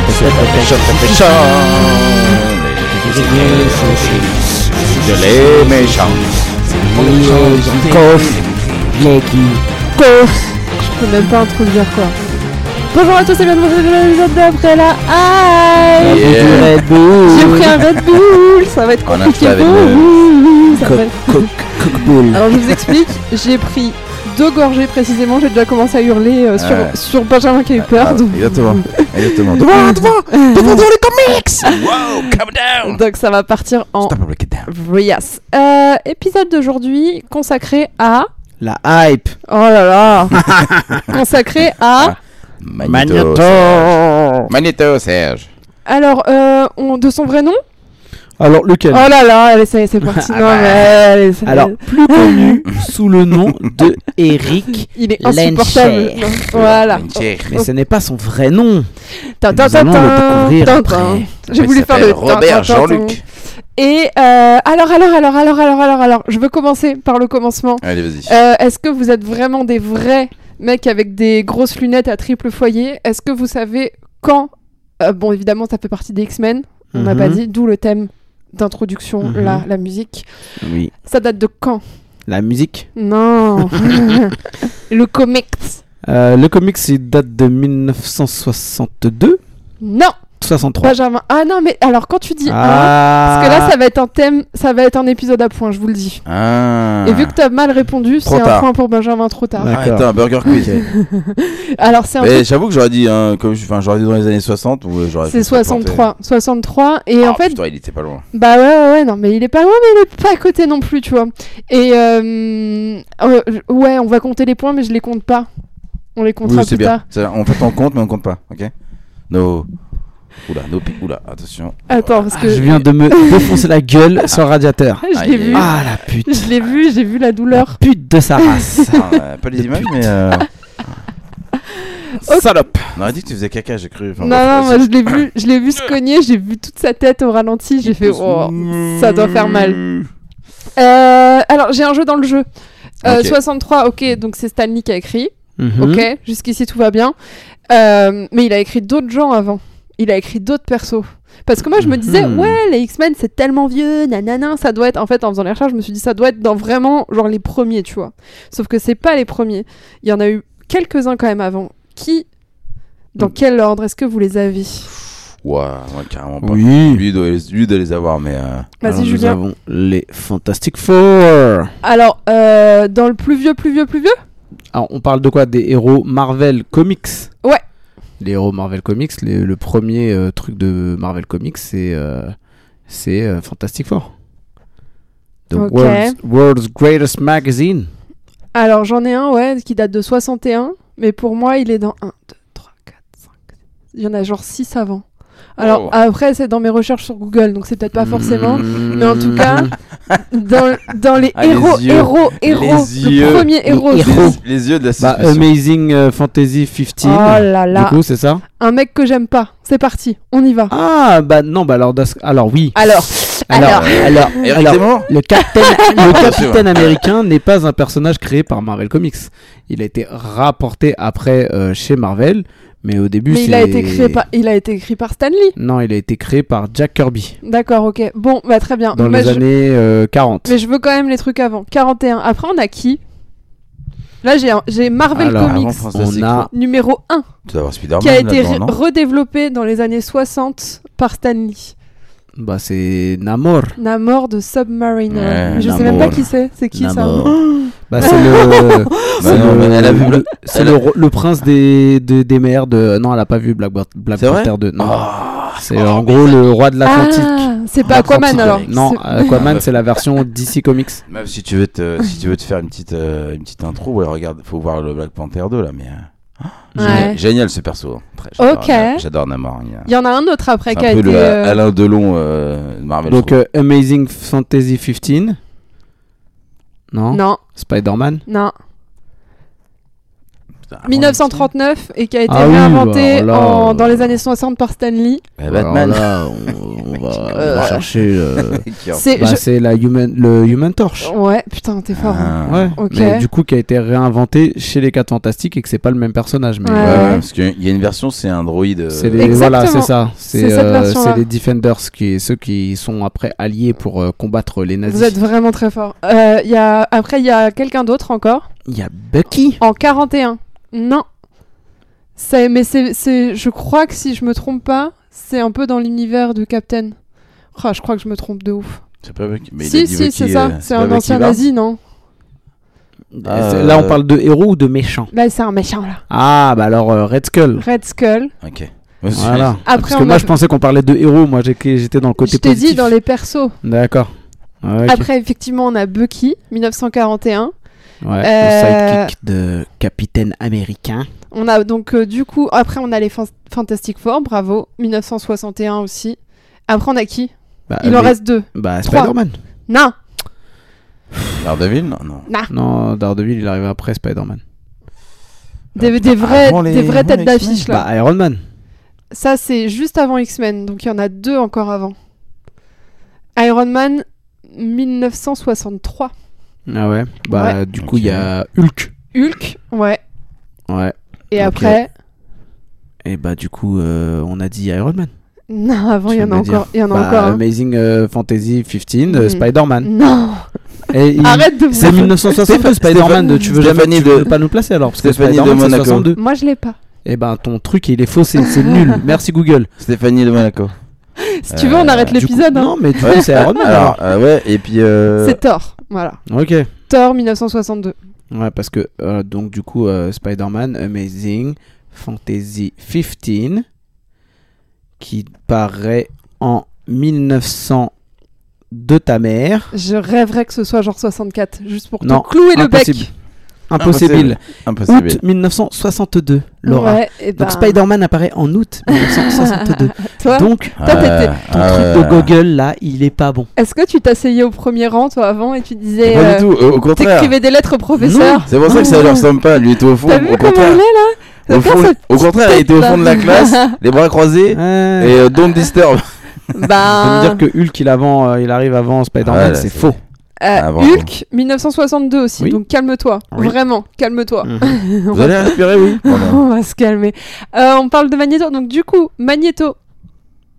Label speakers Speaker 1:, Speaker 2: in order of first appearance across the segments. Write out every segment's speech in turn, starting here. Speaker 1: je fais des chants. Je les méchants. Coffre. Coffre.
Speaker 2: Je peux même pas introduire quoi. Bonjour à tous et bienvenue dans le épisode d'après la hype
Speaker 1: Yeah.
Speaker 2: J'ai pris un Red Bull, ça va être
Speaker 1: On a
Speaker 2: compliqué.
Speaker 1: fait avec
Speaker 2: Ouh, ça va être-
Speaker 1: Cockbull.
Speaker 2: Alors je vous explique, j'ai pris deux gorgées précisément, j'ai déjà commencé à hurler euh, sur,
Speaker 1: Ouais. Ah,
Speaker 2: sur Benjamin qui a eu peur. donc-
Speaker 1: Exactement. Exactement. Devant, devant, devant, devant les comics. Wow, calm down.
Speaker 2: donc ça va partir en
Speaker 1: Stop and break it down.
Speaker 2: Rias. Euh, épisode d'aujourd'hui consacré à...
Speaker 3: La hype.
Speaker 2: Oh là là Consacré à...
Speaker 1: Magneto.
Speaker 3: Magneto.
Speaker 1: Magneto, Serge.
Speaker 2: Alors, euh, on- de son vrai nom
Speaker 3: Alors lequel
Speaker 2: Oh là là, allez, ça y est, c'est parti.
Speaker 1: Ah
Speaker 2: Non,
Speaker 1: bah.
Speaker 2: mais allez, ça-
Speaker 3: Alors plus connu sous le nom de Eric,
Speaker 2: il est
Speaker 3: Lencher.
Speaker 2: insupportable. Non, Voilà.
Speaker 1: Magneto.
Speaker 3: mais ce n'est pas son vrai nom.
Speaker 2: Tin,
Speaker 3: Nous
Speaker 2: tin, tin,
Speaker 3: allons le découvrir
Speaker 2: tin,
Speaker 3: après.
Speaker 2: tin. J'ai
Speaker 1: Il
Speaker 2: voulu faire
Speaker 1: s'appelle
Speaker 2: le tin,
Speaker 1: Robert
Speaker 2: tin, tin, tin.
Speaker 1: Jean-Luc.
Speaker 2: Et euh, alors, alors, alors, alors, alors, alors, alors, je veux commencer par le commencement.
Speaker 1: Allez, vas-y.
Speaker 2: Euh, Est-ce que vous êtes vraiment des vrais mecs avec des grosses lunettes à triple foyer Est-ce que vous savez quand euh, Bon, évidemment, ça fait partie des X-Men. On n'a pas
Speaker 3: Mhm.
Speaker 2: dit, d'où le thème d'introduction,
Speaker 3: Mhm.
Speaker 2: là, la musique.
Speaker 3: Oui.
Speaker 2: Ça date de quand
Speaker 3: La musique.
Speaker 2: Non. le comics.
Speaker 3: Euh, le comics il date de 1962,
Speaker 2: Non.
Speaker 3: 63.
Speaker 2: Benjamin. Ah non, mais alors quand tu dis un,
Speaker 3: ah.
Speaker 2: parce que là ça va être un thème, ça va être un épisode à point, je vous le dis.
Speaker 1: Ah.
Speaker 2: Et vu que t'as mal répondu,
Speaker 1: Trop
Speaker 2: c'est un
Speaker 1: tard.
Speaker 2: point pour Benjamin trop tard.
Speaker 3: Ouais.
Speaker 1: Ah,
Speaker 3: D'accord.
Speaker 1: attends, Burger Quiz.
Speaker 2: Alors c'est un
Speaker 1: Mais
Speaker 2: truc-
Speaker 1: j'avoue que j'aurais dit, hein, comme je, enfin, j'aurais dit dans les années 60 ou euh, j'aurais.
Speaker 2: c'est
Speaker 1: pu
Speaker 2: 63, 63 et
Speaker 1: planter.
Speaker 2: en
Speaker 1: Ah,
Speaker 2: fait
Speaker 1: putain, il était pas loin.
Speaker 2: bah ouais, ouais ouais, non mais il est pas loin mais il est pas à côté non plus, tu vois. Et euh, euh, ouais, on va compter les points mais je les compte pas. On les comptera
Speaker 1: Oui,
Speaker 2: plus
Speaker 1: c'est bien.
Speaker 2: tard.
Speaker 1: Ça, on fait en compte, mais on compte pas, ok No. Oula, no pi- Oula, attention.
Speaker 2: Attends parce
Speaker 3: Ah,
Speaker 2: que
Speaker 3: je viens de me défoncer la gueule sur le radiateur.
Speaker 2: je l'ai
Speaker 1: Aïe, aïe,
Speaker 2: vu.
Speaker 3: Ah la pute.
Speaker 2: Je l'ai vu, j'ai vu la douleur.
Speaker 3: La pute de sa race.
Speaker 1: Ah, euh, pas les images, mais. euh,
Speaker 3: Salope.
Speaker 1: On aurait dit que tu faisais caca, j'ai cru. Enfin,
Speaker 2: Non,
Speaker 1: bref,
Speaker 2: non, moi
Speaker 1: vas-y.
Speaker 2: je l'ai vu, je l'ai vu se cogner, j'ai vu toute sa tête au ralenti, j'ai fait oh, ça doit faire mal. Euh, alors j'ai un jeu dans le jeu. Euh,
Speaker 1: Ok.
Speaker 2: 63, ok, donc c'est Stanley qui a écrit,
Speaker 3: Mhm.
Speaker 2: ok, jusqu'ici tout va bien. Euh, mais il a écrit d'autres gens avant, il a écrit d'autres persos. Parce que moi je me disais,
Speaker 3: Mhm.
Speaker 2: ouais, les X-Men c'est tellement vieux, nanana, ça doit être, en fait en faisant les recherches, je me suis dit, ça doit être dans vraiment genre les premiers, tu vois. Sauf que c'est pas les premiers, il y en a eu quelques-uns quand même avant. Qui, dans quel ordre est-ce que vous les avez
Speaker 1: Ouah, ouais, carrément pas.
Speaker 3: Oui.
Speaker 1: Lui, doit, les- lui doit les avoir, mais. euh,
Speaker 2: Vas-y
Speaker 3: Alors,
Speaker 2: Julien.
Speaker 3: Ah, Nous avons les Fantastic Four.
Speaker 2: Alors, euh, dans le plus vieux, plus vieux, plus vieux
Speaker 3: Alors, on parle de quoi Des héros Marvel Comics
Speaker 2: Ouais.
Speaker 3: Les héros Marvel Comics, les- le premier euh, truc de Marvel Comics, c'est euh, c'est euh, Fantastic Four. The
Speaker 2: Ok.
Speaker 3: world's, world's Greatest Magazine.
Speaker 2: Alors, j'en ai un, ouais, qui date de 61, mais pour moi, il est dans 1, 2, 3, 4, 5. Il y en a genre 6 avant. Alors,
Speaker 1: Oh.
Speaker 2: après, c'est dans mes recherches sur Google, donc c'est peut-être pas forcément.
Speaker 3: Mmh.
Speaker 2: mais en tout cas,
Speaker 3: Hmm.
Speaker 2: Dans, dans les
Speaker 1: Ah, les
Speaker 2: héros,
Speaker 1: yeux.
Speaker 2: héros,
Speaker 1: Les
Speaker 2: héros,
Speaker 1: yeux.
Speaker 2: le premier héros.
Speaker 3: Les
Speaker 1: Les,
Speaker 3: héros.
Speaker 1: les yeux de la
Speaker 3: bah,
Speaker 1: suspicion.
Speaker 3: Amazing euh, Fantasy 15.
Speaker 2: Oh là
Speaker 3: Du
Speaker 2: là,
Speaker 3: coup, c'est ça
Speaker 2: un mec que j'aime pas. C'est parti, on y va.
Speaker 3: Ah, bah non, bah alors, das- alors oui.
Speaker 2: Ah, Alors,
Speaker 3: Alors, alors,
Speaker 1: Eric
Speaker 3: alors,
Speaker 1: Zemmour
Speaker 3: Le capitaine, le
Speaker 1: Bien sûr.
Speaker 3: capitaine américain n'est pas un personnage créé par Marvel Comics. Il a été rapporté après euh, chez Marvel, mais au début,
Speaker 2: mais il a,
Speaker 3: c'est-
Speaker 2: été créé par, il a été écrit par Stanley.
Speaker 3: Non, il a été créé par Jack Kirby
Speaker 2: D'accord, ok. Bon, bah très bien.
Speaker 3: dans
Speaker 2: Moi,
Speaker 3: les
Speaker 2: je-
Speaker 3: années euh, 40.
Speaker 2: Mais je veux quand même les trucs avant. 41. Après, on a qui Là, j'ai un- j'ai Marvel
Speaker 3: Alors,
Speaker 1: avant,
Speaker 2: Comics
Speaker 1: France-
Speaker 3: On a
Speaker 2: numéro 1
Speaker 1: Tu dois avoir Spider-Man.
Speaker 2: qui a été
Speaker 1: là-dedans,
Speaker 2: re-
Speaker 1: non
Speaker 2: redéveloppé dans les années 60 par Stanley.
Speaker 3: bah c'est Namor.
Speaker 2: Namor de Submariner.
Speaker 1: Ouais,
Speaker 2: Mais je sais
Speaker 1: Namor.
Speaker 2: même pas qui c'est. C'est qui
Speaker 3: Namor.
Speaker 2: ça Oh
Speaker 3: Bah c'est le
Speaker 1: Bah
Speaker 3: c'est
Speaker 1: non, mais
Speaker 3: le,
Speaker 1: elle a vu.
Speaker 3: le-
Speaker 1: Bla-
Speaker 3: c'est
Speaker 1: elle
Speaker 3: le
Speaker 1: a-
Speaker 3: ro- le prince des des, des mers de non, elle a pas vu Black, Bat- Black
Speaker 1: C'est vrai
Speaker 3: Panther 2. Non.
Speaker 1: Ah,
Speaker 3: c'est en gros le roi de l'Atlantique.
Speaker 2: Ah, c'est pas Aquaman
Speaker 3: Atlantique,
Speaker 2: alors.
Speaker 3: ouais. Non,
Speaker 2: C'est-
Speaker 3: Aquaman c'est la version DC Comics.
Speaker 1: Même si tu veux te, si tu veux te faire une petite, euh, une petite intro, ouais, regarde, faut voir le Black Panther 2 là, mais. euh,
Speaker 2: Ouais.
Speaker 1: génial- Génial ce perso. hein. Très- j'adore-
Speaker 2: Ok.
Speaker 1: j'a- J'adore Namor. il y a-
Speaker 2: Il y en a un autre après
Speaker 1: C'est
Speaker 2: qui
Speaker 1: un
Speaker 2: a
Speaker 1: peu
Speaker 2: été.
Speaker 1: le
Speaker 2: euh,
Speaker 1: Alain Delon euh, de Marvel.
Speaker 3: Donc
Speaker 1: je trouve.
Speaker 3: euh, Amazing Fantasy 15.
Speaker 1: hein
Speaker 3: Non.
Speaker 2: Non,
Speaker 3: Spider-Man.
Speaker 2: non.
Speaker 3: euh,
Speaker 1: Putain, avant,
Speaker 2: 1939 et qui a été
Speaker 3: Ah oui,
Speaker 2: réinventé
Speaker 3: bah alors là,
Speaker 2: en- dans
Speaker 3: euh,
Speaker 2: les années 60 par Stanley.
Speaker 1: il y avait Batman.
Speaker 3: Alors là, on- on va, on va
Speaker 2: Euh,
Speaker 3: chercher. euh,
Speaker 1: Qui en-
Speaker 2: C'est.
Speaker 3: bah,
Speaker 2: je-
Speaker 3: C'est la human, le Human Torch.
Speaker 2: Ouais, putain, t'es fort. hein.
Speaker 1: Ah.
Speaker 3: Ouais.
Speaker 2: Ok.
Speaker 3: Mais du coup, qui a été réinventé chez les 4 Fantastiques et que c'est pas le même personnage. Mais
Speaker 2: Ouais.
Speaker 1: Ouais, ouais,
Speaker 3: euh,
Speaker 1: parce qu'il y a une version, c'est un droïde. euh,
Speaker 3: c'est les,
Speaker 2: Exactement.
Speaker 3: voilà, c'est ça. C'est
Speaker 2: C'est cette
Speaker 3: euh,
Speaker 2: version-là.
Speaker 3: c'est les Defenders qui, ceux qui sont après alliés pour euh, combattre les nazis.
Speaker 2: Vous êtes vraiment très fort. Euh, il y a... Après, il y a quelqu'un d'autre encore.
Speaker 3: Il y a Bucky.
Speaker 2: En 41. Non. C'est... Mais c'est... c'est- je crois que si je me trompe pas, c'est un peu dans l'univers de Captain. Ah, je crois que je me trompe de ouf.
Speaker 1: C'est pas Bucky. Mais il a
Speaker 2: si,
Speaker 1: dit
Speaker 2: si,
Speaker 1: Bucky,
Speaker 2: c'est
Speaker 1: euh,
Speaker 2: ça. C'est
Speaker 1: pas
Speaker 2: un
Speaker 1: Bucky
Speaker 2: ancien
Speaker 1: Barnes
Speaker 2: nazi, non
Speaker 1: Euh,
Speaker 3: Là, on parle de héros ou de méchant.
Speaker 2: Là, c'est un méchant, là.
Speaker 3: Ah, bah alors euh, Red Skull.
Speaker 2: Red Skull.
Speaker 1: Ok.
Speaker 3: Voilà.
Speaker 2: Après,
Speaker 3: Parce que
Speaker 2: on
Speaker 3: moi,
Speaker 2: a-
Speaker 3: je pensais qu'on parlait de héros. Moi, j'ai- j'étais dans le côté
Speaker 2: je t'ai
Speaker 3: positif.
Speaker 2: dit dans les persos.
Speaker 3: D'accord. Ouais, ok.
Speaker 2: Après, effectivement, on a Bucky, 1941.
Speaker 3: Ouais,
Speaker 2: Euh,
Speaker 3: le sidekick de Capitaine Américain.
Speaker 2: On a donc euh, du coup, après on a les fan- Fantastic Four, bravo, 1961 aussi. Après on a qui
Speaker 1: Ah,
Speaker 3: Bah,
Speaker 2: Il en
Speaker 3: mais-
Speaker 2: reste deux.
Speaker 3: Bah,
Speaker 2: trois.
Speaker 3: Spider-Man.
Speaker 2: Non,
Speaker 1: Daredevil Non. non.
Speaker 3: Non, Daredevil, il arrive après Spider-Man. Ah,
Speaker 2: des, des vrais,
Speaker 1: avant les-
Speaker 2: des vraies
Speaker 1: avant
Speaker 2: têtes
Speaker 1: les X-Men.
Speaker 2: d'affiche là.
Speaker 3: Bah, Iron Man.
Speaker 2: Ça c'est juste avant X-Men, donc il y en a deux encore avant. Iron Man 1963.
Speaker 3: Ah ouais. Bah, du coup, il y a Hulk.
Speaker 2: Hulk, ouais.
Speaker 3: Ouais.
Speaker 2: Et
Speaker 3: Ok.
Speaker 2: après,
Speaker 3: Et bah, du coup, euh, on a dit Iron Man.
Speaker 2: non, avant il y
Speaker 3: Tu
Speaker 2: en a
Speaker 3: viens de me
Speaker 2: encore. Il y en a
Speaker 3: Bah,
Speaker 2: encore. hein. un.
Speaker 3: Amazing euh, Fantasy 15, euh,
Speaker 2: Mhm.
Speaker 3: Spider-Man.
Speaker 2: Non,
Speaker 3: Et il-
Speaker 2: Mm-hmm. arrête de
Speaker 3: C'est
Speaker 2: vous.
Speaker 3: 1962 Spider-Man,
Speaker 1: Stéphanie-
Speaker 3: tu veux jamais
Speaker 1: Stéphanie
Speaker 3: tu veux
Speaker 1: de-
Speaker 3: pas nous placer alors parce que
Speaker 1: Stéphanie de
Speaker 3: Spider-Man c'est
Speaker 1: Monaco.
Speaker 3: 62.
Speaker 2: Moi je l'ai pas.
Speaker 3: Eh ben ton truc il est faux, c'est c'est nul. Merci Google.
Speaker 1: Stéphanie de Monaco.
Speaker 2: Si tu veux, on
Speaker 1: Euh,
Speaker 2: arrête
Speaker 3: Du coup-
Speaker 2: l'épisode. hein.
Speaker 3: Non mais du
Speaker 1: Ouais.
Speaker 3: coup c'est Iron Man.
Speaker 1: Alors, euh, ouais, et puis. euh,
Speaker 2: C'est Thor, voilà.
Speaker 3: alors. Ok.
Speaker 2: Thor 1962.
Speaker 3: Ouais parce que euh, donc du coup euh, Spider-Man Amazing Fantasy 15 qui paraît en 1900 de ta mère.
Speaker 2: Je rêverais que ce soit genre 64, juste pour
Speaker 3: Non,
Speaker 2: te clouer le
Speaker 3: impossible.
Speaker 2: bec.
Speaker 3: Impossible.
Speaker 1: Impossible.
Speaker 3: Août 1962. Laura.
Speaker 2: Ouais, et ben,
Speaker 3: Donc Spider-Man apparaît en août 1962.
Speaker 2: Toi,
Speaker 3: Donc
Speaker 1: Ah,
Speaker 2: Toi, t'étais-
Speaker 3: Ton
Speaker 1: ah,
Speaker 3: truc de
Speaker 1: ouais.
Speaker 3: Google là, il est pas bon.
Speaker 2: est-ce que tu t'asseyais au premier rang, toi, avant, et tu disais.
Speaker 1: Pas
Speaker 2: euh,
Speaker 1: du tout, au au contraire.
Speaker 2: T'écrivais des lettres au professeur Oh.
Speaker 1: C'est pour ça que ça leur semble pas. Lui était au fond.
Speaker 2: T'as vu
Speaker 1: Au
Speaker 2: comment elle
Speaker 1: contraire,
Speaker 2: est là Ça
Speaker 1: au,
Speaker 2: fait
Speaker 1: fond, au contraire, il était au fond de la
Speaker 2: tête,
Speaker 1: classe, les bras croisés. Et
Speaker 3: Et
Speaker 1: euh, don't disturb.
Speaker 2: Bah.
Speaker 3: dire que Hulk il, avant, euh, il arrive avant Spider-Man,
Speaker 1: Ouais, là,
Speaker 3: c'est
Speaker 1: c'est-
Speaker 3: faux.
Speaker 2: euh,
Speaker 1: avant.
Speaker 2: Hulk, 1962 aussi,
Speaker 3: Ah, Oui.
Speaker 2: donc calme-toi.
Speaker 3: Oui. Mm.
Speaker 2: Vraiment, calme-toi.
Speaker 3: Mhm.
Speaker 1: Vous allez respirer, oui. Pardon.
Speaker 2: on va se calmer. Euh, on parle de Magneto, donc du coup, Magneto.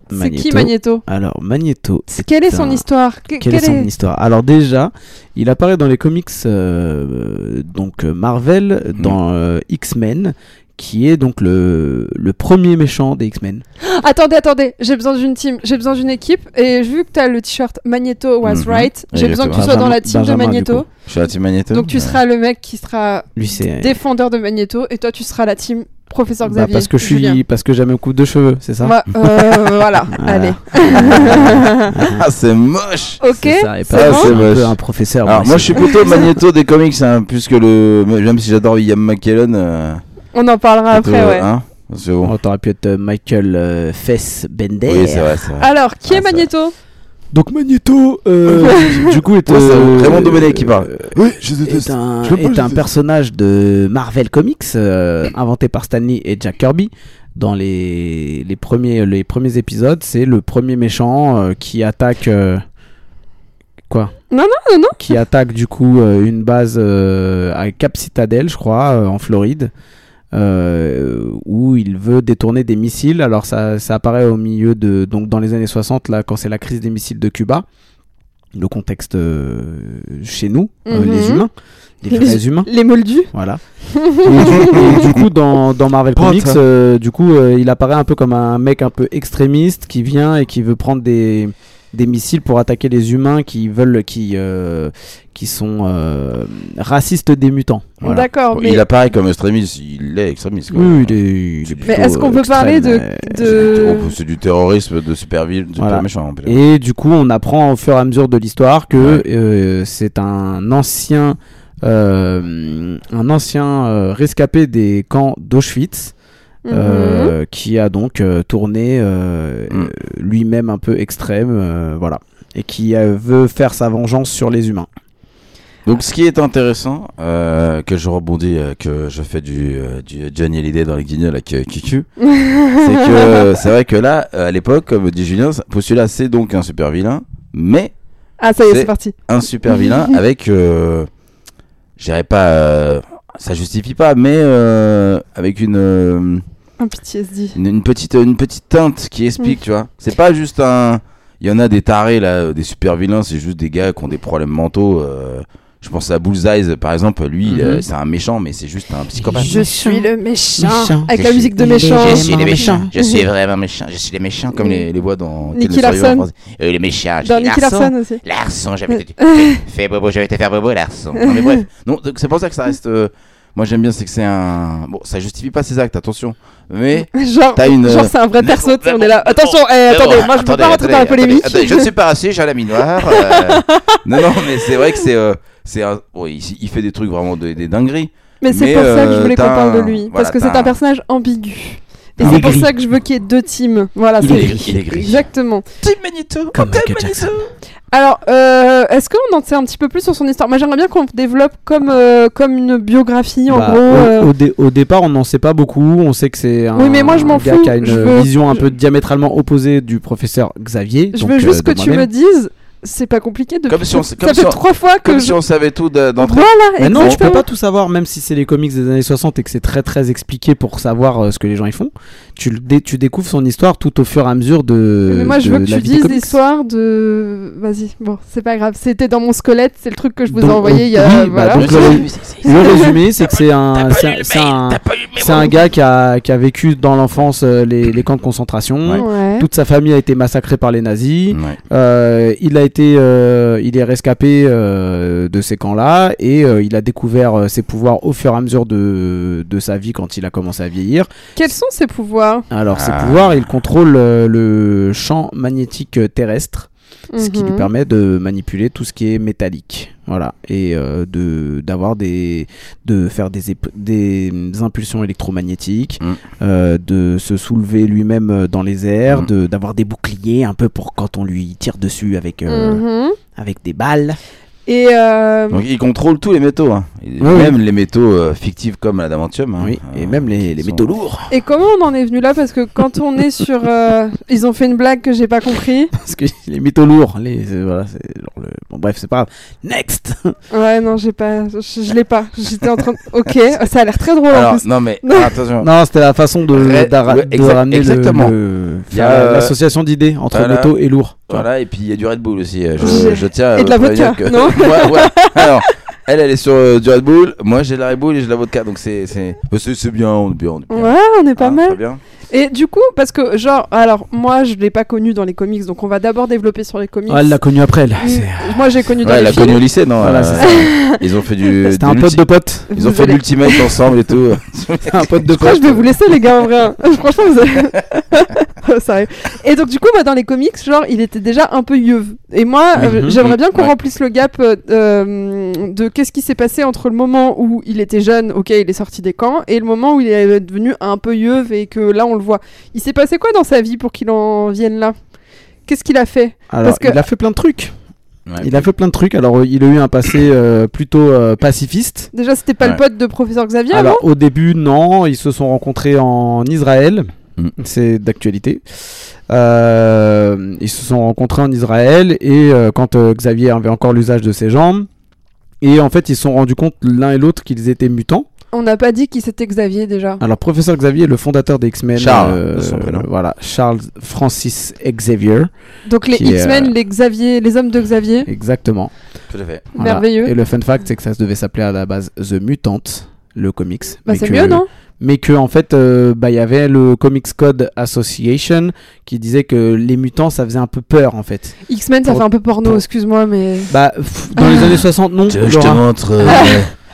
Speaker 2: C'est qui
Speaker 3: Magneto.
Speaker 2: Magneto
Speaker 3: Alors Magneto,
Speaker 2: C'est- Quelle est son
Speaker 3: un-
Speaker 2: histoire Que-
Speaker 3: quelle est son histoire Alors déjà, il apparaît dans les comics euh, donc euh, Marvel,
Speaker 1: Mhm.
Speaker 3: dans euh, X-Men, qui est donc le, le premier méchant des X-Men.
Speaker 2: Attendez, attendez, j'ai besoin d'une team, j'ai besoin d'une équipe. Et vu que t'as le t-shirt Magneto was
Speaker 1: Mhm.
Speaker 2: right, j'ai besoin que tu sois dans la team
Speaker 3: Benjamin,
Speaker 2: de
Speaker 3: du
Speaker 2: Magneto.
Speaker 3: coup.
Speaker 1: Je suis la team Magneto.
Speaker 2: Donc tu
Speaker 1: Ouais.
Speaker 2: seras le mec qui sera
Speaker 3: Lui c'est
Speaker 2: défendeur de Magneto et toi tu seras la team professeur
Speaker 3: Bah,
Speaker 2: Xavier.
Speaker 3: parce que je
Speaker 2: Julien.
Speaker 3: suis parce que j'ai mes coupe de cheveux, c'est
Speaker 1: Hein
Speaker 3: ça
Speaker 2: Moi, euh, voilà, allez.
Speaker 1: Ah, c'est moche.
Speaker 2: ok.
Speaker 3: C'est ça, et
Speaker 2: c'est
Speaker 3: pas
Speaker 1: bon
Speaker 3: un peu
Speaker 1: Ah, moche.
Speaker 3: un professeur.
Speaker 1: Alors,
Speaker 3: ouais,
Speaker 1: moi,
Speaker 3: Ah, c'est-
Speaker 1: je suis plutôt Magneto des comics, hein, plus que le. Même si j'adore William McKellen. euh,
Speaker 2: On en parlera
Speaker 1: plutôt,
Speaker 2: Ah, après, ouais.
Speaker 1: hein, parce que bon.
Speaker 3: Oh, T'aurais pu être euh, Michael euh, Fess Bender.
Speaker 1: Oui, c'est vrai, c'est vrai.
Speaker 2: Alors, qui
Speaker 1: Ah,
Speaker 2: est
Speaker 1: ça-
Speaker 2: Magneto
Speaker 3: Donc Magneto, euh, du coup, est
Speaker 1: Ouais, c'est
Speaker 3: euh,
Speaker 1: Raymond Domenech qui parle.
Speaker 3: euh,
Speaker 1: Oui, je
Speaker 3: Est un,
Speaker 1: Je peux pas,
Speaker 3: est
Speaker 1: je
Speaker 3: un
Speaker 1: déteste.
Speaker 3: personnage de Marvel Comics euh, inventé par Stanley et Jack Kirby. Dans les, les, premiers, les premiers épisodes, c'est le premier méchant euh, qui attaque. euh, quoi
Speaker 2: Non, non, non, non.
Speaker 3: Qui attaque du coup euh, une base euh, à Cap Citadel, je crois, euh, en Floride. euh, où il veut détourner des missiles. Alors ça, ça apparaît au milieu de donc dans les années 60 là quand c'est la crise des missiles de Cuba, le contexte euh, chez nous, euh,
Speaker 2: Mhm.
Speaker 3: les humains, les
Speaker 2: Les-
Speaker 3: vrais
Speaker 1: Hein
Speaker 3: humains.
Speaker 2: Les moldus
Speaker 3: Voilà. et, du, et du coup, dans, dans Marvel
Speaker 1: Oh,
Speaker 3: Comics,
Speaker 1: ça.
Speaker 3: euh, du coup, euh, il apparaît un peu comme un mec un peu extrémiste qui vient et qui veut prendre des, des missiles pour attaquer les humains qui veulent, qui, euh, qui sont euh, racistes des mutants. Voilà.
Speaker 2: D'accord,
Speaker 1: Bon,
Speaker 2: mais,
Speaker 1: Oh, Il apparaît comme extrémiste, il est extrémiste. quoi.
Speaker 3: Oui, il est- il est
Speaker 1: Mais
Speaker 3: plutôt,
Speaker 2: est-ce qu'on
Speaker 3: euh,
Speaker 2: peut parler de-
Speaker 3: extrême,
Speaker 2: de-
Speaker 3: euh,
Speaker 1: C'est du-
Speaker 2: Euh.
Speaker 1: oh, C'est du terrorisme de super ville, de super
Speaker 3: Voilà.
Speaker 1: méchant. en plus.
Speaker 3: Et du coup, on apprend au fur et à mesure de l'histoire que
Speaker 1: Ouais.
Speaker 3: euh, c'est un ancien, euh, un ancien euh, rescapé des camps d'Auschwitz
Speaker 2: Mhm.
Speaker 3: euh, qui a donc euh, tourné euh,
Speaker 1: Mm.
Speaker 3: euh, lui-même un peu extrême, euh, voilà, et qui euh, veut faire sa vengeance sur les humains.
Speaker 1: Donc, ce qui est intéressant, euh, que je rebondis, euh, que je fais du, euh, du Johnny Hallyday dans les guignols avec euh, Kiku, c'est que euh, c'est vrai que là, euh, à l'époque, comme dit Julien, Postula, c'est donc un super vilain, mais
Speaker 2: Ah, ça y est,
Speaker 1: C'est-
Speaker 2: c'est parti.
Speaker 1: un super vilain avec, euh, je dirais pas, euh, ça justifie pas, mais euh, avec une, euh,
Speaker 2: Un PTSD.
Speaker 1: une, une petite, une petite teinte qui
Speaker 2: Mm.
Speaker 1: explique, tu vois. C'est pas juste un. Il y en a des tarés là, euh, des super vilains, c'est juste des gars qui ont des problèmes mentaux. euh, je pense à Bullseye par exemple, lui, il, euh,
Speaker 3: Mhm.
Speaker 1: c'est un méchant, mais c'est juste un psychopathe.
Speaker 2: Mm-hmm. Je suis le méchant.
Speaker 3: Méchant.
Speaker 2: Avec la musique de
Speaker 3: Je suis-
Speaker 2: méchant.
Speaker 1: Je
Speaker 3: Vraiment
Speaker 1: suis les méchants.
Speaker 3: méchant.
Speaker 1: Je suis vraiment méchant. Je suis les méchants comme
Speaker 2: Oui.
Speaker 1: les, les voix dans
Speaker 2: Nicky
Speaker 1: Quel ne survivra
Speaker 2: Larson.
Speaker 1: en France. Euh, les méchants. je
Speaker 2: Dans
Speaker 1: suis
Speaker 2: Nicky
Speaker 1: Larson.
Speaker 2: Larson Euh. aussi.
Speaker 1: Larson, j'avais te Fais bobo, je vais te faire bobo, Larson. Non, mais bref. Non, donc c'est pour ça que ça reste. euh, moi, j'aime bien, c'est que c'est un. Bon, ça justifie pas ses actes, attention. Mais.
Speaker 2: Genre,
Speaker 1: T'as une-
Speaker 2: genre c'est un vrai
Speaker 1: Mais
Speaker 2: perso,
Speaker 1: bon,
Speaker 2: tu sais, on
Speaker 1: mais
Speaker 2: est là.
Speaker 1: bon,
Speaker 2: Attention, eh,
Speaker 1: mais bon,
Speaker 2: attendez, moi je veux
Speaker 1: attendez,
Speaker 2: pas rentrer dans la
Speaker 1: attendez,
Speaker 2: polémique.
Speaker 1: attendez, attendez, je ne suis pas raciste, j'ai la mine noire. euh, non, non, mais c'est vrai que c'est. euh, c'est un- bon, il, il fait des trucs vraiment des, des dingueries.
Speaker 2: Mais c'est
Speaker 1: mais,
Speaker 2: pour ça que
Speaker 1: euh,
Speaker 2: je voulais qu'on
Speaker 1: t'as
Speaker 2: parle de
Speaker 1: un-
Speaker 2: lui.
Speaker 1: voilà,
Speaker 2: parce que
Speaker 1: t'as
Speaker 2: c'est un
Speaker 1: un-
Speaker 2: personnage ambigu. Et
Speaker 1: Il
Speaker 2: c'est
Speaker 1: est
Speaker 2: pour
Speaker 3: gris.
Speaker 2: ça que je veux qu'il y ait deux teams. Voilà,
Speaker 3: Il
Speaker 2: c'est
Speaker 3: est
Speaker 1: gris, il est gris.
Speaker 2: Exactement.
Speaker 1: Team Manito
Speaker 3: Comme Michael Jackson.
Speaker 2: Alors, euh, est-ce qu'on en sait un petit peu plus sur son histoire Moi, j'aimerais bien qu'on développe comme, euh, comme une biographie, en
Speaker 3: Bah,
Speaker 2: gros. euh,
Speaker 3: au, au dé- au départ, on n'en sait pas beaucoup. On sait que c'est un,
Speaker 2: Oui, mais moi, je m'en
Speaker 3: gars
Speaker 2: fous.
Speaker 3: qui a une
Speaker 2: Je veux-
Speaker 3: vision un
Speaker 2: je-
Speaker 3: peu diamétralement opposée du professeur Xavier.
Speaker 2: je
Speaker 3: donc,
Speaker 2: veux juste
Speaker 3: euh, de
Speaker 2: que tu me
Speaker 3: moi-même.
Speaker 2: dises, c'est pas compliqué de.
Speaker 1: Comme si on-
Speaker 2: ça
Speaker 1: comme
Speaker 2: fait
Speaker 1: si on-
Speaker 2: trois fois que.
Speaker 1: Comme
Speaker 2: je-
Speaker 1: si on savait tout de- d'entrée.
Speaker 2: Voilà,
Speaker 3: Mais non, tu peux
Speaker 2: exactement.
Speaker 3: pas tout savoir, même si c'est les comics des années 60 et que c'est très très expliqué pour savoir euh, ce que les gens y font. Tu, le dé- tu découvres son histoire tout au fur et à mesure de.
Speaker 2: Mais moi, je
Speaker 3: de
Speaker 2: veux que
Speaker 3: la
Speaker 2: tu
Speaker 3: vie des
Speaker 2: dises
Speaker 3: comics.
Speaker 2: l'histoire de. Vas-y, bon, c'est pas grave. C'était dans mon squelette, c'est le truc que je vous ai
Speaker 3: Donc,
Speaker 2: envoyé il y a.
Speaker 3: oui, bah,
Speaker 2: voilà.
Speaker 3: donc,
Speaker 1: Je
Speaker 3: le-
Speaker 1: sais, c'est- c'est-
Speaker 3: Le résumé, c'est que c'est un, c'est un- c'est un,
Speaker 1: T'as pas eu le
Speaker 3: c'est un gars qui a, qui a vécu dans l'enfance euh, les, les camps de concentration.
Speaker 1: Ouais. Mm.
Speaker 2: Ouais.
Speaker 3: Toute sa famille a été massacrée par les nazis.
Speaker 1: mémo. Ouais.
Speaker 3: Euh, il a été, euh, il est rescapé euh, de ces camps-là et euh, il a découvert euh, ses pouvoirs au fur et à mesure de, de sa vie quand il a commencé à vieillir.
Speaker 2: Quels sont ses pouvoirs
Speaker 3: Alors ses
Speaker 1: Ah.
Speaker 3: pouvoirs, il contrôle euh, le champ magnétique euh, terrestre, ce qui lui
Speaker 2: Mhm.
Speaker 3: permet de manipuler tout ce qui est métallique, voilà, et euh, de d'avoir des, de faire des, ép- des impulsions électromagnétiques,
Speaker 1: Mm.
Speaker 3: euh, de se soulever lui-même euh, dans les airs,
Speaker 1: Mm.
Speaker 3: de d'avoir des boucliers un peu pour quand on lui tire dessus avec euh,
Speaker 2: Mhm.
Speaker 3: avec des balles.
Speaker 2: Et euh,
Speaker 1: Donc il contrôle tous les métaux, hein. Et
Speaker 3: Oui,
Speaker 1: même les métaux euh, fictifs comme l'adamantium. hein.
Speaker 3: oui,
Speaker 1: Euh,
Speaker 3: et même les,
Speaker 1: qui
Speaker 3: les
Speaker 1: sont-
Speaker 3: métaux lourds.
Speaker 2: Et comment on en est venu là Parce que quand on est sur. euh, Ils ont fait une blague que j'ai pas compris.
Speaker 3: Parce que les métaux lourds, les, euh, voilà, c'est genre le- bon, bref, c'est pas grave. Next
Speaker 1: Ah.
Speaker 2: Ouais, non, j'ai pas. Je, je l'ai pas. J'étais en train de. Ok, ça a l'air très drôle en
Speaker 1: Alors
Speaker 2: plus.
Speaker 1: non mais
Speaker 2: Non.
Speaker 1: attention.
Speaker 3: Non, c'était la façon de,
Speaker 1: Ouais,
Speaker 3: d'ara-
Speaker 1: ouais,
Speaker 3: de
Speaker 1: exact-
Speaker 3: ramener le-
Speaker 1: exactement.
Speaker 3: le-
Speaker 1: Il y a,
Speaker 3: faire la-
Speaker 1: euh,
Speaker 3: l'association d'idées entre
Speaker 1: voilà.
Speaker 3: métaux et lourds. tu vois.
Speaker 1: Voilà et puis il y a du Red Bull aussi. euh,
Speaker 2: Je-
Speaker 1: Je, je tiens.
Speaker 2: et de la
Speaker 1: euh, prévenir
Speaker 2: vodka, non
Speaker 1: Ouais, ouais. Alors elle elle est sur euh, du Red Bull. Moi j'ai de la Red Bull et j'ai de la vodka donc c'est c'est bah, c'est c'est bien on est bien on est bien.
Speaker 2: Ouais, on est pas
Speaker 1: Hein,
Speaker 2: mal.
Speaker 1: très bien.
Speaker 2: Et du coup, parce que, genre, alors, moi, je l'ai pas connu dans les comics, donc on va d'abord développer sur les comics.
Speaker 3: Ah, elle l'a connu après, elle.
Speaker 2: Mm.
Speaker 3: C'est-
Speaker 2: Moi, j'ai connu dans
Speaker 1: Ouais, elle
Speaker 2: les
Speaker 1: a
Speaker 2: films.
Speaker 1: connu au lycée non.
Speaker 3: Voilà,
Speaker 1: euh,
Speaker 3: c'est ça.
Speaker 1: Ils ont fait du. de
Speaker 3: C'était un pote
Speaker 1: l'ulti-
Speaker 3: de pote.
Speaker 1: Ils
Speaker 2: Vous
Speaker 1: ont fait de
Speaker 2: allez-
Speaker 1: l'ultimate ensemble et tout.
Speaker 3: C'était un pote de
Speaker 2: Je crois que
Speaker 3: pote.
Speaker 2: je vais vous laisser, les gars, en vrai. hein Franchement, vous avez- Ça arrive. Et donc, du coup, moi, dans les comics, genre, il était déjà un peu yeuve. Et moi, euh,
Speaker 3: Mhm.
Speaker 2: j'aimerais bien qu'on
Speaker 1: Ouais.
Speaker 2: remplisse le gap euh, euh, de qu'est-ce qui s'est passé entre le moment où il était jeune, ok, il est sorti des camps, et le moment où il est devenu un peu yeuve et que là, on le voit. Il s'est passé quoi dans sa vie pour qu'il en vienne là Qu'est-ce qu'il a fait
Speaker 3: Alors,
Speaker 2: Parce que-
Speaker 3: il a fait plein de trucs.
Speaker 1: Ouais.
Speaker 3: Ah, Il a fait plein de trucs. Alors, euh, il a eu un passé euh, plutôt euh, pacifiste.
Speaker 2: Déjà, c'était pas le
Speaker 1: Ouais.
Speaker 2: pote de professeur Xavier
Speaker 3: Alors,
Speaker 2: avant
Speaker 3: au début, non, ils se sont rencontrés en Israël.
Speaker 1: Mm.
Speaker 3: C'est d'actualité. Euh, ils se sont rencontrés en Israël et euh, quand euh, Xavier avait encore l'usage de ses jambes. Et en fait, ils se sont rendus compte l'un et l'autre qu'ils étaient mutants.
Speaker 2: On n'a pas dit qui c'était Xavier déjà.
Speaker 3: Alors, professeur Xavier, le fondateur des X-Men.
Speaker 1: Charles,
Speaker 3: euh,
Speaker 1: de son prénom.
Speaker 3: voilà, Charles Francis Xavier.
Speaker 2: Donc, les
Speaker 3: Qui est,
Speaker 2: X-Men,
Speaker 3: euh,
Speaker 2: les Xavier, les hommes de Xavier.
Speaker 3: Exactement.
Speaker 1: Tout à fait.
Speaker 3: Voilà.
Speaker 2: Merveilleux.
Speaker 3: Et le fun fact, c'est que ça devait s'appeler à la base The Mutant, le comics.
Speaker 2: Bah,
Speaker 3: mais
Speaker 2: c'est
Speaker 3: que-
Speaker 2: mieux, non
Speaker 3: Mais que, en fait, euh, bah, il y avait le Comics Code Association qui disait que les mutants, ça faisait un peu peur, en fait.
Speaker 2: X-Men, ça
Speaker 3: Pour-
Speaker 2: fait un peu porno,
Speaker 3: pour-
Speaker 2: excuse-moi, mais.
Speaker 3: Bah, pff, dans
Speaker 2: Ah.
Speaker 3: les années 60, non.
Speaker 1: Je, je te
Speaker 3: Laura.
Speaker 1: montre euh,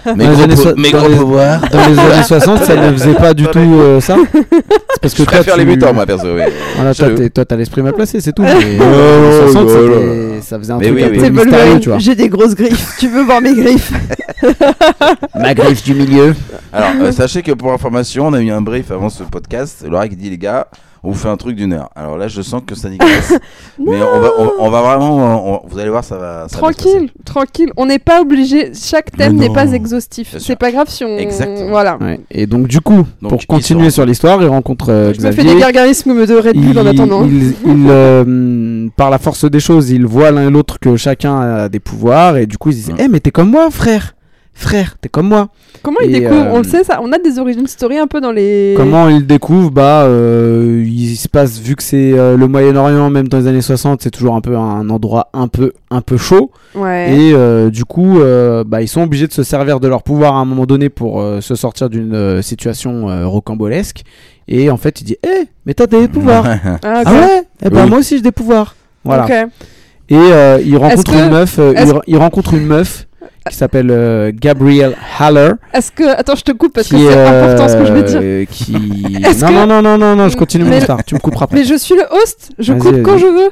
Speaker 1: mes
Speaker 3: Dans les
Speaker 1: gros,
Speaker 3: années
Speaker 1: po-
Speaker 3: so-
Speaker 1: mes
Speaker 3: dans
Speaker 1: gros
Speaker 3: les-
Speaker 1: pouvoirs.
Speaker 3: Dans les années 60, ça ne faisait pas du tout euh, ça. C'est parce que
Speaker 1: Je
Speaker 3: toi,
Speaker 1: préfère les
Speaker 3: tu-
Speaker 1: mutants moi perso. oui.
Speaker 3: Voilà, toi,
Speaker 1: Je-
Speaker 3: t'es- toi, t'as l'esprit mal placé, c'est tout. Mais
Speaker 1: Oh,
Speaker 3: dans les années 60,
Speaker 1: oh,
Speaker 3: c'était- ça faisait un
Speaker 1: Mais
Speaker 3: truc
Speaker 1: oui,
Speaker 3: un
Speaker 1: oui.
Speaker 3: peu
Speaker 1: C'est
Speaker 3: mystérieux, tu vois.
Speaker 2: j'ai des grosses griffes, tu veux voir mes griffes
Speaker 3: Ma griffe du milieu.
Speaker 1: Alors, euh, sachez que pour information, on a eu un brief avant ce podcast. Laura qui dit les gars, on vous fait un truc d'une heure. Alors là, je sens que ça nicasse. mais on va, on, on va vraiment. on- on- vous allez voir, ça va. ça va bien se
Speaker 2: Tranquille, tranquille. On n'est pas obligé. Chaque thème
Speaker 1: Mais
Speaker 2: n'est pas
Speaker 1: non.
Speaker 2: exhaustif.
Speaker 1: Bien
Speaker 2: C'est
Speaker 1: sûr.
Speaker 2: pas grave si on.
Speaker 1: Exactement.
Speaker 2: Voilà.
Speaker 3: Ouais. Et donc, du coup,
Speaker 1: Donc,
Speaker 3: pour
Speaker 1: ils
Speaker 3: continuer
Speaker 1: sont-
Speaker 3: sur l'histoire, il rencontre euh,
Speaker 2: Je me fais
Speaker 3: Xavier.
Speaker 2: des gargarismes de Red Bull en attendant.
Speaker 3: il- il, euh, par la force des choses, ils voient l'un et l'autre que chacun a des pouvoirs et du coup ils disent
Speaker 1: Ouais.
Speaker 3: Eh, mais t'es comme moi, frère Frère, t'es comme moi.
Speaker 2: Comment il
Speaker 3: Et,
Speaker 2: découvre On
Speaker 3: euh,
Speaker 2: le sait, ça. On a des origin story un peu dans les.
Speaker 3: Comment ils le découvrent Bah, euh, il se passe, vu que c'est euh, le Moyen-Orient, même dans les années 60, c'est toujours un peu un endroit un peu, un peu chaud.
Speaker 2: Ouais.
Speaker 3: Et euh, du coup, euh, bah, ils sont obligés de se servir de leur pouvoir à un moment donné pour euh, se sortir d'une euh, situation euh, rocambolesque. Et en fait, il dit Eh, mais t'as des pouvoirs
Speaker 1: passer.
Speaker 2: Ah, ok.
Speaker 3: Ah ouais Eh ben
Speaker 1: Oui.
Speaker 3: moi aussi j'ai des pouvoirs. Voilà.
Speaker 2: Ok.
Speaker 3: Et euh, il rencontre
Speaker 2: que-
Speaker 3: une meuf. euh, il,
Speaker 2: est-ce-
Speaker 3: re- il rencontre une meuf qui s'appelle euh, Gabrielle Haller.
Speaker 2: Est-ce que. Attends, je te coupe parce que
Speaker 3: qui
Speaker 2: c'est
Speaker 3: est,
Speaker 2: important ce que je vais dire.
Speaker 3: euh, Qui...
Speaker 2: Est-ce
Speaker 3: Non,
Speaker 2: que-
Speaker 3: non, non, non, non, non, je continue mon
Speaker 2: Mais-
Speaker 3: histoire. Tu me couperas après.
Speaker 2: Mais je suis le host. Je
Speaker 3: Vas-y,
Speaker 2: coupe quand
Speaker 3: vas-y.
Speaker 2: je veux.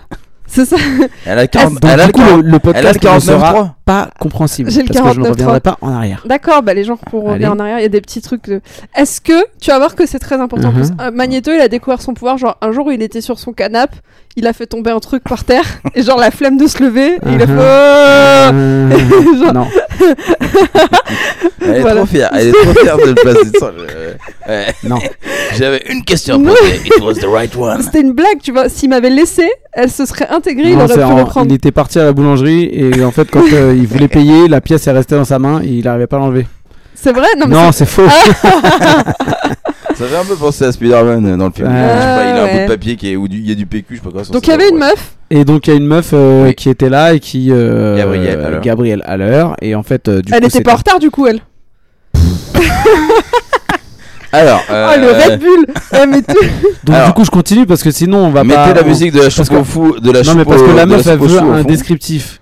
Speaker 2: C'est ça.
Speaker 1: Elle a
Speaker 3: Ah,
Speaker 1: 40
Speaker 3: Donc,
Speaker 1: elle a
Speaker 3: du
Speaker 1: le
Speaker 3: coup, le, le
Speaker 1: elle a le
Speaker 3: podcast ne
Speaker 1: 49
Speaker 3: sera
Speaker 1: trois.
Speaker 3: pas compréhensible.
Speaker 2: J'ai le
Speaker 3: parce que je ne
Speaker 2: 49.3.
Speaker 3: reviendrai pas en arrière.
Speaker 2: D'accord, bah les gens pourront
Speaker 3: Allez.
Speaker 2: revenir en arrière, il y a des petits trucs. De... Est-ce que, tu vas voir que c'est très important en
Speaker 3: Mhm.
Speaker 2: plus, euh, Magneto, il a découvert son pouvoir, genre un jour où il était sur son canapé, il a fait tomber un truc par terre, et genre la flemme de se lever, et il a fait...
Speaker 3: Mhm.
Speaker 2: oh
Speaker 3: Euh,
Speaker 2: Genre-
Speaker 3: non.
Speaker 1: Elle est
Speaker 2: Voilà.
Speaker 1: trop fière. Elle est trop fière de le placer. sans- euh, ouais.
Speaker 3: Non.
Speaker 1: J'avais une question pour
Speaker 2: Non.
Speaker 1: toi. It was the right one.
Speaker 2: C'était une blague, tu vois, s'il m'avait laissé, elle se serait intégrée, il
Speaker 3: Non,
Speaker 2: aurait
Speaker 3: c'est
Speaker 2: pu
Speaker 3: en-
Speaker 2: le prendre.
Speaker 3: il était parti à la boulangerie et en fait, quand euh, il voulait payer, la pièce est restée dans sa main et il n'arrivait pas à l'enlever.
Speaker 2: C'est vrai Non, mais
Speaker 3: Non,
Speaker 2: c'est-
Speaker 3: c'est faux.
Speaker 1: Ça fait un peu penser à Spider-Man euh, dans le film.
Speaker 3: Ah,
Speaker 1: Je sais pas, il a un
Speaker 2: ouais.
Speaker 1: bout de papier qui est, ou du- il y a du PQ, je sais pas quoi. ça,
Speaker 2: Donc il
Speaker 1: c'est-
Speaker 2: y avait une
Speaker 1: ouais.
Speaker 2: meuf,
Speaker 3: Et donc il y a une meuf euh,
Speaker 1: Oui.
Speaker 3: qui était là et qui euh,
Speaker 1: Gabrielle Haller.
Speaker 3: Gabrielle Haller. et en fait euh, du
Speaker 2: elle
Speaker 3: coup,
Speaker 2: était
Speaker 3: c'est-
Speaker 2: pas en retard du coup, elle.
Speaker 1: Alors,
Speaker 2: Oh, le
Speaker 1: euh,
Speaker 2: Red Bull Eh, mais tu-
Speaker 3: Donc
Speaker 1: Alors-
Speaker 3: du coup je continue parce que sinon on va
Speaker 1: Mettez
Speaker 3: pas
Speaker 1: la
Speaker 3: on-
Speaker 1: musique de la choupe
Speaker 3: que-
Speaker 1: au fou, de la
Speaker 3: Non
Speaker 1: choupe
Speaker 3: mais parce
Speaker 1: au-
Speaker 3: que la
Speaker 1: de
Speaker 3: meuf elle
Speaker 1: choupe au
Speaker 3: veut
Speaker 1: chou, au
Speaker 3: un
Speaker 1: fond.
Speaker 3: descriptif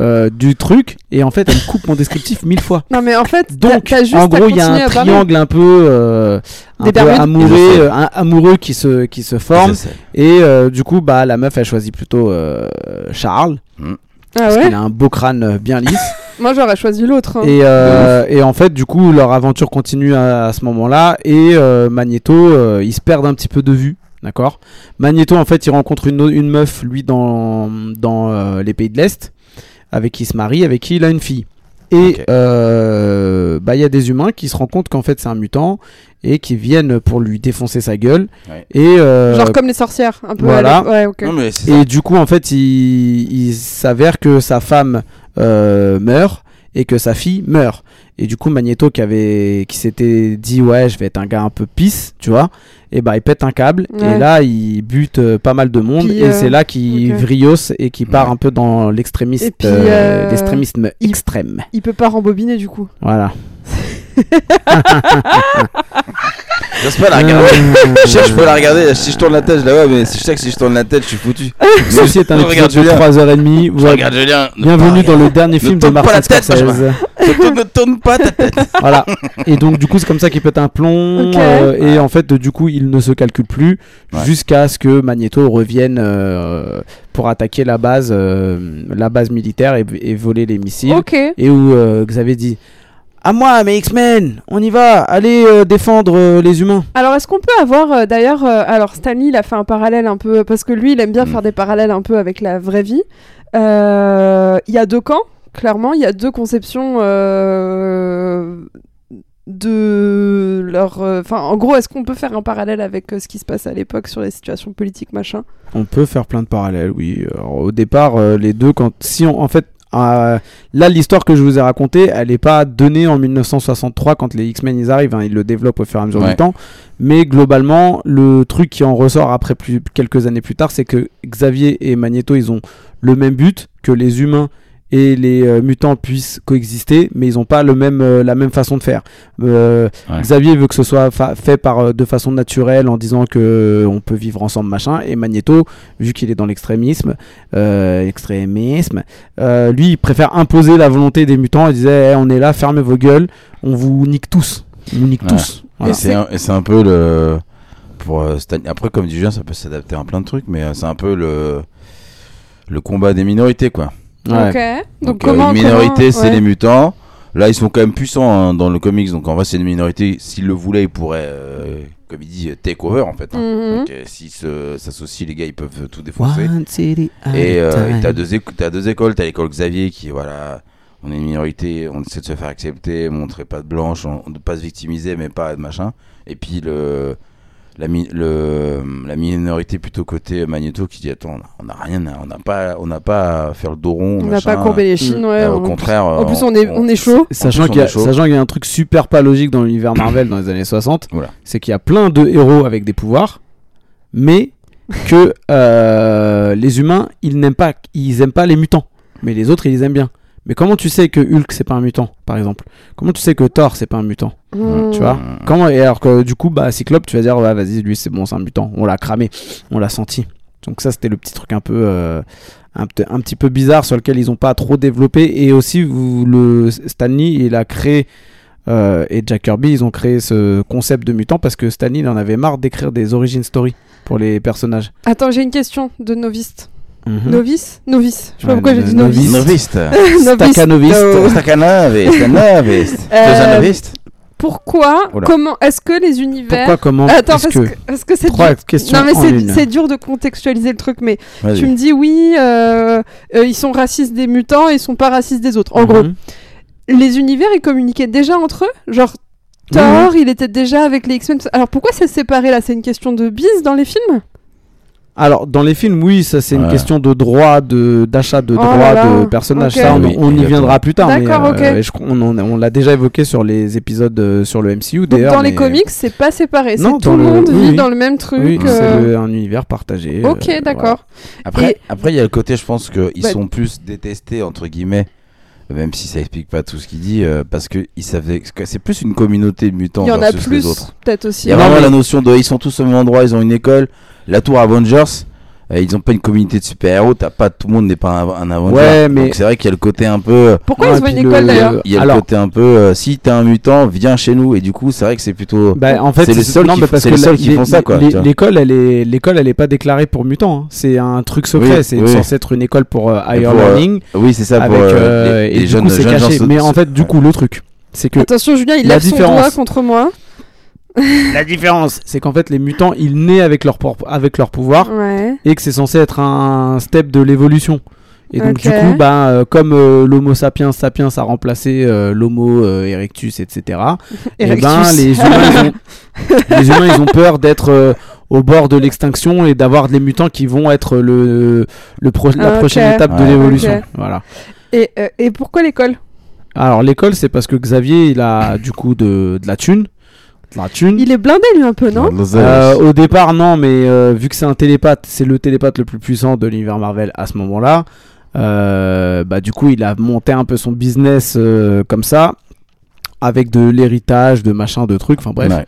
Speaker 3: euh, du truc et en fait elle me coupe mon descriptif mille fois.
Speaker 2: Non, mais en fait, t'as-
Speaker 3: Donc
Speaker 2: t'as juste
Speaker 3: en
Speaker 2: à
Speaker 3: gros il y a
Speaker 2: continuer
Speaker 3: un
Speaker 2: à parler.
Speaker 3: triangle un peu euh, un
Speaker 2: Des
Speaker 3: peu
Speaker 2: Bermudes.
Speaker 1: Ils
Speaker 3: amoureux
Speaker 1: le
Speaker 3: euh, un- amoureux qui se qui se
Speaker 1: Je
Speaker 3: forme
Speaker 1: sais.
Speaker 3: et euh, du coup bah la meuf elle choisit plutôt euh, Charles
Speaker 2: Ah
Speaker 3: parce
Speaker 2: ouais
Speaker 3: qu'il a un beau crâne euh, bien lisse.
Speaker 2: Moi j'aurais choisi l'autre. hein.
Speaker 3: Et, euh, et en fait, du coup, leur aventure continue à, à ce moment-là. Et euh, Magneto, euh, ils se perdent un petit peu de vue. D'accord Magneto, en fait, il rencontre une, au- une meuf, lui, dans, dans euh, les pays de l'Est, avec qui il se marie, avec qui il a une fille. Et euh, bah,
Speaker 1: Ok.
Speaker 3: il y a des humains qui se rendent compte qu'en fait, c'est un mutant et qui viennent pour lui défoncer sa gueule.
Speaker 1: Ouais.
Speaker 3: Et, euh,
Speaker 2: Genre comme les sorcières, un peu.
Speaker 3: voilà. Mm.
Speaker 2: elle- Ouais, ok.
Speaker 1: Non, mais c'est ça.
Speaker 3: et du coup, en fait, il, il s'avère que sa femme euh, meurt et que sa fille meurt. Et du coup, Magneto qui avait, qui s'était dit ouais, je vais être un gars un peu pisse, tu vois, et bah il pète un câble
Speaker 2: Ouais.
Speaker 3: et là il bute euh, pas mal de monde
Speaker 2: Puis,
Speaker 3: et
Speaker 2: euh,
Speaker 3: c'est là qu'il
Speaker 2: ok.
Speaker 3: vriose et qui part
Speaker 1: Ouais.
Speaker 3: un peu dans l'extrémiste,
Speaker 2: Et puis,
Speaker 3: euh,
Speaker 2: euh,
Speaker 3: l'extrémisme
Speaker 2: il-
Speaker 3: extrême.
Speaker 2: Il peut pas rembobiner du coup.
Speaker 3: Voilà.
Speaker 1: Je sais pas la regarder. Je sais que je peux la regarder. Si je tourne la tête, je la vois, mais si je sais que si je tourne la tête, je suis foutu.
Speaker 3: Ceci est un
Speaker 1: Je regarde
Speaker 3: épisode de
Speaker 1: Julien.
Speaker 3: 3h30.
Speaker 1: Je regarde Julien. Ah, Ne
Speaker 3: Bienvenue
Speaker 1: pas
Speaker 3: dans le dernier film de
Speaker 1: tourne pas la
Speaker 3: Martin
Speaker 1: tête,
Speaker 3: Scorsese.
Speaker 1: regarder. Ne tourne pas ta tête.
Speaker 3: voilà. Et donc du coup c'est comme ça qu'il pète un plomb.
Speaker 2: Ok.
Speaker 3: euh, et en fait du coup il ne se calcule plus
Speaker 1: Ouais.
Speaker 3: jusqu'à ce que Magneto revienne euh, pour attaquer la base, euh, la base militaire et, et voler les missiles.
Speaker 2: Ok.
Speaker 3: Et où euh, Xavier dit à moi mes X-Men, on y va, allez euh, défendre euh, les humains.
Speaker 2: Alors, est-ce qu'on peut avoir euh, d'ailleurs. euh, alors, Stanley, il a fait un parallèle un peu. Parce que lui, il aime bien
Speaker 1: Mm.
Speaker 2: faire des parallèles un peu avec la vraie vie. Euh, Il y a deux camps, clairement. Il y a deux conceptions euh, de leur. euh, Enfin, en gros, est-ce qu'on peut faire un parallèle avec euh, ce qui se passe à l'époque sur les situations politiques, machin
Speaker 3: On peut faire plein de parallèles, oui. Alors, au départ euh, les deux quand si on en fait euh, là l'histoire que je vous ai racontée elle n'est pas donnée en 1963 quand les X-Men ils arrivent, hein, ils le développent au fur et à mesure
Speaker 1: Ouais.
Speaker 3: du temps. Mais globalement, le truc qui en ressort après plus, quelques années plus tard, c'est que Xavier et Magneto, ils ont le même but, que les humains et les euh, mutants puissent coexister, mais ils n'ont pas le même, euh, la même façon de faire. Euh,
Speaker 1: Ouais.
Speaker 3: Xavier veut que ce soit fa- fait par, euh, de façon naturelle en disant que euh, on peut vivre ensemble, machin, et Magneto, vu qu'il est dans l'extrémisme, euh, extrémisme, euh, lui, il préfère imposer la volonté des mutants. Il disait, Eh, on est là, fermez vos gueules, on vous nique tous. On vous nique
Speaker 1: Ouais.
Speaker 3: tous. Voilà.
Speaker 1: Et c'est un, et c'est un peu le. Pour, euh, Stan- Après, comme dit Julien, ça peut s'adapter à plein de trucs, mais euh, c'est un peu le. Le combat des minorités, quoi.
Speaker 3: Ouais.
Speaker 2: Ok. Donc,
Speaker 1: euh,
Speaker 2: comment.
Speaker 1: Une minorité,
Speaker 2: comment-
Speaker 1: c'est
Speaker 2: ouais.
Speaker 1: les mutants. Là, ils sont quand même puissants hein, dans le comics, donc en vrai, c'est une minorité. S'ils le voulaient, ils pourraient euh, comme il dit, takeover en fait. hein.
Speaker 2: Mhm.
Speaker 1: Donc, euh, s'ils se- s'associent, les gars, ils peuvent tout défoncer.
Speaker 3: city at
Speaker 1: Et
Speaker 3: a
Speaker 1: euh, et
Speaker 3: time.
Speaker 1: t'as deux, éco- t'as deux écoles, t'as l'école Xavier qui, voilà, on est une minorité, on essaie de se faire accepter, montrer pas de blanche, on, ne pas se victimiser, mais pas de machin. Et puis le, la, mi- le, la minorité plutôt côté Magneto qui dit attends, on n'a rien, à- on n'a pas, on n'a pas à faire le dos rond.
Speaker 2: On n'a
Speaker 1: machin.
Speaker 2: pas courbé les chines, ouais.
Speaker 1: Euh, au
Speaker 2: on-
Speaker 1: contraire.
Speaker 2: En plus, on est, on est chaud.
Speaker 3: Sachant
Speaker 1: plus, on
Speaker 3: qu'il y, a-
Speaker 1: est chaud.
Speaker 3: sachant qu'il y a un truc super pas logique dans l'univers Marvel dans les années 60,
Speaker 1: Voilà.
Speaker 3: c'est qu'il y a plein de héros avec des pouvoirs, mais que euh, les humains, ils n'aiment pas, ils aiment pas les mutants, mais les autres, ils les aiment bien. Mais comment tu sais que Hulk c'est pas un mutant, par exemple Comment tu sais que Thor c'est pas un mutant
Speaker 2: Mhm.
Speaker 3: Tu vois
Speaker 1: Mm.
Speaker 3: Comment Et alors que du coup, bah Cyclope, tu vas dire, ouais, vas-y, lui c'est bon, c'est un mutant. On l'a cramé, on l'a senti. Donc ça, c'était le petit truc un peu, euh, un, p- un petit peu bizarre sur lequel ils n'ont pas trop développé. Et aussi, vous, le Stanley, il a créé euh, et Jack Kirby, ils ont créé ce concept de mutant parce que Stanley, il en avait marre d'écrire des origin story pour les personnages.
Speaker 2: Attends, j'ai une question de noviste.
Speaker 3: Mhm.
Speaker 2: Novice Novice. Je sais pas
Speaker 3: Ouais,
Speaker 2: pourquoi
Speaker 3: le-
Speaker 2: j'ai dit
Speaker 3: le
Speaker 2: novice. Novice.
Speaker 1: Noviste.
Speaker 2: euh,
Speaker 3: Stacanoviste.
Speaker 2: No.
Speaker 1: Stacanoviste, noviste. Tu es un
Speaker 2: Euh,
Speaker 1: noviste
Speaker 2: Pourquoi
Speaker 1: Oula.
Speaker 2: Comment Est-ce que les univers.
Speaker 3: Pourquoi comment
Speaker 2: Attends,
Speaker 3: est-ce
Speaker 2: parce
Speaker 3: que
Speaker 2: que parce que c'est dur.
Speaker 3: trois questions
Speaker 2: Non, mais
Speaker 3: en
Speaker 2: c'est-
Speaker 3: une.
Speaker 2: c'est dur de contextualiser le truc, mais
Speaker 1: Vas-y.
Speaker 2: tu me dis oui, euh, euh, ils sont racistes des mutants et ils sont pas racistes des autres. En
Speaker 3: Mhm.
Speaker 2: gros, les univers, ils communiquaient déjà entre eux Genre,
Speaker 3: Oui,
Speaker 2: Thor, il était déjà avec les X-Men. tout ça. Alors pourquoi c'est séparé là C'est une question de bise dans les films
Speaker 3: Alors, dans les films, oui, ça c'est une
Speaker 1: Ouais.
Speaker 3: question de droit, de d'achat de
Speaker 2: Oh
Speaker 3: droits
Speaker 2: là là,
Speaker 3: de personnages.
Speaker 2: ok.
Speaker 3: Ça,
Speaker 1: Oui,
Speaker 3: on, on y
Speaker 1: exactement.
Speaker 3: viendra plus tard. mais,
Speaker 2: D'accord,
Speaker 3: euh,
Speaker 2: ok.
Speaker 3: et je crois- on en a- on l'a déjà évoqué sur les épisodes euh, sur le MCU.
Speaker 2: Donc
Speaker 3: d'ailleurs,
Speaker 2: dans les
Speaker 3: mais-
Speaker 2: comics, c'est pas séparé.
Speaker 3: Non,
Speaker 2: C'est tout
Speaker 3: dans
Speaker 2: le
Speaker 3: le-
Speaker 2: monde
Speaker 3: oui,
Speaker 2: vit
Speaker 3: oui.
Speaker 2: dans le même truc.
Speaker 3: Oui, c'est
Speaker 2: euh,
Speaker 3: le- un univers partagé. euh,
Speaker 2: Ok,
Speaker 3: voilà.
Speaker 2: d'accord.
Speaker 1: Après,
Speaker 2: Et-
Speaker 1: après, il y a le côté, je pense qu'ils
Speaker 2: Bah-
Speaker 1: sont plus détestés, entre guillemets, même si ça explique pas tout ce qu'il dit, euh, parce que ils savaient que c'est plus une communauté de mutants
Speaker 2: Il y en a
Speaker 1: versus les
Speaker 2: plus,
Speaker 1: autres.
Speaker 2: peut-être
Speaker 1: Il
Speaker 2: aussi.
Speaker 1: y a
Speaker 3: Non,
Speaker 1: vraiment
Speaker 3: mais-
Speaker 1: la notion de ils sont tous au même endroit, ils ont une école, la tour Avengers, euh, ils ont pas une communauté de super-héros, t'as pas, tout le monde n'est pas un, un Avenger.
Speaker 3: Ouais, mais-
Speaker 1: Donc c'est vrai qu'il y a le côté un peu. euh,
Speaker 2: Pourquoi
Speaker 3: Non,
Speaker 2: ils
Speaker 3: et
Speaker 2: ont une
Speaker 3: puis le-
Speaker 2: école d'ailleurs
Speaker 3: Euh,
Speaker 1: Il y a
Speaker 3: alors-
Speaker 1: le côté un peu, euh, si t'es un mutant, viens chez nous. Et du coup, c'est vrai que c'est plutôt.
Speaker 3: Bah, en fait,
Speaker 1: C'est les seuls
Speaker 3: non,
Speaker 1: qui
Speaker 3: mais
Speaker 1: f-
Speaker 3: parce
Speaker 1: c'est
Speaker 3: que
Speaker 1: les
Speaker 3: la-
Speaker 1: seuls qui
Speaker 3: les-
Speaker 1: font ça, quoi,
Speaker 3: les-
Speaker 1: tu vois.
Speaker 3: L'école, elle est, l'école, elle est pas déclarée pour mutants. hein. C'est un truc secret.
Speaker 1: Oui,
Speaker 3: c'est
Speaker 1: oui.
Speaker 3: censé être une école pour euh,
Speaker 1: Et
Speaker 3: higher
Speaker 1: pour, euh,
Speaker 3: learning.
Speaker 1: Oui, c'est ça pour
Speaker 3: avec,
Speaker 1: euh,
Speaker 3: euh,
Speaker 1: les,
Speaker 3: et
Speaker 1: les
Speaker 3: du
Speaker 1: jeunes,
Speaker 3: coup, c'est
Speaker 1: jeunes gens
Speaker 3: caché.
Speaker 1: so-
Speaker 3: Mais en fait, du
Speaker 1: ouais.
Speaker 3: coup, le truc, c'est que
Speaker 2: Attention, Julien, il
Speaker 3: la
Speaker 2: lève son
Speaker 3: différence-
Speaker 2: doigt contre moi.
Speaker 3: La différence, c'est qu'en fait, les mutants, ils naissent avec leur, por- avec leur pouvoir
Speaker 2: Ouais.
Speaker 3: et que c'est censé être un step de l'évolution. Et donc,
Speaker 2: Ok.
Speaker 3: du coup, bah, euh, comme euh, l'Homo sapiens sapiens a remplacé euh, l'Homo euh, erectus, etc., eh
Speaker 2: Erectus.
Speaker 3: ben, les, humains, ils ont, les humains, ils ont peur d'être euh, au bord de l'extinction et d'avoir des mutants qui vont être le, le pro- la
Speaker 2: Ok.
Speaker 3: prochaine étape de
Speaker 1: Ouais.
Speaker 3: l'évolution.
Speaker 2: Ok.
Speaker 3: Voilà.
Speaker 2: Et, euh, et pourquoi l'école
Speaker 3: Alors, l'école, c'est parce que Xavier, il a du coup de, de la thune. De la thune.
Speaker 2: Il est blindé lui un peu, non
Speaker 1: Los
Speaker 3: Euh,
Speaker 1: Angeles.
Speaker 3: au départ, non, mais euh, vu que c'est un télépathe, c'est le télépathe le plus puissant de l'univers Marvel à ce moment-là. Euh, bah, du coup, il a monté un peu son business euh, comme ça, avec de l'héritage, de machin, de trucs, enfin bref.
Speaker 1: Ouais.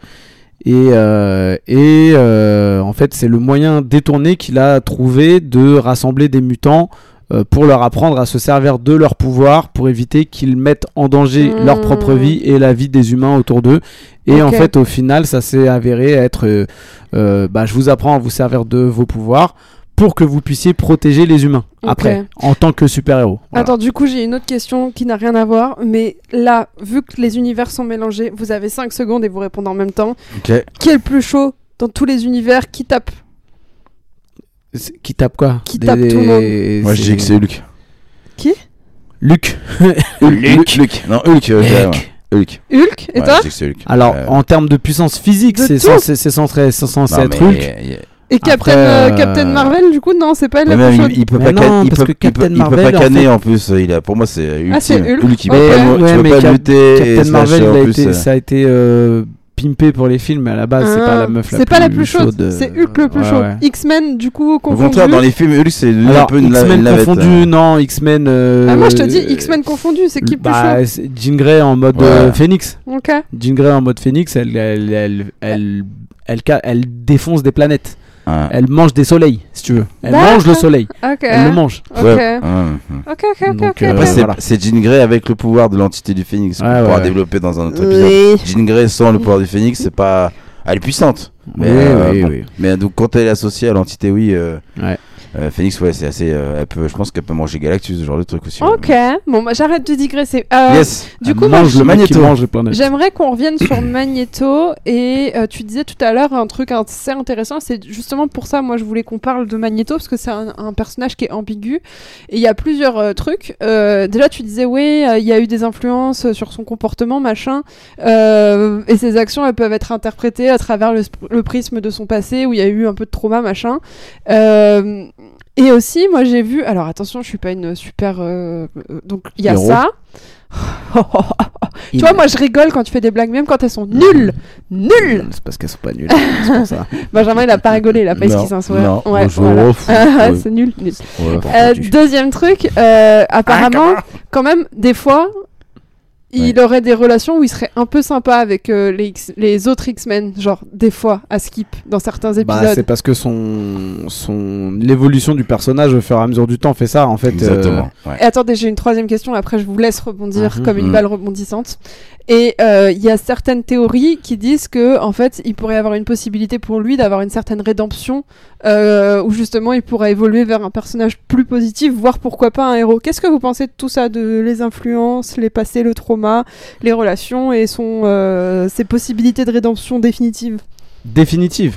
Speaker 3: Et, euh, et euh, en fait, c'est le moyen détourné qu'il a trouvé de rassembler des mutants euh, pour leur apprendre à se servir de leur pouvoir pour éviter qu'ils mettent en danger
Speaker 2: Mmh.
Speaker 3: leur propre vie et la vie des humains autour d'eux. Et en
Speaker 2: Ok.
Speaker 3: fait, au final, ça s'est avéré être euh, euh, bah, je vous apprends à vous servir de vos pouvoirs pour que vous puissiez protéger les humains
Speaker 2: Ok.
Speaker 3: après en tant que super-héros. Voilà.
Speaker 2: Attends, du coup, j'ai une autre question qui n'a rien à voir, mais là, vu que les univers sont mélangés, vous avez 5 secondes et vous répondez en même temps.
Speaker 1: Ok.
Speaker 2: Qui est le plus chaud dans tous les univers Qui tape
Speaker 3: C'est- Qui tape quoi
Speaker 2: Qui tape tout le monde.
Speaker 1: Moi, je dis que c'est Hulk.
Speaker 3: Luc.
Speaker 1: Hulk. Hulk. Non, Hulk. euh, je dirais, ouais. Hulk.
Speaker 2: Hulk Et
Speaker 1: Ouais,
Speaker 2: toi
Speaker 1: je dis que c'est Hulk.
Speaker 3: Alors,
Speaker 1: Euh,
Speaker 3: en termes de puissance physique,
Speaker 2: De
Speaker 3: c'est
Speaker 2: tout.
Speaker 3: censé, c'est censé, c'est censé
Speaker 1: non,
Speaker 3: être
Speaker 1: mais-
Speaker 3: Hulk.
Speaker 1: y-
Speaker 2: Et Captain,
Speaker 3: Après,
Speaker 2: euh,
Speaker 3: euh,
Speaker 2: Captain Marvel, du coup, non, c'est pas la
Speaker 1: Mais
Speaker 2: plus
Speaker 1: même,
Speaker 2: chaude.
Speaker 1: il, il peut
Speaker 3: Mais
Speaker 1: pas
Speaker 3: non,
Speaker 1: canner, il
Speaker 3: parce
Speaker 1: peut,
Speaker 3: que
Speaker 1: il peut-
Speaker 3: Captain
Speaker 1: il peut pas
Speaker 3: Marvel, en
Speaker 1: canner en plus. Il a, pour moi, c'est ultime.
Speaker 2: Ah, c'est Hulk.
Speaker 1: il
Speaker 2: Ouais,
Speaker 1: peut pas,
Speaker 3: ouais,
Speaker 1: tu peux
Speaker 3: mais
Speaker 1: pas
Speaker 3: Cap-
Speaker 1: lutter. et
Speaker 3: Captain
Speaker 1: slasher
Speaker 3: Marvel, il
Speaker 1: en
Speaker 3: a
Speaker 1: plus,
Speaker 3: été,
Speaker 1: euh.
Speaker 3: ça a été euh, pimpé pour les films, mais à la base, c'est pas
Speaker 2: Ah,
Speaker 3: la meuf la
Speaker 2: c'est
Speaker 3: plus,
Speaker 2: pas la plus chaude,
Speaker 3: euh,
Speaker 2: c'est Hulk le plus
Speaker 3: ouais,
Speaker 2: chaud.
Speaker 3: ouais.
Speaker 2: X-Men, du coup,
Speaker 1: Au
Speaker 2: confondu.
Speaker 1: contraire, dans les films, Hulk, c'est devenu un
Speaker 3: Alors,
Speaker 1: peu une la- une
Speaker 3: X-Men
Speaker 1: lavette.
Speaker 3: confondu,
Speaker 1: hein.
Speaker 3: non, X-Men. euh,
Speaker 2: Ah, moi, je te dis X-Men confondu, c'est qui le plus
Speaker 3: bah, c'est Jean Grey en mode euh,
Speaker 1: Ouais.
Speaker 3: Phoenix.
Speaker 2: chaud Ok.
Speaker 3: Jean Grey en mode Phoenix, elle, elle, elle, elle, elle ca- elle défonce des planètes.
Speaker 2: Ah.
Speaker 1: Ouais.
Speaker 3: Elle mange des soleils, si tu veux. Elle
Speaker 2: D'accord.
Speaker 3: mange le soleil.
Speaker 2: Ok.
Speaker 3: Elle le mange.
Speaker 2: Ok.
Speaker 1: Ouais, hum, hum.
Speaker 2: Ok, ok, ok.
Speaker 3: Donc,
Speaker 2: ok.
Speaker 3: euh,
Speaker 1: Après, c'est
Speaker 3: voilà.
Speaker 1: c'est Jean Grey avec le pouvoir de l'entité du phénix.
Speaker 3: Ouais,
Speaker 1: on pourra
Speaker 3: ouais.
Speaker 1: développer dans un autre épisode.
Speaker 2: Oui.
Speaker 1: Jean Grey sans le pouvoir du phénix, c'est pas. Elle est puissante. Mais,
Speaker 3: oui,
Speaker 1: euh,
Speaker 3: oui,
Speaker 1: bon.
Speaker 3: oui.
Speaker 1: Mais donc, quand elle est associée à l'entité, oui. euh,
Speaker 3: Ouais.
Speaker 1: Euh, Phoenix, ouais, c'est assez. euh, elle peut, je pense qu'elle peut manger Galactus, ce genre de truc aussi.
Speaker 2: Ok, bon, bah, j'arrête de digresser. Euh,
Speaker 1: Yes.
Speaker 2: Du
Speaker 3: Elle
Speaker 2: coup, moi,
Speaker 3: mange
Speaker 1: je-
Speaker 3: le mec qui
Speaker 1: Magnéto.
Speaker 3: mange les planètes.
Speaker 2: J'aimerais qu'on revienne sur Magneto et euh, tu disais tout à l'heure un truc assez intéressant, c'est justement pour ça moi je voulais qu'on parle de Magneto parce que c'est un, un personnage qui est ambigu et il y a plusieurs euh, trucs. Euh, déjà tu disais oui euh, il y a eu des influences euh, sur son comportement machin euh, et ses actions elles peuvent être interprétées à travers le, sp- le prisme de son passé où il y a eu un peu de trauma machin. Euh, et aussi moi j'ai vu alors attention je suis pas une super euh, euh, donc il y a Oh,
Speaker 3: Héros.
Speaker 2: ça. Tu vois, moi je rigole quand tu fais des blagues, même quand elles sont nulles. Nulles
Speaker 3: C'est parce qu'elles sont pas nulles. c'est pour ça.
Speaker 2: Benjamin, il a pas rigolé, il a pas esquissé un sourire.
Speaker 1: Non,
Speaker 2: Ouais,
Speaker 1: je-
Speaker 2: voilà.
Speaker 1: oh, pff,
Speaker 2: Ah,
Speaker 1: ouais,
Speaker 2: c'est nul, nul.
Speaker 1: ouais.
Speaker 2: Euh, deuxième truc, euh, apparemment, quand même, des fois, il aurait des relations où il serait un peu sympa avec euh, les, X- les autres X-Men, genre des fois, à skip, dans certains
Speaker 3: Bah, c'est
Speaker 2: épisodes.
Speaker 3: parce que son, son l'évolution du personnage au fur et à mesure du temps fait ça en fait. euh,
Speaker 1: Exactement. ouais.
Speaker 2: Et attendez, j'ai une troisième question, après je vous laisse rebondir
Speaker 3: Mhm,
Speaker 2: comme une
Speaker 1: mhm.
Speaker 2: balle rebondissante. Et euh, il y a certaines théories qui disent que en fait, il pourrait y avoir une possibilité pour lui d'avoir une certaine rédemption, euh, où justement il pourrait évoluer vers un personnage plus positif, voire pourquoi pas un héros. Qu'est-ce que vous pensez de tout ça, de les influences, les passés, le trauma, les relations et son, euh, ses possibilités de rédemption définitive
Speaker 3: définitive.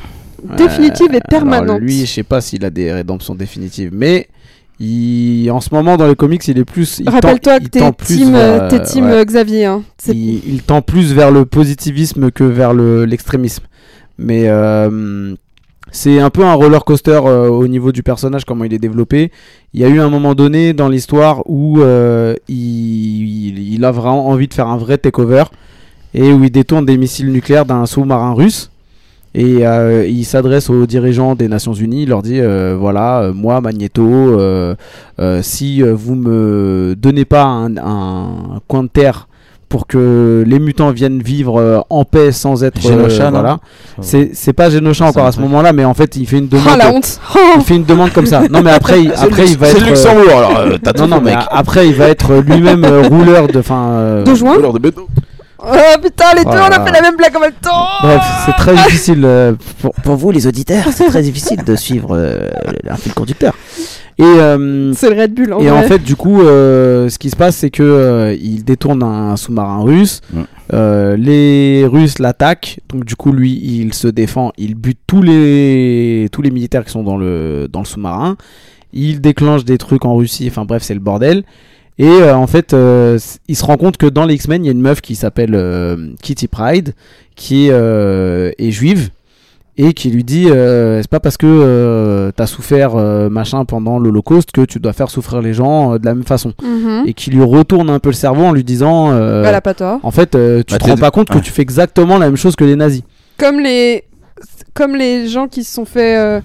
Speaker 2: Définitive et
Speaker 3: Euh, Alors,
Speaker 2: permanente.
Speaker 3: lui, je sais pas s'il a des rédemptions définitives, mais il, en ce moment dans les comics, il est plus. il tend-
Speaker 2: Rappelle-toi que
Speaker 3: il
Speaker 2: t'es
Speaker 3: tend plus
Speaker 2: team,
Speaker 3: vers-
Speaker 2: euh, t'es team,
Speaker 3: ouais.
Speaker 2: euh, Xavier. hein. C'est-
Speaker 3: il, il tend plus vers le positivisme que vers le- l'extrémisme. Mais euh, c'est un peu un roller coaster euh, au niveau du personnage, comment il est développé. Il y a eu un moment donné dans l'histoire où euh, il, il- il a vraiment envie de faire un vrai takeover et où il détourne des missiles nucléaires d'un sous-marin russe. Et euh, il s'adresse aux dirigeants des Nations Unies, il leur dit euh, voilà, euh, moi Magneto, euh, euh, si euh, vous me donnez pas un, un coin de terre pour que les mutants viennent vivre euh, en paix sans être euh,
Speaker 1: Genosha, non
Speaker 3: voilà. C'est c'est pas Génosha
Speaker 1: Ça
Speaker 3: encore à
Speaker 1: me
Speaker 3: ce
Speaker 1: plaît.
Speaker 3: moment-là, mais en fait il fait une demande.
Speaker 2: Oh la honte
Speaker 3: il fait une demande comme ça. Non mais après, il- après il va
Speaker 1: C'est
Speaker 3: être.
Speaker 1: le
Speaker 3: euh,
Speaker 1: Luxembourg, alors. euh, T'as
Speaker 3: non
Speaker 1: ton
Speaker 3: non mais
Speaker 1: mec.
Speaker 3: a- après il va être lui-même euh, rouleur de enfin. euh,
Speaker 2: De juin
Speaker 1: Couleur de béton.
Speaker 2: Oh putain, les deux,
Speaker 3: Voilà.
Speaker 2: on a fait la même blague en même temps
Speaker 3: Bref, c'est très difficile euh, pour,
Speaker 4: Pour vous, les auditeurs, c'est très difficile de suivre euh, un fil conducteur.
Speaker 3: et euh,
Speaker 2: C'est le Red Bull, en
Speaker 3: Et
Speaker 2: vrai.
Speaker 3: en fait, du coup, euh, ce qui se passe, c'est que euh, il détourne un sous-marin russe.
Speaker 1: Mm.
Speaker 3: Euh, les Russes l'attaquent. Donc, du coup, lui, il se défend. Il bute tous les tous les militaires qui sont dans le dans le sous-marin. Il déclenche des trucs en Russie. Enfin, bref, c'est le bordel. Et euh, en fait, euh, s- il se rend compte que dans les X-Men, il y a une meuf qui s'appelle euh, Kitty Pride, qui euh, est juive et qui lui dit euh, c'est pas parce que euh, t'as souffert euh, machin pendant l'Holocauste que tu dois faire souffrir les gens euh, de la même façon
Speaker 2: Mhm.
Speaker 3: et qui lui retourne un peu le cerveau en lui disant euh,
Speaker 2: Elle a pas tort.
Speaker 3: en fait euh, tu
Speaker 1: Bah,
Speaker 3: te
Speaker 1: t'es-
Speaker 3: rends pas compte que
Speaker 1: ouais.
Speaker 3: tu fais exactement la même chose que les nazis
Speaker 2: Comme les... Comme les gens qui se sont fait euh,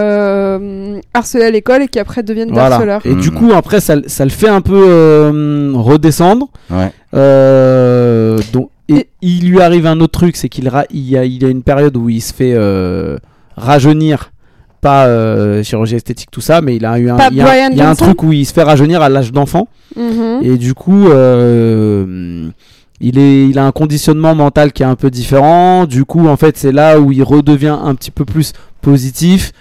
Speaker 2: euh, harceler à l'école et qui après deviennent des
Speaker 3: voilà
Speaker 2: harceleurs.
Speaker 3: et du
Speaker 1: Mm.
Speaker 3: coup après ça, le- ça le fait un peu euh, redescendre
Speaker 1: Ouais.
Speaker 3: Euh, donc et,
Speaker 2: Et-
Speaker 3: il lui arrive un autre truc c'est qu'il ra- il y a il y a une période où il se fait euh, rajeunir pas euh, chirurgie esthétique tout ça mais il a eu un
Speaker 2: Pas
Speaker 3: il y a-
Speaker 2: Brian
Speaker 3: il y a un
Speaker 2: Johnson
Speaker 3: truc où il se fait rajeunir à l'âge d'enfant
Speaker 2: Mhm.
Speaker 3: Et du coup, euh, il, est, il a un conditionnement mental qui est un peu différent. Du coup, en fait, c'est là où il redevient un petit peu plus positif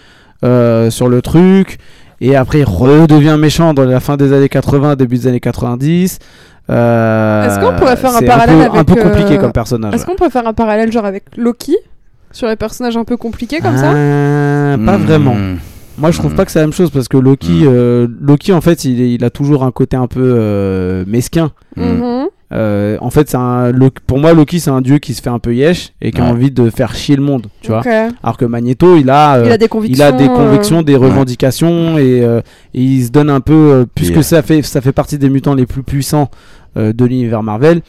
Speaker 3: euh, sur le truc. Et après, il redevient méchant dans la fin des années 80, début des années 90. Euh,
Speaker 2: Est-ce qu'on pourrait faire un
Speaker 3: c'est
Speaker 2: parallèle
Speaker 3: peu- Un peu
Speaker 2: avec,
Speaker 3: compliqué
Speaker 2: euh,
Speaker 3: comme personnage.
Speaker 2: Est-ce
Speaker 3: ouais.
Speaker 2: qu'on peut faire un parallèle genre avec Loki sur les personnages un peu compliqués comme ça
Speaker 3: Ah, Pas vraiment.
Speaker 1: Mm.
Speaker 3: Moi, je trouve
Speaker 1: Mm.
Speaker 3: pas que c'est la même chose parce que Loki,
Speaker 1: Mm.
Speaker 3: euh, Loki en fait, il, est- il a toujours un côté un peu euh, mesquin.
Speaker 1: Mm.
Speaker 2: Mhm.
Speaker 3: Euh, en fait, c'est un, Lo- pour moi, Loki, c'est un dieu qui se fait un peu yesh et qui a
Speaker 1: Ouais.
Speaker 3: envie de faire chier le monde, tu vois.
Speaker 2: Ok.
Speaker 3: Alors que Magneto, il a, euh,
Speaker 2: Il a des
Speaker 3: il
Speaker 2: convictions.
Speaker 3: a des
Speaker 2: euh,
Speaker 3: convictions, des revendications et, euh, et il se donne un peu, euh, puisque
Speaker 1: euh,
Speaker 3: ça fait, ça fait partie des mutants les plus puissants euh, de l'univers Marvel.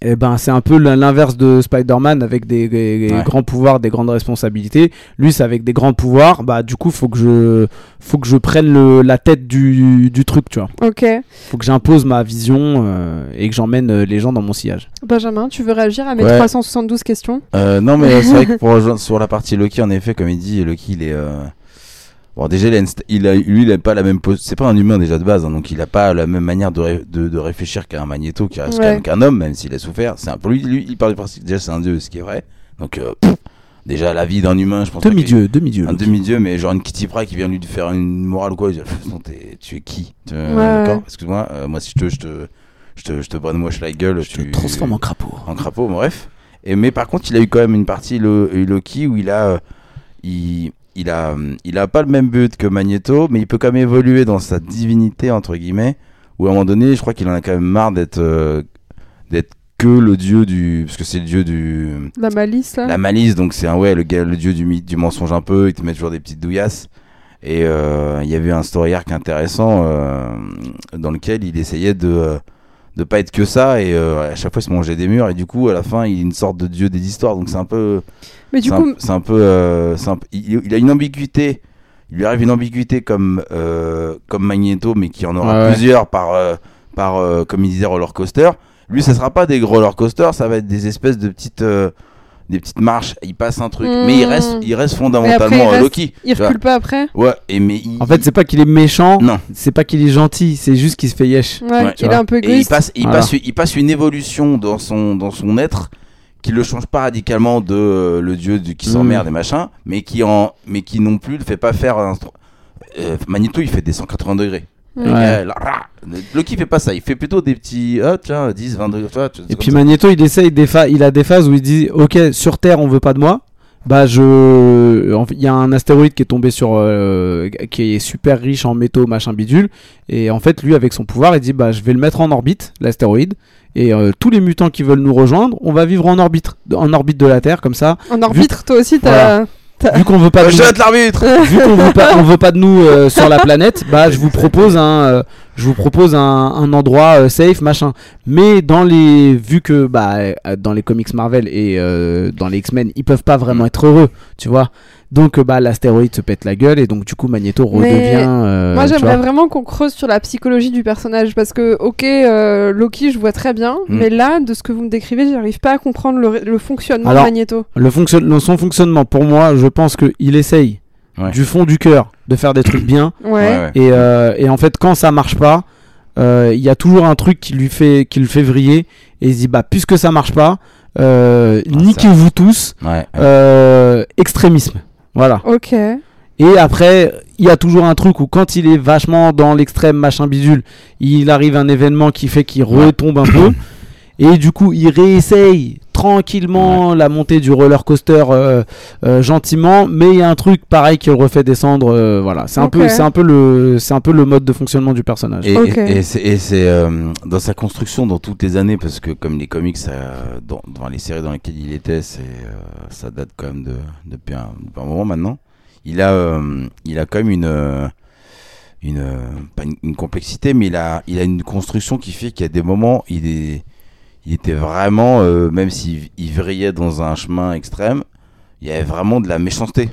Speaker 3: Et ben, c'est un peu l'in- l'inverse de Spider-Man avec des, des- des
Speaker 1: Ouais.
Speaker 3: grands pouvoirs, des grandes responsabilités. Lui, c'est avec des grands pouvoirs. Bah, du coup, faut que je, faut que je prenne le- la tête du, du truc, tu vois.
Speaker 2: Ok.
Speaker 3: Faut que j'impose ma vision euh, et que j'emmène euh, les gens dans mon sillage.
Speaker 2: Benjamin, tu veux réagir à mes
Speaker 1: Ouais.
Speaker 2: 372 questions
Speaker 1: Euh, non, mais euh, c'est vrai que pour rejoindre sur la partie Loki, en effet, comme il dit, Loki, il est. euh, Bon, déjà, il a une sta- il a- lui, il a pas la même pose. C'est pas un humain déjà de base, hein, donc il a pas la même manière de, ré- de, de réfléchir qu'un Magneto qui reste
Speaker 2: Ouais.
Speaker 1: quand même qu'un homme, même s'il a souffert. C'est un... Pour lui, lui, il parle du principe. Déjà, c'est un dieu, ce qui est vrai. Donc, euh, pff, Déjà, la vie d'un humain, je pense. pas que-
Speaker 3: Demi-dieu, demi-dieu.
Speaker 1: Un
Speaker 3: Loki.
Speaker 1: demi-dieu, mais genre une Kitty Pryde qui vient lui faire une morale ou quoi. il dit, Pff, non, t'es- tu es qui Tu-
Speaker 2: Ouais,
Speaker 1: D'accord,
Speaker 2: ouais.
Speaker 1: excuse-moi. euh, moi, si je te, je te, je te, je te brainwash la gueule,
Speaker 3: Je te
Speaker 1: tu-
Speaker 3: transforme en crapaud.
Speaker 1: en crapaud, bref. Et, mais par contre, il a eu quand même une partie le, eu Loki où il a, euh, il, il a, hum, il a pas le même but que Magneto, mais il peut quand même évoluer dans sa divinité entre guillemets. Où à un moment donné, je crois qu'il en a quand même marre d'être, euh, d'être que le dieu du, parce que c'est le dieu du,
Speaker 2: La malice, là.
Speaker 1: la malice. Donc c'est un ouais, le gars, le dieu du mythe, du mensonge un peu. Il te met toujours des petites douillasses. Et euh, il y avait un story arc intéressant euh, dans lequel il essayait de euh, de pas être que ça et euh, à chaque fois il se mangeait des murs et du coup à la fin il est une sorte de dieu des histoires donc c'est un peu
Speaker 2: Mais du
Speaker 1: c'est un-
Speaker 2: coup,
Speaker 1: c'est un, peu euh, c'est un peu- il, il a une ambiguïté il lui arrive une ambiguïté comme euh, comme Magneto mais qui en aura
Speaker 3: Ouais, ouais.
Speaker 1: plusieurs par euh, par euh, comme il disait roller coaster lui ça sera pas des gros roller coaster ça va être des espèces de petites euh, des petites marches il passe un truc
Speaker 2: Mmh.
Speaker 1: mais il reste il reste fondamentalement
Speaker 2: il
Speaker 1: euh,
Speaker 2: reste-
Speaker 1: Loki
Speaker 2: il
Speaker 1: tu vois.
Speaker 2: recule pas après.
Speaker 1: ouais et mais il-
Speaker 3: En fait, c'est pas qu'il est méchant,
Speaker 1: Non.
Speaker 3: c'est pas qu'il est gentil, c'est juste qu'il se fait yesh.
Speaker 2: Ouais,
Speaker 1: Ouais,
Speaker 2: il
Speaker 1: tu
Speaker 2: est
Speaker 3: vois.
Speaker 2: un peu
Speaker 1: Et il
Speaker 2: égoïste.
Speaker 1: passe, il,
Speaker 3: Voilà.
Speaker 1: passe, il passe une évolution dans son, dans son être qui le change pas radicalement de euh, le dieu du, qui
Speaker 3: Mm.
Speaker 1: s'emmerde et machin, mais qui, en, mais qui non plus ne fait pas faire un. stro- Euh, Magneto, il fait des 180 degrés.
Speaker 2: Ouais.
Speaker 1: Le gars, là, rah. Loki fait pas ça, il fait plutôt des petits. Ah, tiens, 10, 20 degrés. tu vois, tu-
Speaker 3: Et
Speaker 1: comme
Speaker 3: puis
Speaker 1: ça.
Speaker 3: Magneto, il essaye des pha- il a des phases où il dit OK, sur Terre, on veut pas de moi. Bah je en fait, il y a un astéroïde qui est tombé sur euh, qui est super riche en métaux, machin bidule et en fait lui avec son pouvoir, il dit bah je vais le mettre en orbite l'astéroïde et euh, tous les mutants qui veulent nous rejoindre, on va vivre en orbite en orbite de la Terre comme ça.
Speaker 2: En arbitre, toi aussi, t'as.
Speaker 3: Vu qu'on veut pas de
Speaker 1: Je
Speaker 3: nous-
Speaker 1: jette l'arbitre
Speaker 3: vu qu'on veut pas, on veut pas de nous euh, sur la planète, bah je vous propose un, euh, je vous propose un, un endroit euh, safe, machin. Mais dans les, vu que bah euh, dans les comics Marvel et euh, dans les X-Men, ils peuvent pas vraiment être heureux, tu vois. Donc euh, bah l'astéroïde se pète la gueule et donc du coup Magneto redevient.
Speaker 2: Mais
Speaker 3: euh,
Speaker 2: Moi,
Speaker 3: tu
Speaker 2: j'aimerais
Speaker 3: vois.
Speaker 2: vraiment qu'on creuse sur la psychologie du personnage parce que, ok, euh, Loki, je vois très bien,
Speaker 1: Mm.
Speaker 2: mais là, de ce que vous me décrivez, j'arrive pas à comprendre le, le fonctionnement
Speaker 3: Alors-
Speaker 2: de Magneto.
Speaker 3: Le fonctionnement, son fonctionnement, pour moi, je pense que il essaye
Speaker 1: Ouais.
Speaker 3: du fond du cœur de faire des trucs bien.
Speaker 2: Ouais.
Speaker 1: Ouais, ouais.
Speaker 3: Et, euh, et en fait, quand ça marche pas, euh, il y a toujours un truc qui lui fait, qui le fait vriller. Et il se dit, bah, puisque ça marche pas, euh,
Speaker 1: Ah, ça-
Speaker 3: niquez-vous tous,
Speaker 1: Ouais.
Speaker 3: euh, extrémisme. Voilà.
Speaker 2: Ok.
Speaker 3: Et après, il y a toujours un truc où quand il est vachement dans l'extrême machin bidule, il arrive un événement qui fait qu'il
Speaker 1: Ouais.
Speaker 3: retombe un peu. Et du coup, il réessaye tranquillement la montée du roller coaster euh, euh, gentiment, mais il y a un truc pareil qui le refait descendre. euh, voilà, c'est un
Speaker 2: Ok.
Speaker 3: peu, c'est un peu le, c'est un peu le mode de fonctionnement du personnage.
Speaker 1: Et,
Speaker 2: Ok.
Speaker 1: et- et c'est- et c'est euh, dans sa construction dans toutes les années, parce que comme les comics, ça, dans, dans les séries dans lesquelles il était, c'est, euh, ça date quand même de, depuis, un, depuis un moment maintenant. Il a, euh, il a quand même une, euh, une, euh, pas une, une complexité, mais il a, il a une construction qui fait qu'il y a des moments, il est, il était vraiment, euh, même s'il il vrillait dans un chemin extrême, il y avait vraiment de la méchanceté.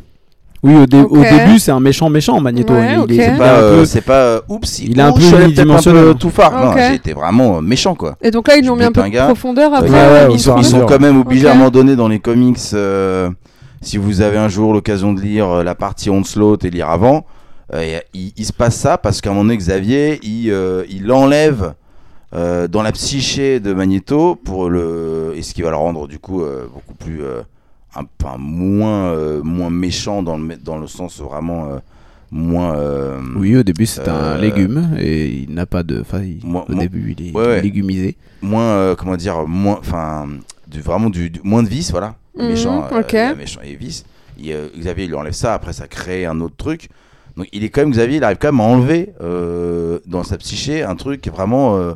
Speaker 3: Oui, au, dé- au
Speaker 2: Ok.
Speaker 3: début, c'est un méchant, méchant Magneto. hein,
Speaker 2: Ouais,
Speaker 3: il,
Speaker 2: ok.
Speaker 3: il- il
Speaker 1: C'est
Speaker 3: est
Speaker 1: pas,
Speaker 3: un
Speaker 1: euh,
Speaker 3: peu-
Speaker 1: c'est pas, euh, oups,
Speaker 3: il a un
Speaker 1: oups,
Speaker 3: peu
Speaker 1: je suis allé peut-être un peu
Speaker 3: unidimensionnel.
Speaker 1: tout phare. Non,
Speaker 2: Ok.
Speaker 1: j'étais vraiment euh, méchant quoi.
Speaker 2: Et donc là, ils
Speaker 1: Je
Speaker 2: l'ont mis un
Speaker 1: bute
Speaker 2: peu
Speaker 1: un
Speaker 2: de
Speaker 1: gars.
Speaker 2: profondeur après.
Speaker 1: Ouais,
Speaker 3: ouais, au
Speaker 1: Ah, bah, ils,
Speaker 3: fur et
Speaker 1: sont,
Speaker 3: à
Speaker 1: ils sont
Speaker 3: mesure.
Speaker 1: quand même obligés
Speaker 2: Ok.
Speaker 1: à un moment donné dans les comics. euh, si vous avez un jour l'occasion de lire euh, la partie Onslaught et lire avant, euh, et, euh, il, il se passe ça parce qu'à un moment donné, Xavier, il, euh, il enlève euh, dans la psyché de Magneto pour le et ce qui va le rendre du coup euh, beaucoup plus euh, un, enfin, moins euh, moins méchant dans le dans le sens vraiment euh, moins euh,
Speaker 3: Oui, au début, c'est un
Speaker 1: Euh,
Speaker 3: légume et il n'a pas de. Enfin, il-
Speaker 1: Moi-
Speaker 3: au
Speaker 1: moi-
Speaker 3: début, il est
Speaker 1: Ouais, ouais.
Speaker 3: légumisé.
Speaker 1: moins euh, comment dire moins enfin du vraiment du, du- moins de vice voilà
Speaker 2: Mhm,
Speaker 1: méchant euh,
Speaker 2: ok.
Speaker 1: euh, méchant et vice et, euh, Xavier il lui enlève ça après ça crée un autre truc donc il est quand même Xavier il arrive quand même à enlever euh, dans sa psyché un truc qui est vraiment euh,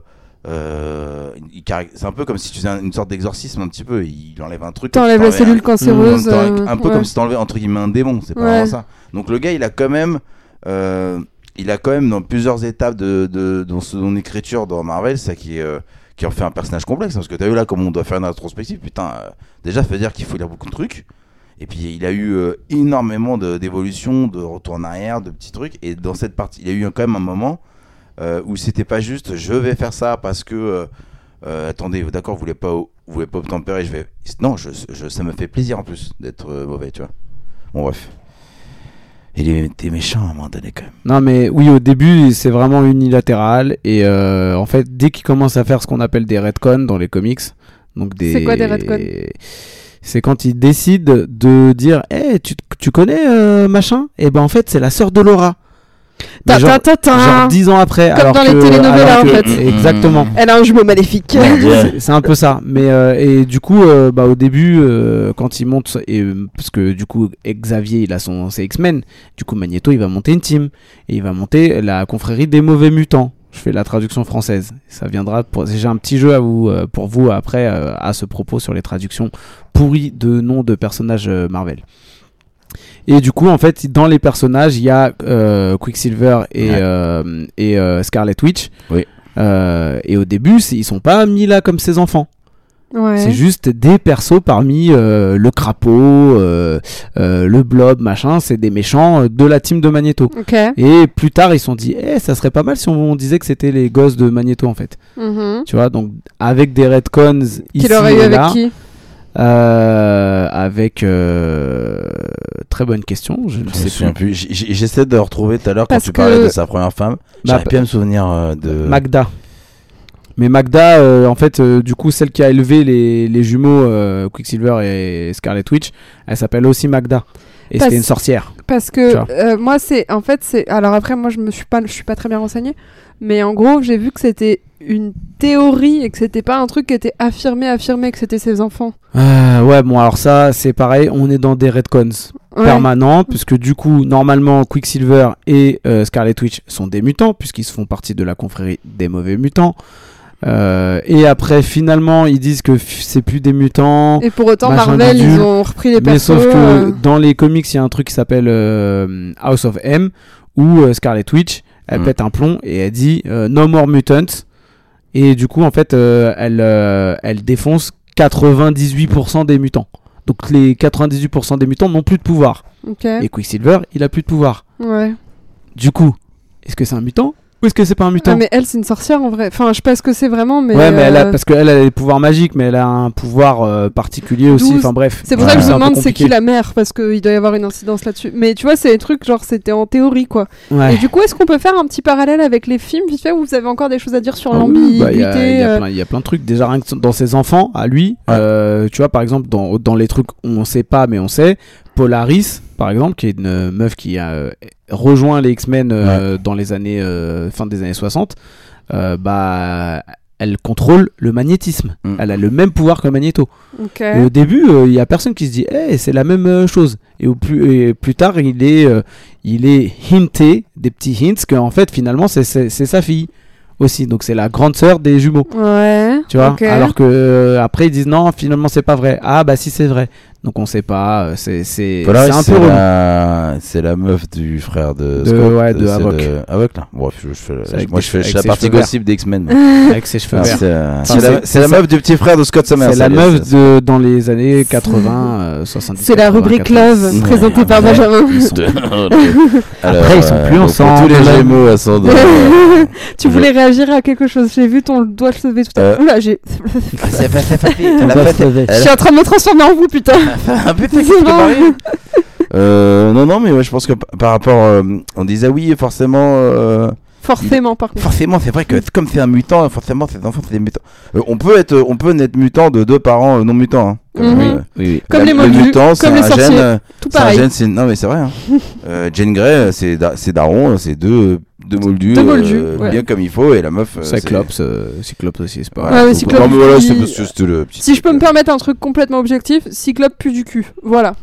Speaker 1: euh, il caract- c'est un peu comme si tu faisais un- une sorte d'exorcisme un petit peu il enlève un truc
Speaker 2: T'enlèves la
Speaker 1: t'enlevais un-
Speaker 2: cellule cancéreuse.
Speaker 3: Mm.
Speaker 1: comme t'en-
Speaker 2: euh,
Speaker 1: un peu
Speaker 2: ouais.
Speaker 1: comme si t'enlevais entre guillemets un démon, c'est pas
Speaker 2: Ouais.
Speaker 1: vraiment ça. Donc le gars, il a quand même, euh, il a quand même dans plusieurs étapes de, de, dans son écriture dans Marvel, ça qui, est, euh, qui en fait un personnage complexe. Parce que t'as vu là, comme on doit faire une introspective, putain, euh, déjà, ça veut dire qu'il faut lire beaucoup de trucs. Et puis il a eu euh, énormément de- d'évolutions, de, retour en arrière, de petits trucs. Et dans cette partie, il y a eu quand même un moment euh, où c'était pas juste je vais faire ça parce que euh, euh, attendez, d'accord, vous voulez pas, vous voulez pas obtempérer, je vais. Non, je, je- ça me fait plaisir en plus d'être euh, mauvais, tu vois. Bon bref. Il était méchant à un moment donné quand même.
Speaker 3: Non, mais oui, au début, c'est vraiment unilatéral. Et euh, en fait, dès qu'il commence à faire ce qu'on appelle des retcons dans les comics, donc des.
Speaker 2: C'est quoi des retcons
Speaker 3: c'est quand il décide de dire Eh, tu, tu connais euh, machin Et ben en fait, c'est la sœur de Laura. Mais
Speaker 2: Ta-
Speaker 3: genre,
Speaker 2: ta- ta- ta.
Speaker 3: genre 10 ans après.
Speaker 2: Comme
Speaker 3: alors
Speaker 2: dans les
Speaker 3: que-
Speaker 2: telenovelas,
Speaker 3: alors
Speaker 2: en
Speaker 3: que-
Speaker 2: fait.
Speaker 3: Exactement.
Speaker 2: Elle a un jumeau maléfique.
Speaker 1: Mon Dieu.
Speaker 3: C'est- C'est un peu ça. Mais euh, et du coup, euh, bah, au début, euh, quand il monte, et, euh, parce que du coup, Xavier, il a son ses X-Men. Du coup, Magneto, il va monter une team et il va monter la confrérie des mauvais mutants. Je fais la traduction française. Ça viendra. Pour... J'ai un petit jeu à vous, euh, pour vous après euh, à ce propos sur les traductions pourries de noms de personnages euh, Marvel. Et du coup, en fait, dans les personnages, il y a euh, Quicksilver et,
Speaker 1: Ouais.
Speaker 3: euh, et euh, Scarlet Witch. Euh, et au début, c'est- ils sont pas mis là comme ses enfants. C'est
Speaker 2: Ouais.
Speaker 3: juste des persos parmi euh, le crapaud, euh, euh, le blob, machin. C'est des méchants euh, de la team de Magneto.
Speaker 2: Ok.
Speaker 3: Et plus tard, ils se sont dit, eh, ça serait pas mal si on disait que c'était les gosses de Magneto en fait.
Speaker 2: Mhm.
Speaker 3: Tu vois, donc avec des retcons ici
Speaker 2: Qu'il aurait eu
Speaker 3: et
Speaker 2: avec
Speaker 3: là.
Speaker 2: qui
Speaker 3: euh, avec euh, très bonne question. Je ne
Speaker 1: Je me
Speaker 3: sais plus.
Speaker 1: souviens plus. J- j- J'essaie de le retrouver tout à l'heure quand
Speaker 2: Parce
Speaker 1: tu parlais
Speaker 2: que-
Speaker 1: de sa première femme.
Speaker 3: Bah,
Speaker 1: J'arrive plus à me souvenir euh, de.
Speaker 3: Magda. Mais Magda, euh, en fait, euh, du coup, celle qui a élevé les, les jumeaux euh, Quicksilver et Scarlet Witch, elle s'appelle aussi Magda. Et
Speaker 2: Parce-
Speaker 3: c'était une sorcière.
Speaker 2: Parce
Speaker 3: Tu
Speaker 2: que
Speaker 3: vois.
Speaker 2: euh, moi, c'est en fait, c'est alors après, moi, je me suis pas, je suis pas très bien renseignée, mais en gros, j'ai vu que c'était une théorie et que c'était pas un truc qui était affirmé, affirmé que c'était ses enfants.
Speaker 3: Euh, ouais, bon, alors ça, c'est pareil, on est dans des retcons
Speaker 2: Ouais.
Speaker 3: permanents, puisque du coup, normalement, Quicksilver et euh, Scarlet Witch sont des mutants, puisqu'ils font partie de la confrérie des mauvais mutants. Euh, et après, finalement, ils disent que f- c'est plus des mutants,
Speaker 2: Et pour autant,
Speaker 3: Machin
Speaker 2: Marvel,
Speaker 3: bidule.
Speaker 2: ils ont repris les
Speaker 3: Mais
Speaker 2: persos.
Speaker 3: sauf que
Speaker 2: euh,
Speaker 3: dans les comics, il y a un truc qui s'appelle euh, House of M où euh, Scarlet Witch, elle
Speaker 1: Mm.
Speaker 3: pète un plomb et elle dit euh, No more mutants. Et du coup, en fait, euh, elle, euh, elle défonce 98% des mutants. Donc les 98% des mutants n'ont plus de pouvoir.
Speaker 2: Ok.
Speaker 3: Et Quicksilver, il a plus de pouvoir.
Speaker 2: Ouais.
Speaker 3: Du coup, est-ce que c'est un mutant ou est-ce que c'est pas un mutant
Speaker 2: Ah, mais elle, c'est une sorcière en vrai. Enfin, je sais pas ce que c'est vraiment, mais.
Speaker 3: Ouais, mais elle a,
Speaker 2: euh,
Speaker 3: parce qu'elle elle a des pouvoirs magiques, mais elle a un pouvoir euh, particulier aussi.
Speaker 2: Douze.
Speaker 3: Enfin bref.
Speaker 2: C'est pour
Speaker 1: Ouais.
Speaker 2: ça que je me
Speaker 3: un peu
Speaker 2: demande c'est qui
Speaker 3: compliqué.
Speaker 2: la mère parce qu'il doit y avoir une incidence là-dessus. Mais tu vois, c'est des trucs genre c'était en théorie quoi.
Speaker 3: Ouais.
Speaker 2: Et du coup, est-ce qu'on peut faire un petit parallèle avec les films vite fait où vous avez encore des choses à dire sur
Speaker 3: Ah oui, bah, Il y, a- il
Speaker 2: l'ambiguïté
Speaker 3: y a
Speaker 2: euh,
Speaker 3: plein- il y a plein de trucs. Déjà, rien que dans ses enfants, à lui,
Speaker 1: Ouais.
Speaker 3: euh, tu vois, par exemple, dans, dans les trucs où on sait pas, mais on sait, Polaris, par exemple, qui est une euh, meuf qui a euh, rejoint les X-Men euh, dans les années, euh, fin des années 60, euh, bah, elle contrôle le magnétisme.
Speaker 1: Mm.
Speaker 3: Elle a le même pouvoir que Magneto.
Speaker 2: Ok.
Speaker 3: Et au début, euh, il y a personne qui se dit, eh, c'est la même euh, chose. Et au plus, et plus tard, il est, euh, il est hinté, des petits hints, que en fait, finalement, c'est- c'est c'est sa fille aussi. Donc, c'est la grande sœur des jumeaux.
Speaker 2: Ouais.
Speaker 3: Tu vois
Speaker 2: ok.
Speaker 3: Alors que euh, après, ils disent, non, finalement, c'est pas vrai. Ah, bah, si, c'est vrai. Donc, on sait pas. euh, C'est c'est- c'est
Speaker 1: Polaris,
Speaker 3: un peu
Speaker 1: c'est
Speaker 3: relou.
Speaker 1: la... c'est la meuf du frère de,
Speaker 3: De-
Speaker 1: Scott,
Speaker 3: ouais, de
Speaker 1: c'est
Speaker 3: Havok.
Speaker 1: le- Havok, là. Bon, je, je fais le-
Speaker 3: C'est avec
Speaker 1: moi,
Speaker 3: des-
Speaker 1: je fais je
Speaker 3: avec
Speaker 1: suis la
Speaker 3: ses
Speaker 1: partie
Speaker 3: cheveux verts.
Speaker 1: gossip des X-Men. moi.
Speaker 3: Avec ses cheveux
Speaker 1: Ah,
Speaker 3: verts.
Speaker 1: C'est euh,
Speaker 3: Enfin,
Speaker 1: c'est la,
Speaker 3: c'est-
Speaker 1: c'est la
Speaker 3: c'est
Speaker 1: meuf du petit frère de Scott Summers.
Speaker 3: C'est la
Speaker 1: elle,
Speaker 3: meuf
Speaker 1: c'est-
Speaker 3: de, dans les années 80, euh, 70.
Speaker 2: C'est la rubrique
Speaker 3: 80.
Speaker 2: Love présentée par
Speaker 1: Ouais.
Speaker 2: Benjamin.
Speaker 1: Ils sont- Alors,
Speaker 3: Après, ils sont
Speaker 1: euh,
Speaker 3: plus
Speaker 1: donc,
Speaker 3: ensemble,
Speaker 1: Tous les
Speaker 3: là.
Speaker 1: Gémeaux à son euh,
Speaker 2: tu voulais réagir à quelque chose. J'ai vu ton doigt se lever tout à l'heure.
Speaker 1: Euh,
Speaker 2: Oula, j'ai.
Speaker 1: C'est pas- c'est pas- elle a
Speaker 4: doit
Speaker 1: fait-
Speaker 4: se lever.
Speaker 1: elle
Speaker 2: Je
Speaker 1: a
Speaker 2: suis en train de me transformer en vous, putain.
Speaker 1: un peu
Speaker 2: C'est bon.
Speaker 1: Euh, non, non, mais ouais, je pense que p- par rapport. euh, on disait oui, forcément. euh,
Speaker 2: Forcément, par contre.
Speaker 1: forcément, c'est vrai
Speaker 2: Mm.
Speaker 1: que comme c'est un mutant, forcément, ses enfants, c'est des mutants. Euh, on, peut être, on peut naître mutant de deux parents euh, non mutants. hein.
Speaker 2: Mhm.
Speaker 1: euh,
Speaker 4: Oui,
Speaker 2: Comme
Speaker 1: la-
Speaker 2: les
Speaker 1: le
Speaker 2: modules,
Speaker 1: mutant, c'est
Speaker 2: comme les
Speaker 1: un
Speaker 2: sorciers.
Speaker 1: gène. euh,
Speaker 2: Tout
Speaker 1: c'est un
Speaker 2: pareil.
Speaker 1: gène, c'est- Non, mais c'est vrai. hein. Euh, Jane Grey, euh, c'est da- c'est Daron, euh, c'est deux, deux moldus. euh,
Speaker 2: Deux moldus, ouais.
Speaker 1: Bien comme il faut, et la meuf. euh, c'est-
Speaker 3: Cyclops, euh, Cyclops aussi, c'est pas
Speaker 1: Voilà,
Speaker 2: Ouais, mais
Speaker 1: donc,
Speaker 2: Cyclope,
Speaker 1: Non, mais voilà,
Speaker 2: il-
Speaker 1: c'est parce que c'était le petit.
Speaker 2: Si je peux me permettre un truc complètement objectif, Cyclope pue du cul. Voilà.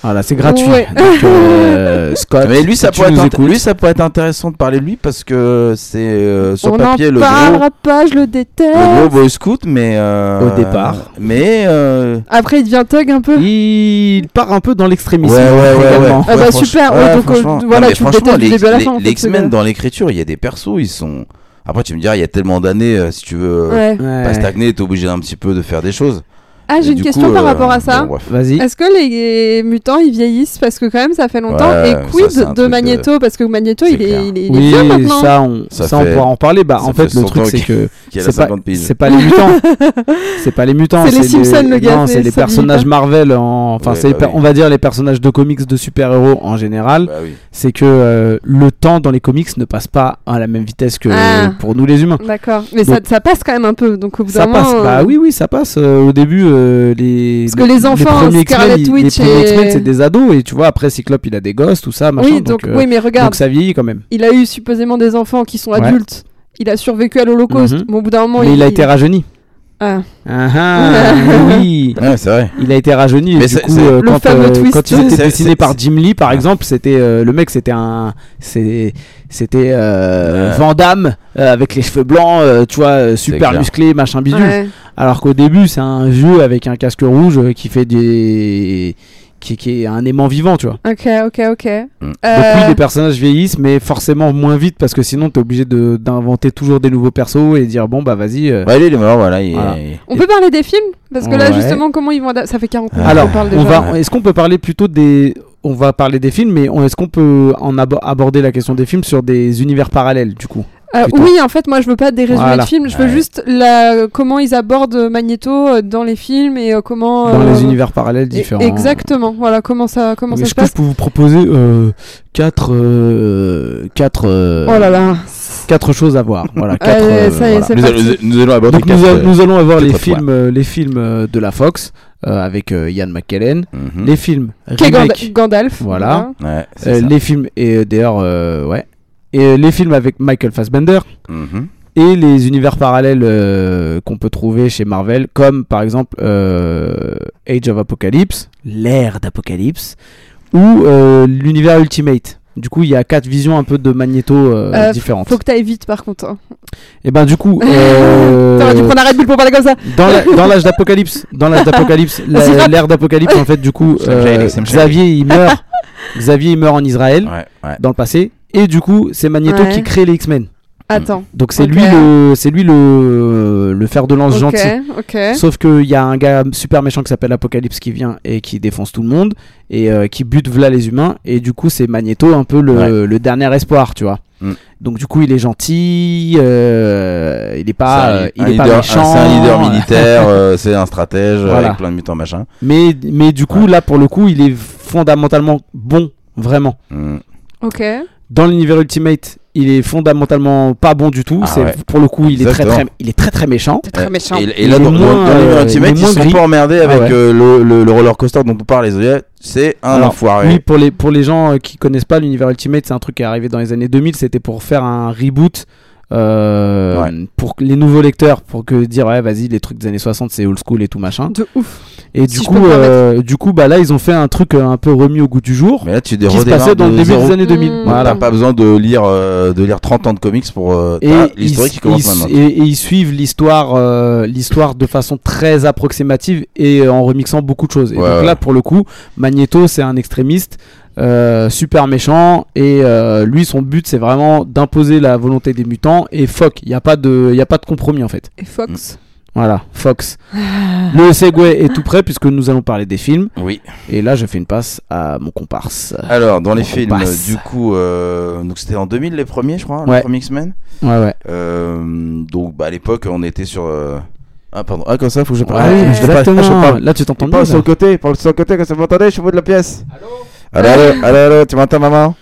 Speaker 3: Voilà, c'est gratuit.
Speaker 2: Ouais.
Speaker 3: Donc, euh, Scott,
Speaker 1: Mais lui,
Speaker 3: si
Speaker 1: ça
Speaker 3: tu
Speaker 1: pourrait
Speaker 3: nous
Speaker 1: être int-
Speaker 3: écoutes,
Speaker 1: lui, ça pourrait être intéressant de parler de lui parce que c'est euh, sur
Speaker 2: On
Speaker 1: papier
Speaker 2: n'en
Speaker 1: le gros.
Speaker 2: parlera pas, je le déteste.
Speaker 1: Le gros boy scout, mais. euh,
Speaker 3: Au départ.
Speaker 1: Mais. euh,
Speaker 2: Après, il devient thug un peu.
Speaker 3: il part un peu dans l'extrémisme.
Speaker 1: Ouais, ouais, ouais,
Speaker 3: également.
Speaker 1: ouais.
Speaker 2: Ah bah
Speaker 1: franch-
Speaker 2: super, ouais, donc, euh,
Speaker 1: franchement.
Speaker 2: voilà,
Speaker 1: mais
Speaker 2: tu le détestes
Speaker 1: franchement,
Speaker 2: du
Speaker 1: les,
Speaker 2: début à la fin,
Speaker 1: les-
Speaker 2: en fait,
Speaker 1: les
Speaker 2: ce gars.
Speaker 1: X-Men dans l'écriture, il y a des persos, ils sont. Après, tu me diras, il y a tellement d'années, euh, si tu veux euh,
Speaker 2: Ouais.
Speaker 3: Ouais.
Speaker 1: pas stagner, t'es obligé un petit peu de faire des choses.
Speaker 2: Ah, j'ai
Speaker 1: Et
Speaker 2: une
Speaker 1: du
Speaker 2: question
Speaker 1: coup,
Speaker 2: par
Speaker 1: euh,
Speaker 2: rapport à ça.
Speaker 1: bon, bref.
Speaker 3: Vas-y.
Speaker 2: Est-ce que les mutants ils vieillissent parce que quand même ça fait longtemps
Speaker 1: Ouais,
Speaker 2: et quid
Speaker 1: ça, c'est un
Speaker 2: de
Speaker 1: truc
Speaker 2: Magneto parce que Magneto
Speaker 1: C'est
Speaker 2: il
Speaker 1: clair.
Speaker 2: est, il est, il est
Speaker 3: Oui,
Speaker 2: vieux maintenant.
Speaker 3: ça, on,
Speaker 1: Ça
Speaker 3: ça, on
Speaker 1: fait-
Speaker 3: pourra en parler. Bah,
Speaker 1: ça
Speaker 3: en fait,
Speaker 1: fait 100
Speaker 3: le truc,
Speaker 1: ans
Speaker 3: c'est que
Speaker 1: Qui a la
Speaker 3: c'est pas,
Speaker 1: 50 piges.
Speaker 3: c'est pas les mutants. c'est pas les mutants.
Speaker 2: C'est les
Speaker 3: des-
Speaker 2: Simpsons, le gars,
Speaker 3: Non,
Speaker 2: c'est-
Speaker 3: c'est les
Speaker 2: ça vieillit
Speaker 3: personnages
Speaker 2: pas.
Speaker 3: Marvel. en- Enfin,
Speaker 1: Ouais,
Speaker 3: c'est les
Speaker 1: bah
Speaker 3: per-
Speaker 1: oui.
Speaker 3: on va dire les personnages de comics de super-héros en général.
Speaker 1: Bah oui.
Speaker 3: C'est que euh, le temps dans les comics ne passe pas à la même vitesse que
Speaker 2: Ah.
Speaker 3: pour nous les humains.
Speaker 2: D'accord, mais
Speaker 3: Donc-
Speaker 2: ça, ça passe quand même un peu donc au bout
Speaker 3: Ça
Speaker 2: d'un moment.
Speaker 3: passe.
Speaker 2: euh,
Speaker 3: Bah oui, oui, ça passe. Euh, au début, euh, euh, les.
Speaker 2: Parce que les enfants,
Speaker 3: premiers
Speaker 2: Scarlet
Speaker 3: X-Men, ils-
Speaker 2: Witch
Speaker 3: les premiers
Speaker 2: et-
Speaker 3: X-Men, c'est des ados, et tu vois, après Cyclope, il a des gosses, tout ça, machin.
Speaker 2: oui,
Speaker 3: donc,
Speaker 2: donc,
Speaker 3: euh,
Speaker 2: oui, mais regarde,
Speaker 3: donc ça vieillit quand même.
Speaker 2: il a eu supposément des enfants qui sont
Speaker 3: Ouais.
Speaker 2: adultes. Il a survécu à l'Holocauste.
Speaker 3: Mhm.
Speaker 2: Mais au bout d'un moment,
Speaker 3: mais il, a été rajeuni.
Speaker 2: Ah.
Speaker 3: Ah ah, oui,
Speaker 1: Ouais, c'est vrai.
Speaker 3: il a été rajeuni.
Speaker 1: Mais
Speaker 3: Mais du
Speaker 1: c'est-
Speaker 3: coup,
Speaker 1: c'est-
Speaker 3: euh,
Speaker 2: Le
Speaker 3: quand,
Speaker 2: fameux
Speaker 3: euh,
Speaker 2: twist.
Speaker 3: quand
Speaker 1: C'est-
Speaker 3: il
Speaker 1: c'est-
Speaker 3: était dessiné
Speaker 1: c'est-
Speaker 3: par Jim Lee, par
Speaker 1: Ouais.
Speaker 3: exemple, c'était euh, le mec, c'était un, c'est- c'était euh,
Speaker 1: Ouais.
Speaker 3: Van Damme euh, avec les cheveux blancs, euh, tu vois, euh, super
Speaker 1: clair.
Speaker 3: musclé, machin bidule.
Speaker 2: Ouais.
Speaker 3: Alors qu'au début, c'est un vieux avec un casque rouge euh, qui fait des. Qui, qui est un aimant vivant, tu vois.
Speaker 2: Ok, ok, ok.
Speaker 1: Mm.
Speaker 3: Donc, oui,
Speaker 2: Euh,
Speaker 3: les personnages vieillissent, mais forcément moins vite parce que sinon, t'es obligé de- d'inventer toujours des nouveaux persos et dire bon, bah vas-y. euh,
Speaker 1: Ouais, lui, il est mort, voilà. il-
Speaker 3: Voilà.
Speaker 1: il-
Speaker 2: on peut parler des films Parce que là,
Speaker 3: Ouais.
Speaker 2: justement, comment ils vont. adap- Ça fait 40 minutes
Speaker 3: Alors,
Speaker 2: qu'on parle déjà.
Speaker 3: on va.
Speaker 1: Ouais.
Speaker 3: Est-ce qu'on peut parler plutôt des. On va parler des films, mais on- est-ce qu'on peut en abo- aborder la question des films sur des univers parallèles, du coup
Speaker 2: Euh,
Speaker 3: plutôt.
Speaker 2: oui, en fait, moi, je veux pas des résumés
Speaker 3: Voilà.
Speaker 2: de films. Je veux
Speaker 1: Ouais.
Speaker 2: juste la... comment ils abordent Magneto euh, dans les films et euh, comment.
Speaker 3: Dans
Speaker 2: euh,
Speaker 3: les univers parallèles
Speaker 2: et-
Speaker 3: différents.
Speaker 2: Exactement. Voilà, comment ça, comment ça
Speaker 3: Est-ce
Speaker 2: se
Speaker 3: que je
Speaker 2: passe
Speaker 3: peux vous proposer euh, quatre, euh, quatre, euh,
Speaker 2: Oh là là.
Speaker 3: quatre choses à voir Voilà, quatre,
Speaker 2: Allez,
Speaker 3: euh,
Speaker 2: ça y est,
Speaker 3: voilà.
Speaker 2: C'est
Speaker 1: Nous,
Speaker 2: parti.
Speaker 1: allons- nous allons aborder
Speaker 3: Donc nous,
Speaker 1: quatre, euh,
Speaker 3: a- nous allons avoir les
Speaker 1: quatre fois.
Speaker 3: films, euh, les films euh, de la Fox euh, avec euh, Ian McKellen,
Speaker 1: euh, mhm.
Speaker 3: les films
Speaker 2: Qu'est
Speaker 3: remake,
Speaker 2: Gand- Gandalf.
Speaker 3: Voilà.
Speaker 1: Ouais, c'est
Speaker 3: euh,
Speaker 1: ça.
Speaker 3: les films et euh, d'ailleurs euh, ouais, et euh, les films avec Michael Fassbender
Speaker 1: Mhm.
Speaker 3: et les univers parallèles euh, qu'on peut trouver chez Marvel, comme par exemple euh, Age of Apocalypse, l'ère d'Apocalypse, ou euh, l'univers Ultimate. Du coup, il y a quatre visions un peu de Magneto euh,
Speaker 2: Euh,
Speaker 3: différentes.
Speaker 2: Faut que t'ailles vite, par contre. hein.
Speaker 3: Et ben du coup,
Speaker 2: T'aurais dû
Speaker 3: euh,
Speaker 2: prendre un Red Bull pour parler comme ça.
Speaker 1: Hmm.
Speaker 3: dans la- dans l'âge d'Apocalypse, dans l'âge d'Apocalypse, la-
Speaker 2: C'est rap.
Speaker 3: l'ère d'Apocalypse, en fait, du coup,
Speaker 1: Sam
Speaker 3: euh,
Speaker 1: Shady, Sam Shady.
Speaker 3: Xavier il meurt, Xavier il meurt en Israël
Speaker 1: Ouais, ouais.
Speaker 3: dans le passé, et du coup, c'est Magneto
Speaker 2: Ouais.
Speaker 3: qui crée les X-Men.
Speaker 2: Attends.
Speaker 3: Donc c'est
Speaker 2: Ok.
Speaker 3: lui le, c'est lui le, le fer de lance
Speaker 2: Ok,
Speaker 3: gentil.
Speaker 2: ok.
Speaker 3: Sauf qu'il y a un gars super méchant qui s'appelle Apocalypse qui vient et qui défonce tout le monde et euh, qui bute v'là les humains. Et du coup, c'est Magneto un peu le,
Speaker 1: Ouais.
Speaker 3: le dernier espoir, tu vois.
Speaker 1: Mm.
Speaker 3: Donc du coup, il est gentil, euh, il est pas,
Speaker 1: C'est un-
Speaker 3: euh, il
Speaker 1: un
Speaker 3: est pas
Speaker 1: leader- un-
Speaker 3: méchant.
Speaker 1: C'est un leader militaire, euh, c'est un stratège euh,
Speaker 3: Voilà.
Speaker 1: avec plein de mutants machin.
Speaker 3: Mais, mais du coup,
Speaker 1: Ouais.
Speaker 3: là, pour le coup, il est fondamentalement bon, vraiment.
Speaker 1: Mm.
Speaker 2: Ok.
Speaker 3: Dans l'univers Ultimate, il est fondamentalement pas bon du tout.
Speaker 1: Ah
Speaker 3: c'est
Speaker 1: ouais.
Speaker 3: Pour le coup, il est très,
Speaker 1: Exactement.
Speaker 3: très, il est très très méchant.
Speaker 2: T'es très méchant.
Speaker 1: Euh, Et, et
Speaker 3: Il
Speaker 1: là,
Speaker 3: est
Speaker 1: dans, dans-
Speaker 3: moins,
Speaker 1: dans l'univers
Speaker 3: euh,
Speaker 1: Ultimate,
Speaker 3: il est
Speaker 1: ils
Speaker 3: moins
Speaker 1: sont
Speaker 3: gris.
Speaker 1: pas emmerdés avec
Speaker 3: Ah ouais.
Speaker 1: euh, le, le- le roller coaster dont on parle les Zodiacs. C'est un
Speaker 3: Alors,
Speaker 1: enfoiré.
Speaker 3: Oui, pour les, pour les gens euh, qui connaissent pas l'univers Ultimate, c'est un truc qui est arrivé dans les années 2000. C'était pour faire un reboot euh,
Speaker 1: Ouais.
Speaker 3: pour que les nouveaux lecteurs, pour que dire ouais, vas-y, les trucs des années 60, c'est old school et tout machin.
Speaker 2: De ouf.
Speaker 3: Et
Speaker 2: Si
Speaker 3: du
Speaker 2: je
Speaker 3: coup,
Speaker 2: peux me
Speaker 3: euh, du coup, bah là, ils ont fait un truc euh, un peu remis au goût du jour.
Speaker 1: Mais là, tu
Speaker 3: qui se
Speaker 1: redémarres
Speaker 3: passait dans
Speaker 1: de
Speaker 3: le début
Speaker 1: zéro.
Speaker 3: des années 2000.
Speaker 2: Mmh.
Speaker 1: T'as
Speaker 3: Voilà.
Speaker 1: pas besoin de lire, euh, de lire 30 ans de comics pour euh, t'as l'historique qui
Speaker 3: ils-
Speaker 1: commence
Speaker 3: ils-
Speaker 1: maintenant.
Speaker 3: et- et ils suivent l'histoire, euh, l'histoire de façon très approximative et euh, en remixant beaucoup de choses. Et
Speaker 1: Ouais,
Speaker 3: donc
Speaker 1: ouais.
Speaker 3: là, pour le coup, Magneto, c'est un extrémiste, euh, super méchant, et euh, lui, son but, c'est vraiment d'imposer la volonté des mutants. Et fuck, il n'y a pas de, il y a pas de compromis en fait.
Speaker 2: Et Fox.
Speaker 3: Voilà, Fox. le segway est tout prêt puisque nous allons parler des films.
Speaker 1: Oui.
Speaker 3: Et là, je fais une passe à mon comparse.
Speaker 1: Alors, dans les
Speaker 3: On
Speaker 1: films,
Speaker 3: passe.
Speaker 1: du coup, euh, donc c'était en 2000 les premiers, je crois,
Speaker 3: Ouais.
Speaker 1: les premiers X-Men.
Speaker 3: Ouais, ouais.
Speaker 1: Euh, donc, bah, à l'époque, on était sur. euh, Ah, pardon. Ah, comme ça, faut que je parle.
Speaker 3: Ouais,
Speaker 1: Ah, je parle-
Speaker 3: exactement.
Speaker 1: je parle-
Speaker 3: Là, tu t'entends
Speaker 1: Il
Speaker 3: bien.
Speaker 1: parle sur
Speaker 3: là.
Speaker 1: le côté, parle sur le côté, quand ça vous m'entendez, je suis au bout de la pièce. Allô Allô, allô, allô, tu m'entends, maman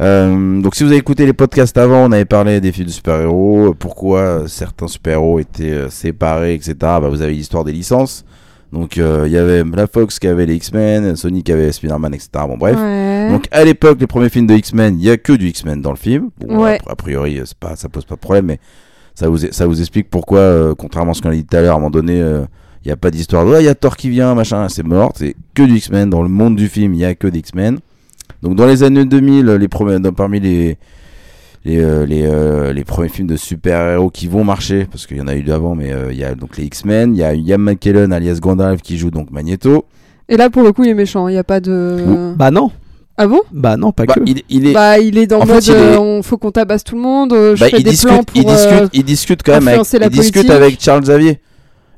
Speaker 1: Euh, donc si vous avez écouté les podcasts avant, on avait parlé des films de super-héros, euh, pourquoi euh, certains super-héros étaient euh, séparés, etc. Bah, vous avez l'histoire des licences. Donc euh, il y avait la Fox qui avait les X-Men, Sony qui avait Spider-Man, etc. Bon Hmm. bref.
Speaker 2: Ouais.
Speaker 1: Donc à l'époque, les premiers films de X-Men, il n'y a que du X-Men dans le film. Bon,
Speaker 2: Ouais.
Speaker 1: A a priori, euh, c'est pas, ça pose pas de problème, mais ça vous, ça vous explique pourquoi, euh, contrairement à ce qu'on a dit tout à l'heure, à un moment donné, euh, il n'y a pas d'histoire de Ah, il y a Thor qui vient, machin, c'est mort, c'est que du X-Men. Dans le monde du film, il n'y a que des X-Men. Donc dans les années 2000, les premiers, dans- parmi les, les, euh, les, euh, les premiers films de super-héros qui vont marcher, parce qu'il y en a eu d'avant, mais euh, il y a donc les X-Men, il y a Ian McKellen alias Gandalf qui joue donc Magneto.
Speaker 2: Et là, pour le coup, il est méchant. Il n'y a pas de.
Speaker 3: Bah non,
Speaker 2: Ah bon
Speaker 3: bah non, pas
Speaker 1: Bah,
Speaker 3: que.
Speaker 1: il, il est,
Speaker 2: Bah, il est dans
Speaker 1: En
Speaker 2: mode.
Speaker 1: fait, il est-
Speaker 2: euh, on faut qu'on tabasse tout le monde. euh, Je
Speaker 1: Bah,
Speaker 2: fais
Speaker 1: il
Speaker 2: des plans
Speaker 1: discute,
Speaker 2: pour.
Speaker 1: il
Speaker 2: euh,
Speaker 1: discute, il discute quand même avec,
Speaker 2: influencer la
Speaker 1: il discute
Speaker 2: politique.
Speaker 1: avec Charles Xavier.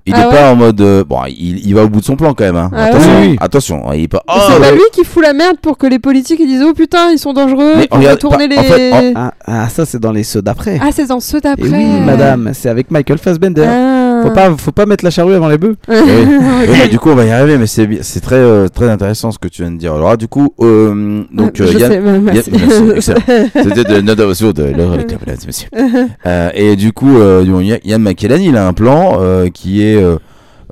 Speaker 1: Il
Speaker 2: Ah
Speaker 1: est
Speaker 2: ouais
Speaker 1: pas en mode euh, bon, il, il va au bout de son plan quand même. hein.
Speaker 2: Ah
Speaker 1: attention,
Speaker 3: ouais. Oui.
Speaker 1: attention, il est pas.
Speaker 2: Mais
Speaker 1: Oh,
Speaker 2: c'est pas
Speaker 1: ouais.
Speaker 2: lui qui fout la merde pour que les politiques ils disent oh putain ils sont dangereux
Speaker 1: Mais
Speaker 2: on va
Speaker 1: regarde,
Speaker 2: tourner les
Speaker 1: par- en fait, en- Eh
Speaker 3: Ah, ah, ça, c'est dans les ceux d'après.
Speaker 2: ah c'est dans ceux d'après
Speaker 3: Et oui, madame, c'est avec Michael Fassbender.
Speaker 2: Ah.
Speaker 3: Faut pas, faut pas mettre la charrue avant les bœufs.
Speaker 1: Oui, oui, mais du coup, on va y arriver, mais c'est bi- c'est très euh, très intéressant ce que tu viens de dire. Alors du coup, euh, donc
Speaker 2: Je
Speaker 1: euh, Yann-
Speaker 2: sais, bah, merci.
Speaker 1: merci, excellent. C'était de notre version de l'heure avec la planète, monsieur. Euh, et du coup, euh, bon, Ian- Ian McKellen, il a un plan euh, qui est euh,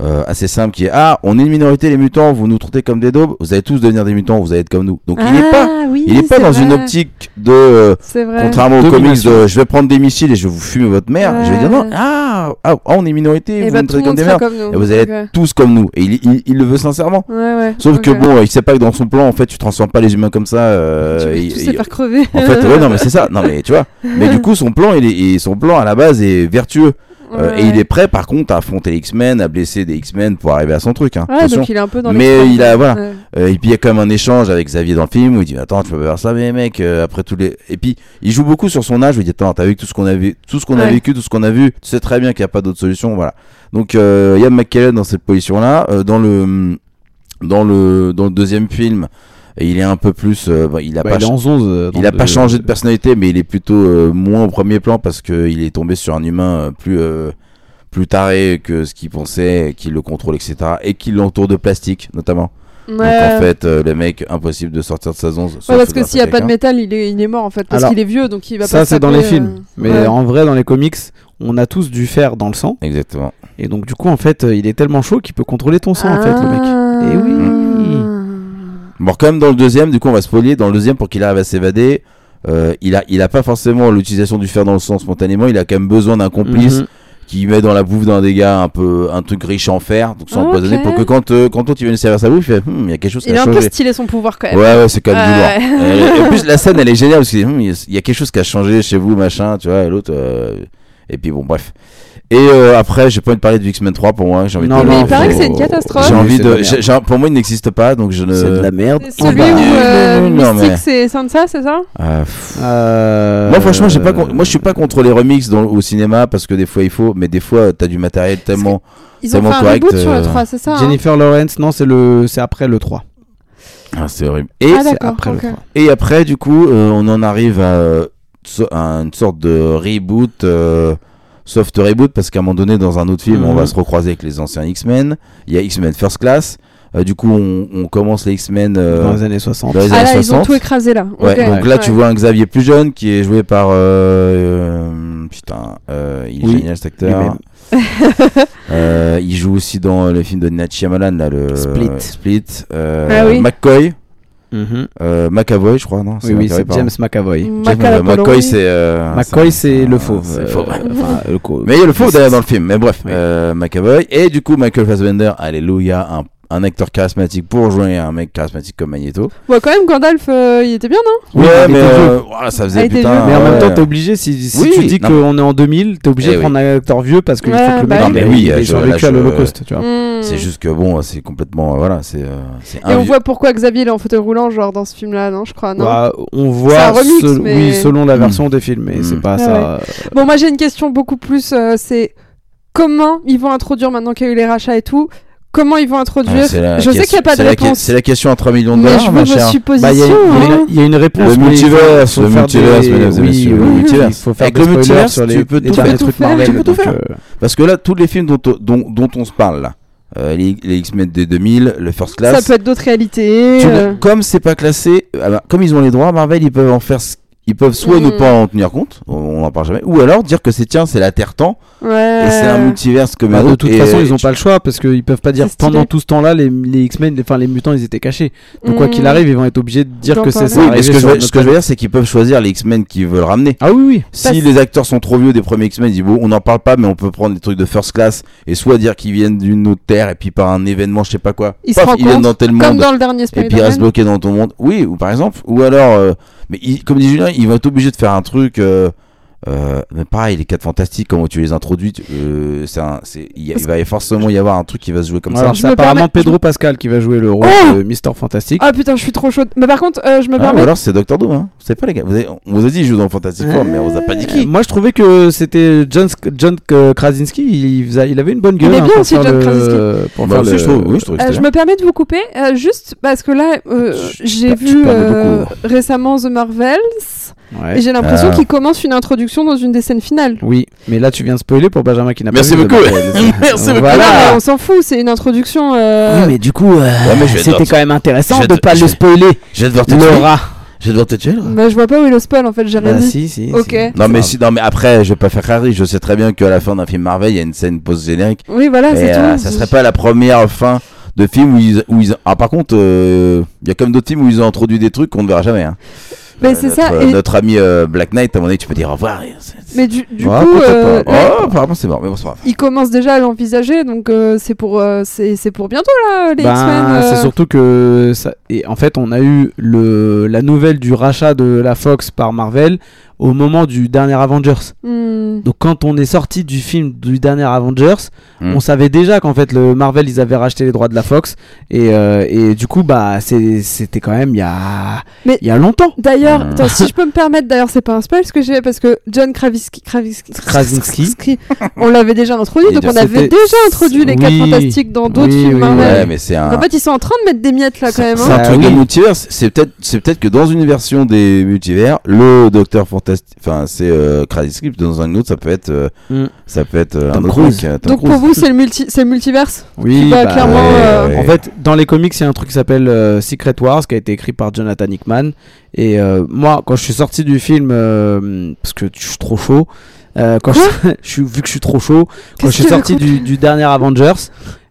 Speaker 1: euh, assez simple qui est Ah, on est une minorité, les mutants, vous nous traitez comme des daubes, vous allez tous devenir des mutants, vous allez être comme nous. Donc il n'est pas,
Speaker 2: Ah oui,
Speaker 1: il est pas
Speaker 2: c'est
Speaker 1: dans une
Speaker 2: vrai.
Speaker 1: optique de. euh,
Speaker 2: C'est vrai.
Speaker 1: Contrairement aux comics
Speaker 3: Domination.
Speaker 1: de je vais prendre des missiles et je vais vous fumer votre mère, je vais dire non,
Speaker 2: Ouais.
Speaker 1: ah, ah, ah, on est minorité,
Speaker 2: Et
Speaker 1: vous
Speaker 2: bah,
Speaker 1: nous
Speaker 2: tout le
Speaker 1: traitez comme
Speaker 2: monde
Speaker 1: des
Speaker 2: sera
Speaker 1: merdes,
Speaker 2: comme nous.
Speaker 1: et vous allez être
Speaker 2: Ok.
Speaker 1: tous comme nous. Et il, il- il le veut sincèrement.
Speaker 2: Ouais, ouais. euh,
Speaker 1: Sauf que
Speaker 2: Ok.
Speaker 1: bon, il sait pas que dans son plan, en fait, tu transformes pas les humains comme ça. euh,
Speaker 2: Tu vas
Speaker 1: et-
Speaker 2: tous
Speaker 1: et-
Speaker 2: les faire crever.
Speaker 1: en fait, ouais, non, mais c'est ça. Non, mais tu vois. Mais du coup, son plan, il est, et son plan à la base est vertueux. Euh,
Speaker 2: Ouais,
Speaker 1: Et il
Speaker 2: ouais.
Speaker 1: est prêt, par contre, à affronter les X-Men, à blesser des X-Men pour arriver à son truc. Hein.
Speaker 2: Ouais,
Speaker 1: Attention.
Speaker 2: donc il est un peu dans
Speaker 1: Mais
Speaker 2: l'extrême.
Speaker 1: il a- voilà.
Speaker 2: Ouais.
Speaker 1: Euh, et puis il y a quand même un échange avec Xavier dans le film où il dit attends tu peux pas faire ça mais mec euh, après tous les et puis il joue beaucoup sur son âge où il dit attends t'as vu tout ce qu'on a vu tout ce qu'on a
Speaker 2: Ouais.
Speaker 1: vécu tout ce qu'on a vu tu sais très bien qu'il n'y a pas d'autre solution voilà donc euh, Ian McKellen dans cette position là dans le dans le dans le deuxième film il est un peu plus euh, bon, il a
Speaker 3: Bah,
Speaker 1: pas
Speaker 3: il est
Speaker 1: cha-
Speaker 3: en 11. euh, dans
Speaker 1: il a
Speaker 3: le-
Speaker 1: pas changé de personnalité, mais il est plutôt euh, moins au premier plan parce qu'il est tombé sur un humain euh, plus, euh, plus taré que ce qu'il pensait, qui le contrôle, etc. Et qui l'entoure de plastique, notamment. Donc en
Speaker 2: Ouais.
Speaker 1: fait, euh, le mec, impossible de sortir de sa zone. sauf
Speaker 2: Ouais, parce que
Speaker 1: grâce à
Speaker 2: s'il n'y a pas de
Speaker 1: quelqu'un.
Speaker 2: métal, il est, il est mort en fait. Parce
Speaker 3: Alors,
Speaker 2: qu'il est vieux, donc il va pas
Speaker 3: Ça,
Speaker 2: se
Speaker 3: c'est dans les
Speaker 2: taper, euh,
Speaker 3: films. Mais
Speaker 2: ouais.
Speaker 3: en vrai, dans les comics, on a tous dû faire dans le sang.
Speaker 1: Exactement.
Speaker 3: Et donc, du coup, en fait, euh, il est tellement chaud qu'il peut contrôler ton sang, en fait, le
Speaker 1: Ah.
Speaker 3: mec.
Speaker 2: Ah.
Speaker 3: Eh oui.
Speaker 1: Bon, comme dans le deuxième, du coup, on va spoiler. Dans le deuxième, pour qu'il arrive à s'évader, euh, il, a, il a pas forcément l'utilisation du fer dans le sang spontanément. Il a quand même besoin d'un complice
Speaker 3: Mhm.
Speaker 1: qui met dans la bouffe d'un dégât un peu un truc riche en fer, donc sans
Speaker 2: Ok.
Speaker 1: empoisonné, pour que quand euh, quand toi tu viens lui servir sa bouffe, il fait, Hmm, il y a quelque chose qui
Speaker 2: Il a
Speaker 1: a
Speaker 2: un peu
Speaker 1: changé.
Speaker 2: stylé son pouvoir quand même.
Speaker 1: Ouais, ouais, c'est quand même du
Speaker 2: Eh ben, Ouais.
Speaker 1: lourd. Et- et en plus, la scène, elle est géniale parce qu'il dit, Hmm, il y a quelque chose qui a changé chez vous, machin, tu vois, et l'autre. euh, Et puis bon, bref. Et euh, après, j'ai pas envie de parler du X-Men 3 pour moi. hein, J'ai envie
Speaker 3: Non,
Speaker 1: de...
Speaker 3: mais il
Speaker 1: faut-
Speaker 3: paraît que
Speaker 2: c'est une catastrophe.
Speaker 1: J'ai
Speaker 3: Oui,
Speaker 1: envie
Speaker 3: c'est de
Speaker 1: de.
Speaker 3: la
Speaker 1: j'ai-
Speaker 3: merde.
Speaker 1: j'ai- Pour moi, il n'existe pas, donc je ne.
Speaker 4: C'est de la merde.
Speaker 2: C'est celui
Speaker 1: bah,
Speaker 2: où
Speaker 1: nul,
Speaker 2: euh,
Speaker 1: nul, nul, non,
Speaker 2: Mystique
Speaker 1: mais-
Speaker 2: c'est Sansa, c'est ça
Speaker 1: Ah, pff.
Speaker 3: Euh,
Speaker 1: Moi, franchement, j'ai pas. con- Moi, je suis pas contre les remixes dans- au cinéma parce que des fois il faut, mais des fois t'as du matériel tellement.
Speaker 2: Ils ont fait
Speaker 1: Tellement
Speaker 2: un
Speaker 1: correct,
Speaker 2: reboot sur
Speaker 1: euh,
Speaker 2: le 3, c'est ça hein
Speaker 3: Jennifer Lawrence, non, c'est le, c'est après le 3.
Speaker 1: Ah, c'est horrible. Et
Speaker 2: Ah,
Speaker 3: C'est
Speaker 2: d'accord,
Speaker 3: après
Speaker 2: ok.
Speaker 3: le 3.
Speaker 1: Et après, du coup, euh, on en arrive à, so- à une sorte de reboot, euh, soft reboot, parce qu'à un moment donné, dans un autre film, on va
Speaker 3: Mhm.
Speaker 1: se recroiser avec les anciens X-Men. Il y a X-Men First Class. Euh, du coup, on, on commence les X-Men euh,
Speaker 3: dans les années 60.
Speaker 1: dans les
Speaker 2: Ah
Speaker 1: années
Speaker 2: là, ils ont
Speaker 1: 60.
Speaker 2: tout écrasé là.
Speaker 1: Ouais,
Speaker 2: Ok.
Speaker 1: donc là,
Speaker 2: Ouais.
Speaker 1: tu vois un Xavier plus jeune qui est joué par. euh, euh, putain, euh, il est
Speaker 3: Oui,
Speaker 1: génial cet acteur.
Speaker 3: lui-même.
Speaker 1: Euh, il joue aussi dans euh, le film de Night Shyamalan, là, le
Speaker 3: Split.
Speaker 1: Split. Euh,
Speaker 2: Ah oui.
Speaker 1: McCoy,
Speaker 3: Mhm.
Speaker 1: euh, McAvoy, je crois, non
Speaker 3: Oui,
Speaker 1: C'est
Speaker 3: oui,
Speaker 1: McAvoy,
Speaker 3: c'est
Speaker 1: pardon.
Speaker 3: James McAvoy.
Speaker 1: James
Speaker 2: Macala
Speaker 1: McCoy,
Speaker 2: Polaroid.
Speaker 1: c'est. euh,
Speaker 3: McCoy, c'est le
Speaker 1: euh,
Speaker 3: fauve.
Speaker 1: c'est
Speaker 3: euh,
Speaker 1: le fauve, ouais.
Speaker 3: enfin, le co-
Speaker 1: Mais il y a le faux d'ailleurs dans le film, mais bref,
Speaker 3: Oui.
Speaker 1: euh, McAvoy. Et du coup, Michael Fassbender, alléluia, un, un acteur charismatique pour jouer un mec charismatique comme Magneto.
Speaker 2: Ouais, quand même, Gandalf, euh, il était bien, non
Speaker 3: Oui,
Speaker 1: ouais,
Speaker 3: il
Speaker 1: mais
Speaker 3: était
Speaker 1: euh, ouah, ça
Speaker 2: Ah,
Speaker 1: faisait
Speaker 2: il était
Speaker 1: putain.
Speaker 2: vieux.
Speaker 3: Mais en
Speaker 1: ouais.
Speaker 3: même temps, t'es obligé, si, si
Speaker 1: Oui,
Speaker 3: tu
Speaker 1: oui,
Speaker 3: dis
Speaker 1: non.
Speaker 3: qu'on est en 2000, t'es obligé
Speaker 1: Eh
Speaker 3: de prendre un acteur vieux parce qu'il
Speaker 2: Ouais,
Speaker 3: faut que le
Speaker 2: bah
Speaker 3: mec
Speaker 2: oui.
Speaker 3: il ait-
Speaker 1: Non, mais oui,
Speaker 3: il
Speaker 1: euh,
Speaker 3: ait
Speaker 1: je-
Speaker 3: survécu
Speaker 1: là,
Speaker 3: à
Speaker 1: je-
Speaker 3: l'Holocauste, tu vois.
Speaker 2: Hmm.
Speaker 1: C'est juste que bon, c'est complètement. euh, Voilà, c'est euh, c'est
Speaker 2: Et
Speaker 1: un
Speaker 2: on
Speaker 1: vieux-
Speaker 2: voit pourquoi Xavier est en fauteuil roulant, genre dans ce film-là, non Je crois, non
Speaker 3: Bah, on
Speaker 2: un
Speaker 3: voit
Speaker 2: remix,
Speaker 3: sel-
Speaker 2: mais-
Speaker 3: oui, selon la
Speaker 1: Mm.
Speaker 3: version des films, mais
Speaker 1: Mm.
Speaker 3: c'est pas
Speaker 2: Ah
Speaker 3: ça.
Speaker 2: Bon, moi j'ai une question beaucoup plus, euh, c'est comment ils vont introduire maintenant qu'il y a eu les rachats et tout Comment ils vont
Speaker 1: Ah,
Speaker 2: introduire
Speaker 1: c'est la
Speaker 2: Je sais
Speaker 1: question-
Speaker 2: qu'il y a pas de
Speaker 1: c'est la que-
Speaker 2: réponse.
Speaker 1: C'est la question à 3 millions de
Speaker 2: Mais je
Speaker 1: dollars,
Speaker 2: veux
Speaker 1: ma
Speaker 2: vos
Speaker 1: chère.
Speaker 3: Bah, il y, a-
Speaker 2: suppositions.
Speaker 3: il y a-
Speaker 2: hein.
Speaker 3: il y a une
Speaker 1: Le
Speaker 3: réponse. mais il faut-
Speaker 1: multiverse,
Speaker 3: faut
Speaker 1: le
Speaker 3: faire
Speaker 1: multiverse,
Speaker 3: des-
Speaker 1: mesdames et
Speaker 3: oui,
Speaker 1: messieurs, le
Speaker 3: oui,
Speaker 1: multiverse.
Speaker 3: Il faut faire
Speaker 1: Avec
Speaker 3: des
Speaker 1: le
Speaker 3: spoilers
Speaker 1: multiverse,
Speaker 3: sur les,
Speaker 1: tu peux
Speaker 3: les
Speaker 1: tout
Speaker 3: derniers
Speaker 1: faire.
Speaker 3: trucs
Speaker 2: Tu peux
Speaker 3: Marvel,
Speaker 1: tout
Speaker 3: donc,
Speaker 1: faire.
Speaker 3: euh,
Speaker 1: Parce que là, tous les films dont, dont, dont on se parle, là, euh, les, les X-Men des 2000, le First Class.
Speaker 2: Ça peut être d'autres réalités.
Speaker 1: Tu ne-
Speaker 2: euh,
Speaker 1: Comme c'est pas classé, euh, alors, comme ils ont les droits, Marvel, ils peuvent en faire. ce- Ils peuvent soit ne
Speaker 2: Mm.
Speaker 1: pas en tenir compte, on- on n'en parle jamais, ou alors dire que c'est tiens, c'est la Terre-Temps,
Speaker 2: Ouais.
Speaker 1: et c'est un multiverse comme
Speaker 3: bah,
Speaker 1: un
Speaker 3: de
Speaker 1: autre.
Speaker 3: toute
Speaker 1: et-
Speaker 3: façon, ils ont pas le choix parce qu'ils peuvent pas dire
Speaker 2: C'est stylé.
Speaker 3: pendant tout ce temps-là, les, les X-Men, les- enfin les mutants, ils étaient cachés. Donc, quoi
Speaker 2: Hmm.
Speaker 3: qu'il arrive, ils vont être obligés de dire
Speaker 2: D'en
Speaker 3: que c'est
Speaker 2: parler.
Speaker 3: ça.
Speaker 1: Oui, mais
Speaker 3: arrivé
Speaker 1: ce que, je
Speaker 3: sur
Speaker 1: veux,
Speaker 3: notre
Speaker 1: ce que je veux dire, c'est qu'ils peuvent choisir les X-Men qu'ils veulent ramener.
Speaker 3: planète. Ah oui, oui.
Speaker 1: Si
Speaker 2: Parce-
Speaker 1: les acteurs sont trop vieux des premiers X-Men, ils disent bon, on n'en parle pas, mais on peut prendre des trucs de first class et soit dire qu'ils viennent d'une autre terre et puis par un événement, je sais pas quoi,
Speaker 2: Ils se
Speaker 1: paf,
Speaker 2: rendent
Speaker 1: ils viennent
Speaker 2: compte,
Speaker 1: dans tel
Speaker 2: Comme
Speaker 1: monde
Speaker 2: dans le dernier
Speaker 1: et puis ils restent
Speaker 2: Spider-Man.
Speaker 1: bloqués dans ton monde. Oui, ou par exemple, ou alors, euh, mais ils- comme dit Julien, ils vont être obligés de faire un truc. Euh, euh, mais pareil, les 4 fantastiques, comment tu les introduis, tu- euh, c'est un- c'est- il y a- il va y forcément y avoir un truc qui va se jouer comme ça.
Speaker 3: Alors,
Speaker 2: Je
Speaker 3: c'est
Speaker 2: me
Speaker 3: apparemment
Speaker 2: permets-
Speaker 3: Pedro Pascal qui va jouer le rôle
Speaker 2: Oh
Speaker 3: de Mister Fantastique.
Speaker 2: Ah putain, je suis trop chaude. Mais par contre, euh, je me
Speaker 1: Ah, ou
Speaker 2: permets.
Speaker 1: alors c'est Doctor Doom, hein. Vous savez pas les gars, vous avez- on vous a dit il joue dans Fantastic Four, mais on vous a pas dit
Speaker 3: Euh,
Speaker 1: qui.
Speaker 3: Moi, je trouvais que c'était John, Sk- John euh, Krasinski. Il, faisait- il avait une bonne gueule.
Speaker 2: est
Speaker 3: hein,
Speaker 2: bien
Speaker 3: pour
Speaker 2: aussi,
Speaker 3: faire
Speaker 2: John
Speaker 3: le-
Speaker 2: Krasinski.
Speaker 3: Pour
Speaker 1: Bah,
Speaker 3: faire
Speaker 1: aussi,
Speaker 3: le-
Speaker 1: je trouve- oui, je trouve que
Speaker 2: Euh,
Speaker 1: c'était
Speaker 2: je
Speaker 1: bien.
Speaker 2: me permets de vous couper, euh, juste parce que là, euh,
Speaker 1: Tu- tu
Speaker 2: j'ai
Speaker 1: per- tu
Speaker 2: vu
Speaker 1: perds de
Speaker 2: euh,
Speaker 1: beaucoup.
Speaker 2: récemment The Marvels
Speaker 3: Ouais.
Speaker 2: et j'ai l'impression
Speaker 1: Ah.
Speaker 2: qu'il commence une introduction dans une des scènes finales.
Speaker 3: Oui, mais là, tu viens de spoiler pour Benjamin qui n'a pas
Speaker 1: Merci
Speaker 3: vu The
Speaker 1: beaucoup.
Speaker 3: Marvel.
Speaker 1: Merci
Speaker 3: Donc,
Speaker 1: beaucoup.
Speaker 2: Ah non, mais
Speaker 3: Voilà.
Speaker 2: on s'en fout, c'est une introduction. euh,
Speaker 4: Oui, mais du coup, euh,
Speaker 1: Ouais, mais je vais
Speaker 4: c'était
Speaker 1: te-
Speaker 4: quand même intéressant
Speaker 1: je vais
Speaker 4: de
Speaker 1: te-
Speaker 4: pas
Speaker 1: je
Speaker 4: le
Speaker 1: vais-
Speaker 4: spoiler.
Speaker 2: Ah,
Speaker 1: Je vais devoir t'expliquer.
Speaker 4: Laura.
Speaker 1: Je vais devoir te tuer là.
Speaker 2: Bah, je vois pas où est le spoil en fait, j'ai rien
Speaker 3: Bah
Speaker 2: dit.
Speaker 3: si, si.
Speaker 2: Ok.
Speaker 3: si.
Speaker 1: Non mais, si, non mais après, je vais pas faire Harry. Je sais très bien qu'à la fin d'un film Marvel, il y a une scène post-générique.
Speaker 2: Oui, voilà,
Speaker 1: et
Speaker 2: Ah, c'est
Speaker 1: euh,
Speaker 2: tout.
Speaker 1: ça serait pas la première fin de film où ils. Où ils... Ah, par contre, euh, il y a comme d'autres films où ils ont introduit des trucs qu'on ne verra jamais. Hein.
Speaker 2: Mais
Speaker 1: Euh,
Speaker 2: Ben, c'est
Speaker 1: notre,
Speaker 2: ça.
Speaker 1: euh,
Speaker 2: et-
Speaker 1: Notre ami euh, Black Knight, à mon avis, tu peux dire au revoir. et c'est- c'est-
Speaker 2: Mais du, du
Speaker 1: Ouais,
Speaker 2: coup,
Speaker 1: peut-être
Speaker 2: euh,
Speaker 1: pas.
Speaker 2: là,
Speaker 1: Oh, apparemment, c'est mort, mais bon, c'est pas grave.
Speaker 2: il commence déjà à l'envisager, donc euh, c'est pour, euh, c'est c'est pour bientôt là, les
Speaker 1: Bah,
Speaker 3: Ben,
Speaker 2: X-Men. euh.
Speaker 3: c'est surtout que ça... et en fait on a eu le la nouvelle du rachat de la Fox par Marvel au moment du dernier Avengers.
Speaker 2: Hmm.
Speaker 3: Donc quand on est sorti du film du dernier Avengers,
Speaker 1: Mm.
Speaker 3: on savait déjà qu'en fait le Marvel ils avaient racheté les droits de la Fox et, euh, et du coup bah c'est- c'était quand même il y a
Speaker 2: Mais-
Speaker 3: il y a longtemps.
Speaker 2: D'ailleurs,
Speaker 1: Hmm.
Speaker 2: attends, si je peux me permettre, d'ailleurs, c'est pas un spoil ce que j'ai parce que John Krasinski, Krasinski,
Speaker 3: Krasinski.
Speaker 2: on l'avait déjà introduit,
Speaker 1: Et
Speaker 2: donc
Speaker 1: de-
Speaker 2: on avait
Speaker 3: c'était-
Speaker 2: déjà introduit les
Speaker 3: Oui.
Speaker 2: quatre fantastiques dans d'autres
Speaker 3: Oui,
Speaker 2: films
Speaker 3: oui,
Speaker 2: Marvel.
Speaker 1: Ouais, bah.
Speaker 3: Ouais.
Speaker 1: mais c'est un.
Speaker 2: Donc, En fait, ils sont en train de mettre des miettes là quand même.
Speaker 1: C'est
Speaker 2: hein.
Speaker 1: un
Speaker 3: Ah,
Speaker 1: truc de
Speaker 3: oui.
Speaker 1: multivers. C'est peut-être, c'est peut-être que dans une version des multivers, le Docteur Fantastique, enfin c'est euh, Krasinski, puis dans un autre ça peut être, euh,
Speaker 3: Mm.
Speaker 1: ça peut être euh,
Speaker 3: Tom
Speaker 1: un autre
Speaker 3: Cruise.
Speaker 1: truc, euh, Tom
Speaker 2: Donc pour
Speaker 1: Cruise.
Speaker 2: vous, c'est le, multi- c'est le multiverse
Speaker 3: Oui,
Speaker 2: Bah, clairement,
Speaker 1: euh,
Speaker 3: En fait, dans les comics, il y a un truc qui s'appelle euh, Secret Wars, qui a été écrit par Jonathan Hickman. Et euh, moi, quand je suis sorti du film, euh, parce que je suis trop chaud, euh, quand je, je suis, vu que je suis trop chaud, quand
Speaker 2: Qu'est-ce
Speaker 3: je suis
Speaker 2: que tu
Speaker 3: Oh, sorti
Speaker 2: racontes
Speaker 3: du, du dernier Avengers,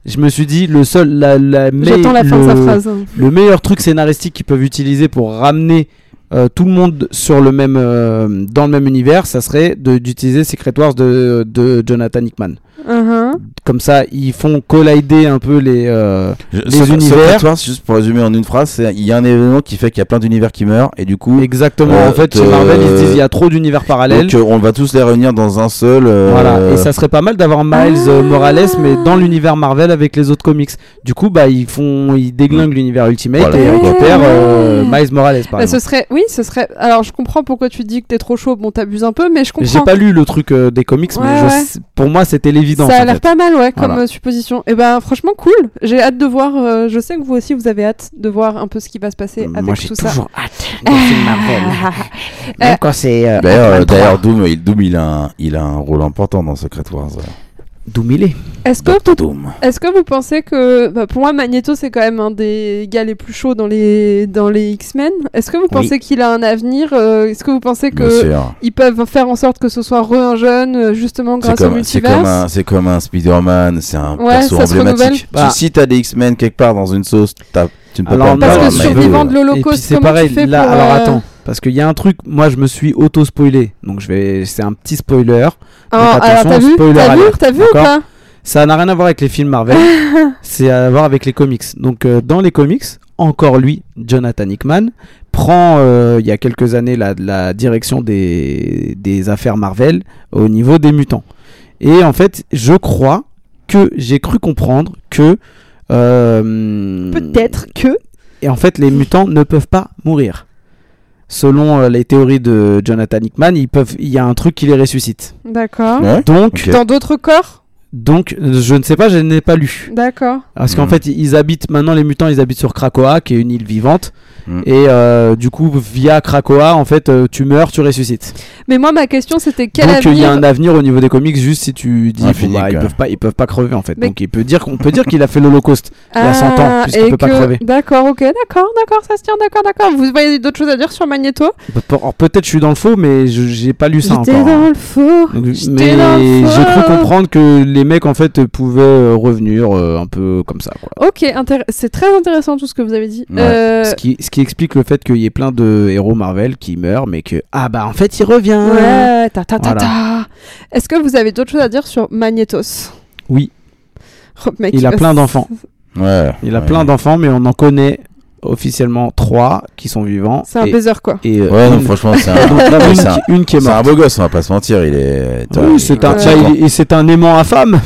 Speaker 3: je me suis dit, le seul, la, la, me-
Speaker 2: J'attends la fin
Speaker 3: le,
Speaker 2: de sa phrase. hein.
Speaker 3: le meilleur truc scénaristique qu'ils peuvent utiliser pour ramener euh, tout le monde sur le même, euh, dans le même univers, ça serait de- d'utiliser Secret Wars de, de Jonathan Hickman.
Speaker 2: Uh-huh.
Speaker 3: Comme ça, ils font collider un peu les. euh,
Speaker 1: Je-
Speaker 3: les
Speaker 1: Secret- Secret
Speaker 3: univers-
Speaker 1: Wars, juste pour résumer en une phrase, c'est- il y a un événement qui fait qu'il y a plein d'univers qui meurent et du coup,
Speaker 3: Exactement.
Speaker 1: Euh,
Speaker 3: en fait,
Speaker 1: euh,
Speaker 3: chez Marvel, ils se disent il y a trop d'univers parallèles.
Speaker 1: donc, euh, on va tous les réunir dans un seul. euh,
Speaker 3: Voilà. Et ça serait pas mal d'avoir Miles euh,
Speaker 2: Ah.
Speaker 3: Morales, mais dans l'univers Marvel avec les autres comics. Du coup, bah ils font, ils déglinguent l'univers Ultimate
Speaker 1: Mm. Voilà,
Speaker 3: et
Speaker 1: ouais.
Speaker 3: on repère euh, Miles Morales par
Speaker 2: Bah,
Speaker 3: exemple.
Speaker 2: ce serait, oui, ce serait. Alors, je comprends pourquoi tu dis que t'es trop chaud. Bon, t'abuses un peu, mais je
Speaker 3: J'ai
Speaker 2: comprends.
Speaker 3: pas lu le truc euh, des comics, mais
Speaker 2: Ouais,
Speaker 3: je
Speaker 2: ouais.
Speaker 3: sais- pour moi, c'était l'évidence.
Speaker 2: Ça a
Speaker 3: en
Speaker 2: l'air
Speaker 3: fait.
Speaker 2: pas mal, ouais, comme
Speaker 3: Voilà.
Speaker 2: euh, supposition. Et ben, franchement, cool. J'ai hâte de voir. euh, je sais que vous aussi, vous avez hâte de voir un peu ce qui va se passer
Speaker 3: Moi,
Speaker 2: avec
Speaker 3: j'ai
Speaker 2: tout ça.
Speaker 3: toujours
Speaker 4: hâte de film Marvel. Même quand c'est. euh,
Speaker 1: D'ailleurs, euh,
Speaker 4: Ant-Man 3.
Speaker 1: d'ailleurs, Doom, il, Doom, il a, un, il a un rôle important dans Secret Wars. euh,
Speaker 3: D'où il est.
Speaker 2: Est-ce que,
Speaker 1: Doctor Doom.
Speaker 2: est-ce que vous pensez que, bah, pour moi, Magneto, c'est quand même un des gars les plus chauds dans les dans les X-Men. Est-ce que vous pensez qu'il a un avenir euh, Est-ce que vous pensez
Speaker 1: Bien
Speaker 2: que
Speaker 1: sûr.
Speaker 2: ils peuvent faire en sorte que ce soit re un jeune, euh, justement
Speaker 1: C'est
Speaker 2: grâce au
Speaker 1: comme, c'est
Speaker 2: multivers
Speaker 1: comme un, c'est comme un Spider-Man, c'est un
Speaker 2: Ouais,
Speaker 1: perso
Speaker 2: ça se renouvelle.
Speaker 1: emblématique.
Speaker 3: Bah.
Speaker 1: Si, si t'as des X-Men quelque part dans une sauce, t'as- tu ne peux
Speaker 3: Alors,
Speaker 1: pas
Speaker 3: parce
Speaker 1: en
Speaker 3: que
Speaker 1: parler.
Speaker 3: survivant
Speaker 2: de l'Holocauste,
Speaker 3: Et puis c'est
Speaker 2: comment
Speaker 3: pareil,
Speaker 2: tu fais
Speaker 3: là,
Speaker 2: pour,
Speaker 3: alors
Speaker 2: euh,
Speaker 3: attends, parce qu'il y a un truc, moi je me suis auto-spoilé, donc je vais, c'est un petit spoiler.
Speaker 2: Ah,
Speaker 3: Donc,
Speaker 2: alors
Speaker 3: attention,
Speaker 2: t'as vu,
Speaker 3: spoiler
Speaker 2: t'as vu,
Speaker 3: alert,
Speaker 2: t'as vu ou
Speaker 3: d'accord
Speaker 2: pas
Speaker 3: Ça n'a rien à voir avec les films Marvel, c'est à voir avec les comics. Donc euh, dans les comics, encore lui, Jonathan Hickman, prend euh, il y a quelques années la, la direction des, des affaires Marvel au niveau des mutants. Et en fait, je crois que j'ai cru comprendre que... euh,
Speaker 2: Peut-être que.
Speaker 3: et en fait, les mutants ne peuvent pas mourir. Selon euh, les théories de Jonathan Hickman, ils peuvent, il y a un truc qui les ressuscite.
Speaker 2: D'accord.
Speaker 1: Ouais.
Speaker 3: Donc,
Speaker 1: Ok.
Speaker 2: Dans d'autres corps
Speaker 3: donc, euh, je ne sais pas, je n'ai pas lu.
Speaker 2: D'accord.
Speaker 3: Parce qu'en
Speaker 1: Mhm.
Speaker 3: fait, ils habitent maintenant les mutants, ils habitent sur Krakoa, qui est une île vivante.
Speaker 1: Mhm.
Speaker 3: Et euh, du coup, via Krakoa, en fait, euh, tu meurs, tu ressuscites.
Speaker 2: Mais moi, ma question, c'était quel
Speaker 3: donc, il y
Speaker 2: avenir
Speaker 3: a un avenir au niveau des comics, juste si tu dis,
Speaker 1: Infini,
Speaker 3: bon, bah, ils
Speaker 1: quoi.
Speaker 3: peuvent pas, ils peuvent pas crever en fait.
Speaker 2: Mais-
Speaker 3: Donc, il peut dire qu'on peut dire qu'il a fait l'Holocauste. il y a 100 ans,
Speaker 2: Ah,
Speaker 3: puisqu'il
Speaker 2: et
Speaker 3: peut pas
Speaker 2: que-
Speaker 3: crever.
Speaker 2: D'accord, ok, d'accord, d'accord, ça se tient, d'accord, d'accord. Vous voyez d'autres choses à dire sur Magneto
Speaker 3: Pe- alors, Peut-être je suis dans le faux, mais je- j'ai pas lu ça encore.
Speaker 2: J'étais dans le four.
Speaker 3: Donc,
Speaker 2: J'étais
Speaker 3: mais
Speaker 2: dans le
Speaker 3: j'ai cru
Speaker 2: four.
Speaker 3: comprendre que les mecs en fait pouvaient euh, revenir euh, un peu comme ça quoi.
Speaker 2: Ok, intér- c'est très intéressant tout ce que vous avez dit.
Speaker 1: Ouais.
Speaker 2: Euh,
Speaker 3: Ce, qui, ce qui explique le fait qu'il y ait plein de héros Marvel qui meurent mais que ah bah en fait il revient.
Speaker 2: Ouais, ta ta ta
Speaker 3: Voilà.
Speaker 2: ta. Est-ce que vous avez d'autres choses à dire sur Magnetos
Speaker 3: Oui,
Speaker 2: Oh, mec,
Speaker 3: Il a
Speaker 2: va
Speaker 3: plein
Speaker 2: s-
Speaker 3: d'enfants.
Speaker 1: Ouais.
Speaker 3: il a
Speaker 1: Ouais.
Speaker 3: plein d'enfants mais on en connaît officiellement trois qui sont vivants.
Speaker 2: C'est un
Speaker 3: et,
Speaker 2: baiser, quoi.
Speaker 3: et, euh,
Speaker 1: Ouais, non,
Speaker 3: une-
Speaker 1: franchement, c'est
Speaker 3: donc,
Speaker 1: un,
Speaker 3: là,
Speaker 1: oui, c'est
Speaker 3: une,
Speaker 1: un-
Speaker 3: qui- une qui est
Speaker 1: c'est un
Speaker 3: morte.
Speaker 1: beau gosse, on va pas se mentir. Il est. tu vois,
Speaker 3: Oui, c'est un,
Speaker 1: quand
Speaker 3: bah,
Speaker 1: il-
Speaker 3: il- et c'est un aimant affable.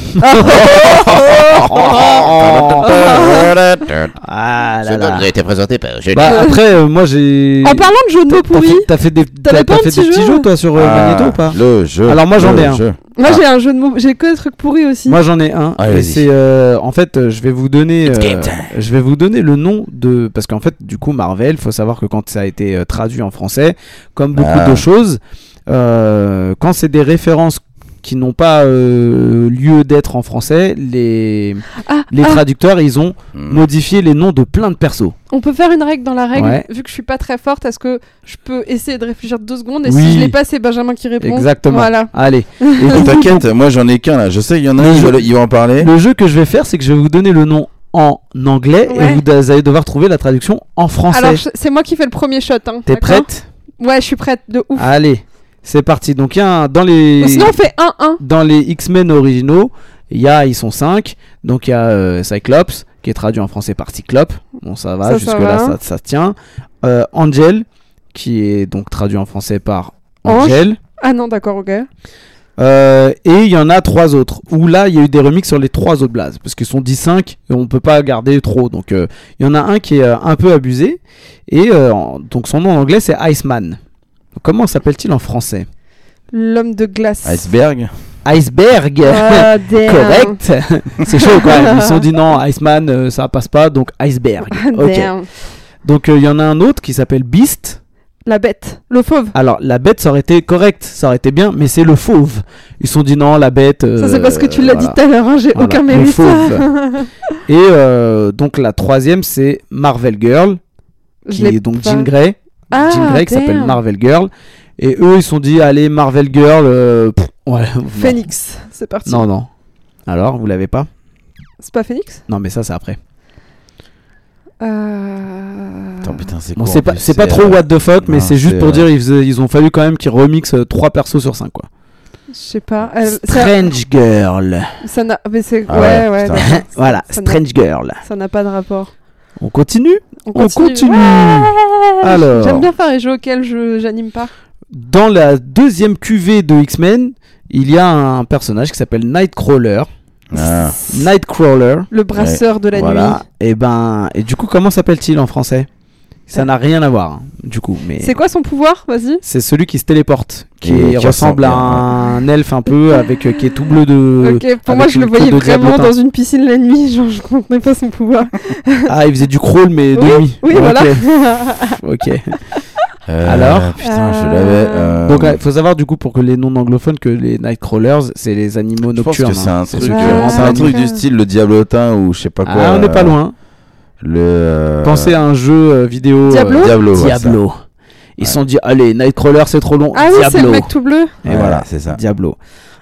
Speaker 3: ah là là.
Speaker 4: été présenté par. je-
Speaker 3: Bah, après, euh, moi j'ai.
Speaker 2: En parlant de jeu de mots
Speaker 3: T'as
Speaker 2: pourris,
Speaker 3: fait, t'as fait des,
Speaker 2: T'avais pas
Speaker 3: t'as, t'as
Speaker 2: un
Speaker 3: fait
Speaker 2: petit
Speaker 3: des petits
Speaker 2: jeu
Speaker 3: jeux toi sur euh,
Speaker 1: Ah,
Speaker 3: Magneto ou pas
Speaker 1: Le jeu.
Speaker 3: Alors, moi, j'en ai
Speaker 1: le
Speaker 3: un.
Speaker 1: jeu.
Speaker 2: moi j'ai un jeu de mots, j'ai que des trucs pourris aussi.
Speaker 3: Moi j'en ai un.
Speaker 1: Ah,
Speaker 3: et
Speaker 1: vas-y.
Speaker 3: c'est euh, en fait euh, je vais vous donner
Speaker 1: It's
Speaker 3: euh,
Speaker 1: game time.
Speaker 3: je vais vous donner le nom de parce qu'en fait du coup Marvel, faut savoir que quand ça a été euh, traduit en français, comme beaucoup
Speaker 1: Ah.
Speaker 3: de choses, euh, quand c'est des références qui n'ont pas euh, lieu d'être en français, les,
Speaker 2: Ah,
Speaker 3: les
Speaker 2: ah,
Speaker 3: traducteurs, ils ont
Speaker 1: Mm.
Speaker 3: modifié les noms de plein de persos.
Speaker 2: on peut faire une règle dans la règle.
Speaker 3: Ouais.
Speaker 2: Vu que je suis pas très forte, est-ce que je peux essayer de réfléchir deux secondes et
Speaker 3: Oui.
Speaker 2: si je l'ai pas, c'est Benjamin qui répond.
Speaker 3: Exactement.
Speaker 2: Voilà.
Speaker 3: Allez. Et
Speaker 1: Oh,
Speaker 3: du coup,
Speaker 1: T'inquiète, moi j'en ai qu'un là. Je sais qu'il y en a
Speaker 3: Mmh. Mais
Speaker 1: un,
Speaker 3: je-
Speaker 1: je vais- ils vont en parler.
Speaker 3: Le jeu que je vais faire, c'est que je vais vous donner le nom en anglais
Speaker 2: Ouais.
Speaker 3: et vous de- allez devoir trouver la traduction en français.
Speaker 2: Alors je- c'est moi qui fais le premier shot. Hein,
Speaker 3: T'es
Speaker 2: d'accord
Speaker 3: prête
Speaker 2: Ouais, je suis prête de ouf.
Speaker 3: Allez, c'est parti. Donc il y a un- dans les
Speaker 2: Ou sinon on fait 1-1.
Speaker 3: dans les X-Men originaux, il y a ils sont 5. Donc il y a euh, Cyclops qui est traduit en français par Cyclope. Bon ça va,
Speaker 2: Ça, ça
Speaker 3: jusque là
Speaker 2: va.
Speaker 3: ça, ça tient. Euh, Angel qui est donc traduit en français par
Speaker 2: Ange.
Speaker 3: Angel.
Speaker 2: Ah non, d'accord, ok.
Speaker 3: Euh, et il y en a trois autres. Où là, il y a eu des remix sur les trois autres blazes. Parce qu'ils sont 10-5 et on peut pas garder trop. Donc euh, il y en a un qui est euh, un peu abusé. Et euh, en- donc son nom en anglais c'est Iceman. Donc, comment s'appelle-t-il en français
Speaker 2: L'homme de glace.
Speaker 1: Ah, Iceberg.
Speaker 3: Iceberg
Speaker 2: Ah, damn.
Speaker 3: Correct C'est chaud quand même. Ils se sont dit non, Iceman euh, ça passe pas. Donc Iceberg.
Speaker 2: Ah,
Speaker 3: Ok.
Speaker 2: damn.
Speaker 3: Donc euh, il y en a un autre qui s'appelle Beast.
Speaker 2: La bête, le fauve.
Speaker 3: Alors la bête ça aurait été correct, ça aurait été bien, mais c'est le fauve. Ils se sont dit non, la bête.
Speaker 2: Ça, c'est parce que tu l'as
Speaker 3: euh, voilà.
Speaker 2: dit tout à l'heure, hein, j'ai
Speaker 3: Voilà,
Speaker 2: aucun
Speaker 3: le
Speaker 2: mérite.
Speaker 3: fauve. Et euh, donc la troisième, c'est Marvel Girl,
Speaker 2: Je
Speaker 3: qui
Speaker 2: l'ai
Speaker 3: est donc
Speaker 2: pas.
Speaker 3: Jean Grey.
Speaker 2: Ah,
Speaker 3: Jean Grey qui s'appelle
Speaker 2: damn.
Speaker 3: Marvel Girl. Et eux, ils se sont dit, allez, Marvel Girl. euh, pff, ouais, non.
Speaker 2: Phoenix, c'est parti.
Speaker 3: Non, non. Alors, vous l'avez pas
Speaker 2: C'est pas Phoenix
Speaker 3: Non, mais ça, c'est après.
Speaker 2: Euh,
Speaker 1: Attends, putain, c'est
Speaker 3: Bon,
Speaker 1: quoi,
Speaker 3: c'est
Speaker 1: en
Speaker 3: pas,
Speaker 1: plus,
Speaker 3: c'est pas trop
Speaker 1: euh,
Speaker 3: what the fuck, mais
Speaker 1: non,
Speaker 3: c'est juste
Speaker 1: c'est,
Speaker 3: pour
Speaker 1: euh,
Speaker 3: dire, ils, faisaient- ils ont fallu quand même qu'ils remixent 3 persos sur 5, quoi.
Speaker 2: Je sais pas. Elle- Euh, ça-
Speaker 3: Strange Girl.
Speaker 2: Ça n'a mais c'est- ouais,
Speaker 1: Ah ouais,
Speaker 2: ouais,
Speaker 1: putain.
Speaker 2: d'accord.
Speaker 3: voilà,
Speaker 2: ça n'a-
Speaker 3: Strange Girl.
Speaker 2: Ça n'a pas de rapport.
Speaker 3: On continue On continue.
Speaker 2: Ouais.
Speaker 3: Alors.
Speaker 2: J'aime bien faire les jeux auxquels je j'anime pas.
Speaker 3: Dans la deuxième cuvée de X-Men, il y a un personnage qui s'appelle Nightcrawler.
Speaker 1: Ah.
Speaker 3: Nightcrawler.
Speaker 2: Le brasseur de la nuit.
Speaker 3: voilà. Et ben, et du coup, comment s'appelle-t-il en français Ça
Speaker 2: Euh.
Speaker 3: n'a rien à voir, hein, du coup. Mais
Speaker 2: C'est quoi son pouvoir Vas-y.
Speaker 3: c'est celui qui se téléporte, qui,
Speaker 1: Et qui
Speaker 3: ressemble
Speaker 1: ressemble
Speaker 3: à
Speaker 1: bien,
Speaker 3: un elfe un peu, avec euh, qui est tout bleu de.
Speaker 2: Ok, pour moi
Speaker 3: avec
Speaker 2: je le
Speaker 3: une queue
Speaker 2: voyais
Speaker 3: de
Speaker 2: vraiment
Speaker 3: diablotin.
Speaker 2: dans une piscine la nuit, genre je comprenais pas son pouvoir.
Speaker 3: Ah, il faisait du crawl mais de nuit.
Speaker 2: Oui,
Speaker 3: Ok,
Speaker 2: voilà.
Speaker 3: Ok.
Speaker 1: Euh,
Speaker 3: Alors
Speaker 1: Putain, je
Speaker 2: Euh,
Speaker 1: l'avais. euh,
Speaker 3: Donc, il faut savoir du coup pour que les non anglophones que les nightcrawlers, c'est les animaux
Speaker 1: je pense
Speaker 3: nocturnes.
Speaker 1: que c'est un
Speaker 3: hein.
Speaker 1: truc,
Speaker 3: ceux qui
Speaker 2: euh,
Speaker 3: rentrent
Speaker 1: c'est
Speaker 3: la
Speaker 1: un
Speaker 3: nuit.
Speaker 1: truc du style le diablotin ou je sais pas quoi.
Speaker 3: Ah, on n'est pas
Speaker 1: euh,
Speaker 3: loin.
Speaker 1: Le. euh,
Speaker 3: Pensez à un jeu euh, vidéo. euh,
Speaker 2: Diablo
Speaker 1: Diablo. ouais, ça.
Speaker 3: Diablo. Ils se
Speaker 1: Ouais.
Speaker 3: sont dit, allez, Nightcrawler, c'est trop long.
Speaker 2: Ah oui, c'est
Speaker 3: Diablo.
Speaker 2: le mec tout bleu.
Speaker 3: Et
Speaker 1: Ouais,
Speaker 3: voilà,
Speaker 1: c'est ça.
Speaker 3: Diablo.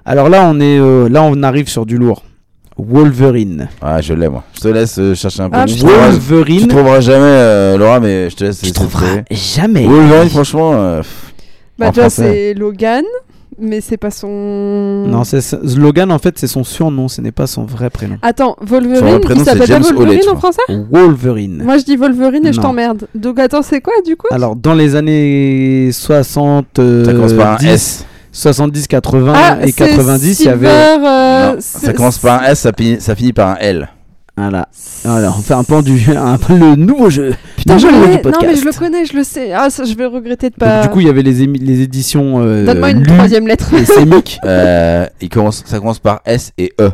Speaker 3: Alors là, on est, euh, là, on arrive sur du lourd. Wolverine.
Speaker 1: Ah, je l'ai moi. Je te laisse euh, chercher un peu.
Speaker 2: Ah,
Speaker 1: tu,
Speaker 2: putain.
Speaker 1: trouveras, tu
Speaker 3: Wolverine.
Speaker 1: trouveras jamais, euh, Laura, mais je te laisse.
Speaker 3: Tu
Speaker 1: essayer de
Speaker 3: trouveras
Speaker 1: trouver.
Speaker 3: jamais.
Speaker 1: Wolverine, franchement. euh, pff,
Speaker 2: Bah
Speaker 1: En
Speaker 2: déjà
Speaker 1: français.
Speaker 2: c'est Logan, mais c'est pas son.
Speaker 3: Non, c'est ça- Logan. En fait, c'est son surnom. Ce n'est pas son vrai prénom.
Speaker 2: Attends,
Speaker 1: Son
Speaker 2: Wolverine,
Speaker 1: vrai prénom,
Speaker 2: il
Speaker 1: c'est
Speaker 2: s'appelle pas
Speaker 1: James Howlett,
Speaker 2: Wolverine
Speaker 1: je
Speaker 2: en
Speaker 1: crois.
Speaker 2: français
Speaker 3: Wolverine.
Speaker 2: Moi je dis Wolverine et je
Speaker 3: Non.
Speaker 2: t'emmerde. Donc attends, c'est quoi du coup
Speaker 3: Alors, dans les années 60, euh,
Speaker 1: ça commence par un
Speaker 3: 10,
Speaker 1: S.
Speaker 3: 70, 80 et
Speaker 2: Ah, c'est
Speaker 3: 90, il y
Speaker 2: Silver,
Speaker 3: avait.
Speaker 2: euh,
Speaker 1: Non,
Speaker 2: c'est-
Speaker 1: ça commence par un S, ça finit, ça finit par un L.
Speaker 3: Voilà. Alors, on fait un plan du, un, le nouveau jeu.
Speaker 2: Putain,
Speaker 3: Nouveau
Speaker 2: je
Speaker 3: jeu
Speaker 2: l'ai-
Speaker 3: du
Speaker 2: Non, mais
Speaker 3: podcast.
Speaker 2: je le connais, je le sais. Ah, ça, je vais regretter de
Speaker 3: Donc,
Speaker 2: pas.
Speaker 3: du coup, il y avait les, émi- les éditions euh,
Speaker 2: Donne-moi une
Speaker 3: Lu
Speaker 2: troisième lettre.
Speaker 3: et Semic.
Speaker 1: Euh, il commence, ça commence par S et E.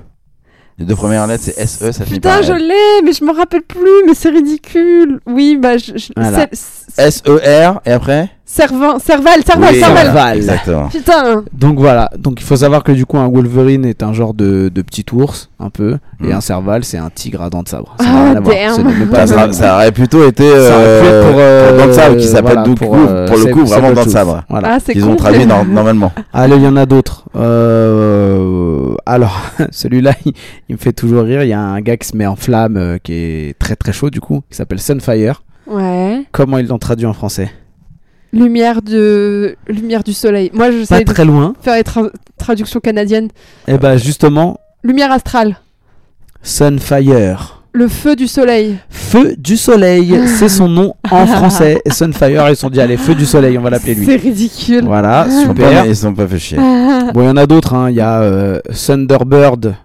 Speaker 1: Les deux premières lettres, c'est SE, ça finit
Speaker 2: Putain,
Speaker 1: par
Speaker 2: je
Speaker 1: L.
Speaker 2: l'ai, mais je me rappelle plus, mais c'est ridicule. Oui, bah, je. je-
Speaker 3: Voilà.
Speaker 2: c'est- c'est-
Speaker 1: S-E-R, E, et après
Speaker 2: Cervin, cerval, cerval,
Speaker 1: Oui,
Speaker 2: cerval.
Speaker 3: Val.
Speaker 1: Exactement.
Speaker 2: Putain. hein.
Speaker 3: Donc voilà, donc il faut savoir que du coup un Wolverine est un genre de, de petit ours un peu et
Speaker 1: Mm.
Speaker 3: un Serval c'est un tigre à dents de sabre. Ça
Speaker 2: Ah,
Speaker 3: n'a rien à voir.
Speaker 2: damn.
Speaker 3: Ce n'est même
Speaker 1: Ça,
Speaker 3: pas le
Speaker 1: ça-
Speaker 3: même.
Speaker 1: ça aurait plutôt été.
Speaker 3: Ça aurait pu être
Speaker 1: euh,
Speaker 3: pour, euh,
Speaker 1: Dents de Sabre, qui s'appelle
Speaker 3: voilà, euh,
Speaker 1: du coup, pour le
Speaker 3: Save-
Speaker 1: coup, vraiment
Speaker 3: Save
Speaker 1: Dents de
Speaker 3: Truth.
Speaker 1: Sabre.
Speaker 3: Voilà.
Speaker 2: Ah, c'est
Speaker 1: Ils ont
Speaker 2: con,
Speaker 1: traduit
Speaker 2: c'est-
Speaker 1: nor- normalement.
Speaker 3: Allez, il y en a d'autres. Euh, Alors celui-là il, il me fait toujours rire. Il y a un gars qui se met en flamme euh, qui est très très chaud du coup qui s'appelle Sunfire.
Speaker 2: Ouais.
Speaker 3: Comment ils l'ont traduit en français
Speaker 2: Lumière de lumière du soleil. Moi, je
Speaker 3: Pas
Speaker 2: sais
Speaker 3: très loin.
Speaker 2: faire les tra- traductions canadiennes.
Speaker 3: Et ben justement
Speaker 2: Lumière astrale.
Speaker 3: Sunfire.
Speaker 2: Le feu du soleil.
Speaker 3: Feu du Soleil, c'est son nom en français. Sunfire, ils se sont dit, allez, Feu du Soleil, on va l'appeler lui.
Speaker 2: C'est Ah, ridicule.
Speaker 3: Voilà,
Speaker 1: Ils sont pas-
Speaker 3: Ah, super. Ah,
Speaker 1: Ils sont pas fait chier.
Speaker 3: Bon, il y en a d'autres, hein. il y a euh, Thunderbird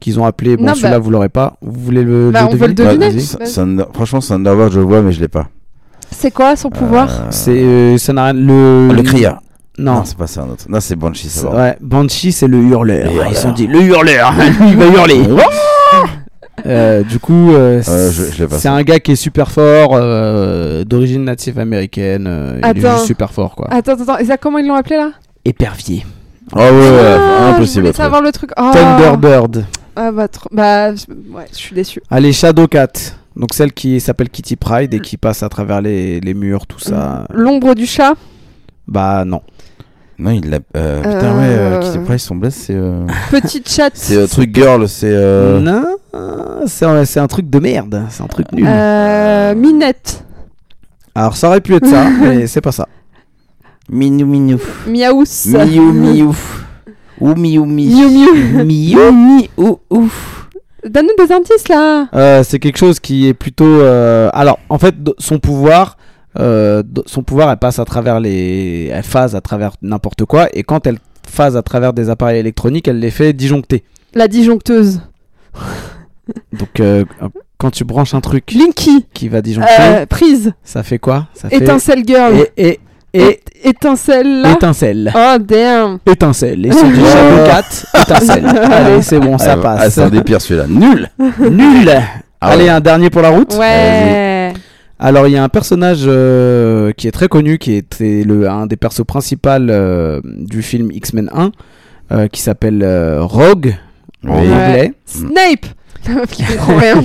Speaker 3: qu'ils ont appelé. Bon,
Speaker 2: Non,
Speaker 3: celui-là,
Speaker 2: bah-
Speaker 3: vous l'aurez pas. Vous voulez le,
Speaker 2: Bah,
Speaker 3: le
Speaker 2: on peut le
Speaker 3: deviner
Speaker 2: deviner.
Speaker 3: Vas-y.
Speaker 1: Sun- Thunder- Franchement, Thunderbird, je le vois, mais je l'ai pas.
Speaker 2: C'est quoi son pouvoir
Speaker 1: Euh,
Speaker 3: C'est euh, ça n'a rien- le
Speaker 1: Le crieur.
Speaker 3: Non.
Speaker 1: c'est pas ça un autre. Non, c'est Banshee, ça
Speaker 3: C'est-
Speaker 1: va.
Speaker 3: Ouais, Banshee, c'est le hurleur.
Speaker 1: Le hurleur.
Speaker 3: Ils se sont dit, le hurleur, lui, il va hurler. Euh, du coup, euh,
Speaker 1: Euh, je- je l'ai pas,
Speaker 3: c'est
Speaker 1: ça.
Speaker 3: un gars qui est super fort, euh, d'origine native américaine. euh, il est
Speaker 2: Attends.
Speaker 3: juste super fort, quoi.
Speaker 2: Attends, attends, et ça, comment ils l'ont appelé là
Speaker 3: Épervier.
Speaker 1: Oh ouais, ouais,
Speaker 2: Ah, Je
Speaker 1: impossible. à
Speaker 2: voulais
Speaker 1: trouver.
Speaker 2: savoir le truc. Oh.
Speaker 3: Thunderbird.
Speaker 2: Ah bah, trop- bah je- ouais, je suis déçu.
Speaker 3: Allez, Shadowcat. Donc celle qui s'appelle Kitty Pride
Speaker 2: Mm.
Speaker 3: et qui passe à travers les, les murs, tout ça.
Speaker 2: L'ombre du chat.
Speaker 3: Bah non.
Speaker 1: Non, il l'a. euh, Putain, ouais, euh,
Speaker 2: Euh,
Speaker 1: Kitty Pryde, son blast, c'est. euh,
Speaker 2: Petite chatte.
Speaker 1: C'est euh, truc girl, c'est. euh,
Speaker 3: Non, euh, c'est un, c'est un truc de merde. C'est un truc nul.
Speaker 2: Euh, Minette.
Speaker 3: Alors ça aurait pu être ça, mais c'est pas ça.
Speaker 4: Minou, minou.
Speaker 2: Miaous.
Speaker 4: Miou, miou. Ou miou, miou.
Speaker 2: Miou miou.
Speaker 4: Miou,
Speaker 3: oh,
Speaker 4: miou, ouf.
Speaker 2: Donne-nous des indices là.
Speaker 3: Euh, c'est quelque chose qui est plutôt. euh, Alors, en fait, d- son pouvoir, euh, d- son pouvoir, elle passe à travers les, elle phase à travers n'importe quoi, et quand elle phase à travers des appareils électroniques, elle les fait disjoncter.
Speaker 2: La disjoncteuse.
Speaker 3: Donc, euh, quand tu branches un truc
Speaker 2: Linky.
Speaker 3: qui va disjoncter,
Speaker 2: Euh, prise.
Speaker 3: ça fait quoi Ça fait
Speaker 2: Étincelle girl.
Speaker 3: et, et, et-
Speaker 2: Et- Étincelle là.
Speaker 3: étincelle,
Speaker 2: Oh damn.
Speaker 3: étincelle, et son du
Speaker 2: Ouais.
Speaker 3: chapeau 4, étincelle. Allez, c'est bon, ça
Speaker 1: ah, Ah,
Speaker 3: passe.
Speaker 1: c'est un des pires celui-là. Nul
Speaker 3: Nul.
Speaker 1: Ah
Speaker 3: Allez,
Speaker 1: ouais.
Speaker 3: un dernier pour la route.
Speaker 2: Ouais.
Speaker 3: Alors il y a un personnage euh, qui est très connu, qui était le, un des persos principaux euh, du film X-Men 1, euh, qui s'appelle euh, Rogue en
Speaker 1: Oui.
Speaker 3: anglais.
Speaker 2: Snape. Merde.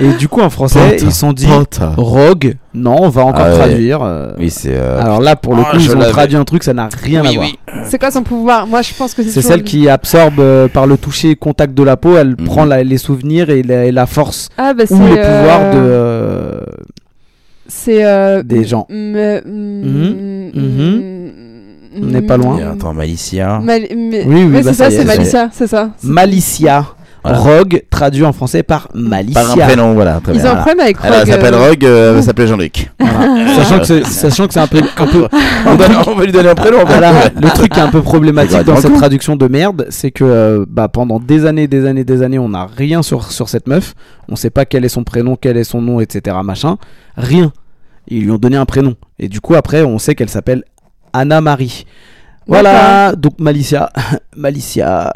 Speaker 3: Et du coup en français
Speaker 1: Pote.
Speaker 3: ils se sont dit
Speaker 1: Panta.
Speaker 3: Rogue, non on va encore
Speaker 1: Ah ouais.
Speaker 3: traduire. euh.
Speaker 1: Oui, c'est. euh,
Speaker 3: Alors là pour le
Speaker 1: Ah,
Speaker 3: coup
Speaker 1: je
Speaker 3: ils ont
Speaker 1: l'avais.
Speaker 3: traduit un truc ça n'a rien à
Speaker 1: oui,
Speaker 3: voir.
Speaker 1: oui.
Speaker 2: C'est quoi son pouvoir Moi je pense que c'est
Speaker 3: C'est
Speaker 2: toujours
Speaker 3: celle qui absorbe euh, par le toucher et contact de la peau, elle
Speaker 1: Mhm.
Speaker 3: prend la- les souvenirs et la, et la force
Speaker 2: Ah bah c'est.
Speaker 3: ou les
Speaker 2: euh,
Speaker 3: pouvoirs de, euh,
Speaker 2: C'est. euh,
Speaker 3: des gens.
Speaker 2: me-
Speaker 3: Mhm.
Speaker 2: mm,
Speaker 3: Mm-hmm. On n'est pas loin.
Speaker 1: Et Attends, Malicia.
Speaker 2: Mal- mais-
Speaker 3: Oui, oui,
Speaker 2: ouais,
Speaker 3: bah,
Speaker 2: c'est
Speaker 3: ça
Speaker 2: ça,
Speaker 3: y est,
Speaker 2: c'est
Speaker 1: ça y est.
Speaker 2: Malicia, c'est ça. C'est-
Speaker 3: Malicia.
Speaker 1: Voilà.
Speaker 3: Rogue traduit en français par Malicia.
Speaker 1: Par un prénom, voilà, très
Speaker 2: Ils ont
Speaker 1: bien.
Speaker 2: un problème avec Rogue.
Speaker 1: Elle s'appelle
Speaker 2: euh,
Speaker 1: Rogue, euh, elle va s'appeler Jean-Luc.
Speaker 3: Voilà. sachant que c'est, sachant que c'est un peu, un peu-
Speaker 1: On va- on va lui donner un prénom. en fait.
Speaker 3: voilà, le truc qui est un peu problématique
Speaker 1: Regarde,
Speaker 3: dans
Speaker 1: dans le
Speaker 3: cette
Speaker 1: coup.
Speaker 3: traduction de merde, c'est que euh, bah, pendant des années, des années, des années, on n'a rien sur, sur cette meuf. On sait pas quel est son prénom, quel est son nom, etc. Machin, rien. Ils lui ont donné un prénom. Et du coup, après, on sait qu'elle s'appelle Anna Marie. Voilà, donc Malicia, Malicia.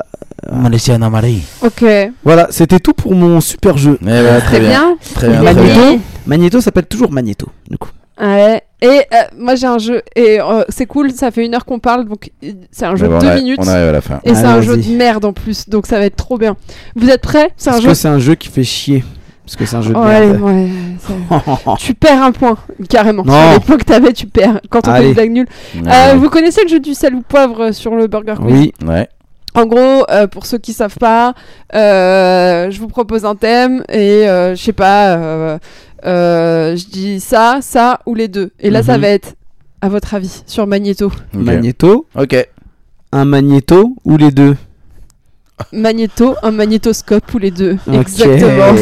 Speaker 4: Malaysia, non, Marie.
Speaker 2: Ok.
Speaker 3: Voilà, c'était tout pour mon super jeu.
Speaker 1: Mais ouais, très
Speaker 2: Très
Speaker 1: bien.
Speaker 2: bien.
Speaker 1: Très bien, très bien.
Speaker 3: Magneto, Magneto s'appelle toujours Magneto. Du coup.
Speaker 2: Ouais. Et euh, moi j'ai un jeu et euh, c'est cool, ça fait une heure qu'on parle donc euh, c'est un jeu
Speaker 1: Mais
Speaker 2: de
Speaker 1: bon, on
Speaker 2: deux
Speaker 1: arrive-
Speaker 2: minutes
Speaker 1: On arrive à la fin.
Speaker 2: et c'est un
Speaker 3: Allez,
Speaker 2: jeu
Speaker 3: vas-y.
Speaker 2: de merde en plus donc ça va être trop bien. Vous êtes prêts C'est un
Speaker 3: Parce
Speaker 2: jeu.
Speaker 3: que c'est un jeu qui fait chier. Parce que c'est un jeu de
Speaker 2: Ouais,
Speaker 3: merde.
Speaker 2: ouais, ça- Tu perds un point carrément.
Speaker 3: Non.
Speaker 2: À l'époque t'avais tu perds quand on fait
Speaker 3: Allez.
Speaker 2: des blagues nulles. Euh, vous connaissez le jeu du sel ou poivre euh, sur le Burger Quiz
Speaker 3: oui.
Speaker 1: Ouais.
Speaker 2: En gros, euh, pour ceux qui savent pas, euh, je vous propose un thème et euh, je sais pas, euh, euh, je dis ça, ça ou les deux. Et là, ça
Speaker 3: Mhm.
Speaker 2: va être, à votre avis, sur Magneto.
Speaker 1: Ok.
Speaker 3: Magneto,
Speaker 1: Ok.
Speaker 3: un magnéto ou les deux
Speaker 2: Magneto, un magnétoscope ou les deux.
Speaker 3: Ok.
Speaker 2: Exactement.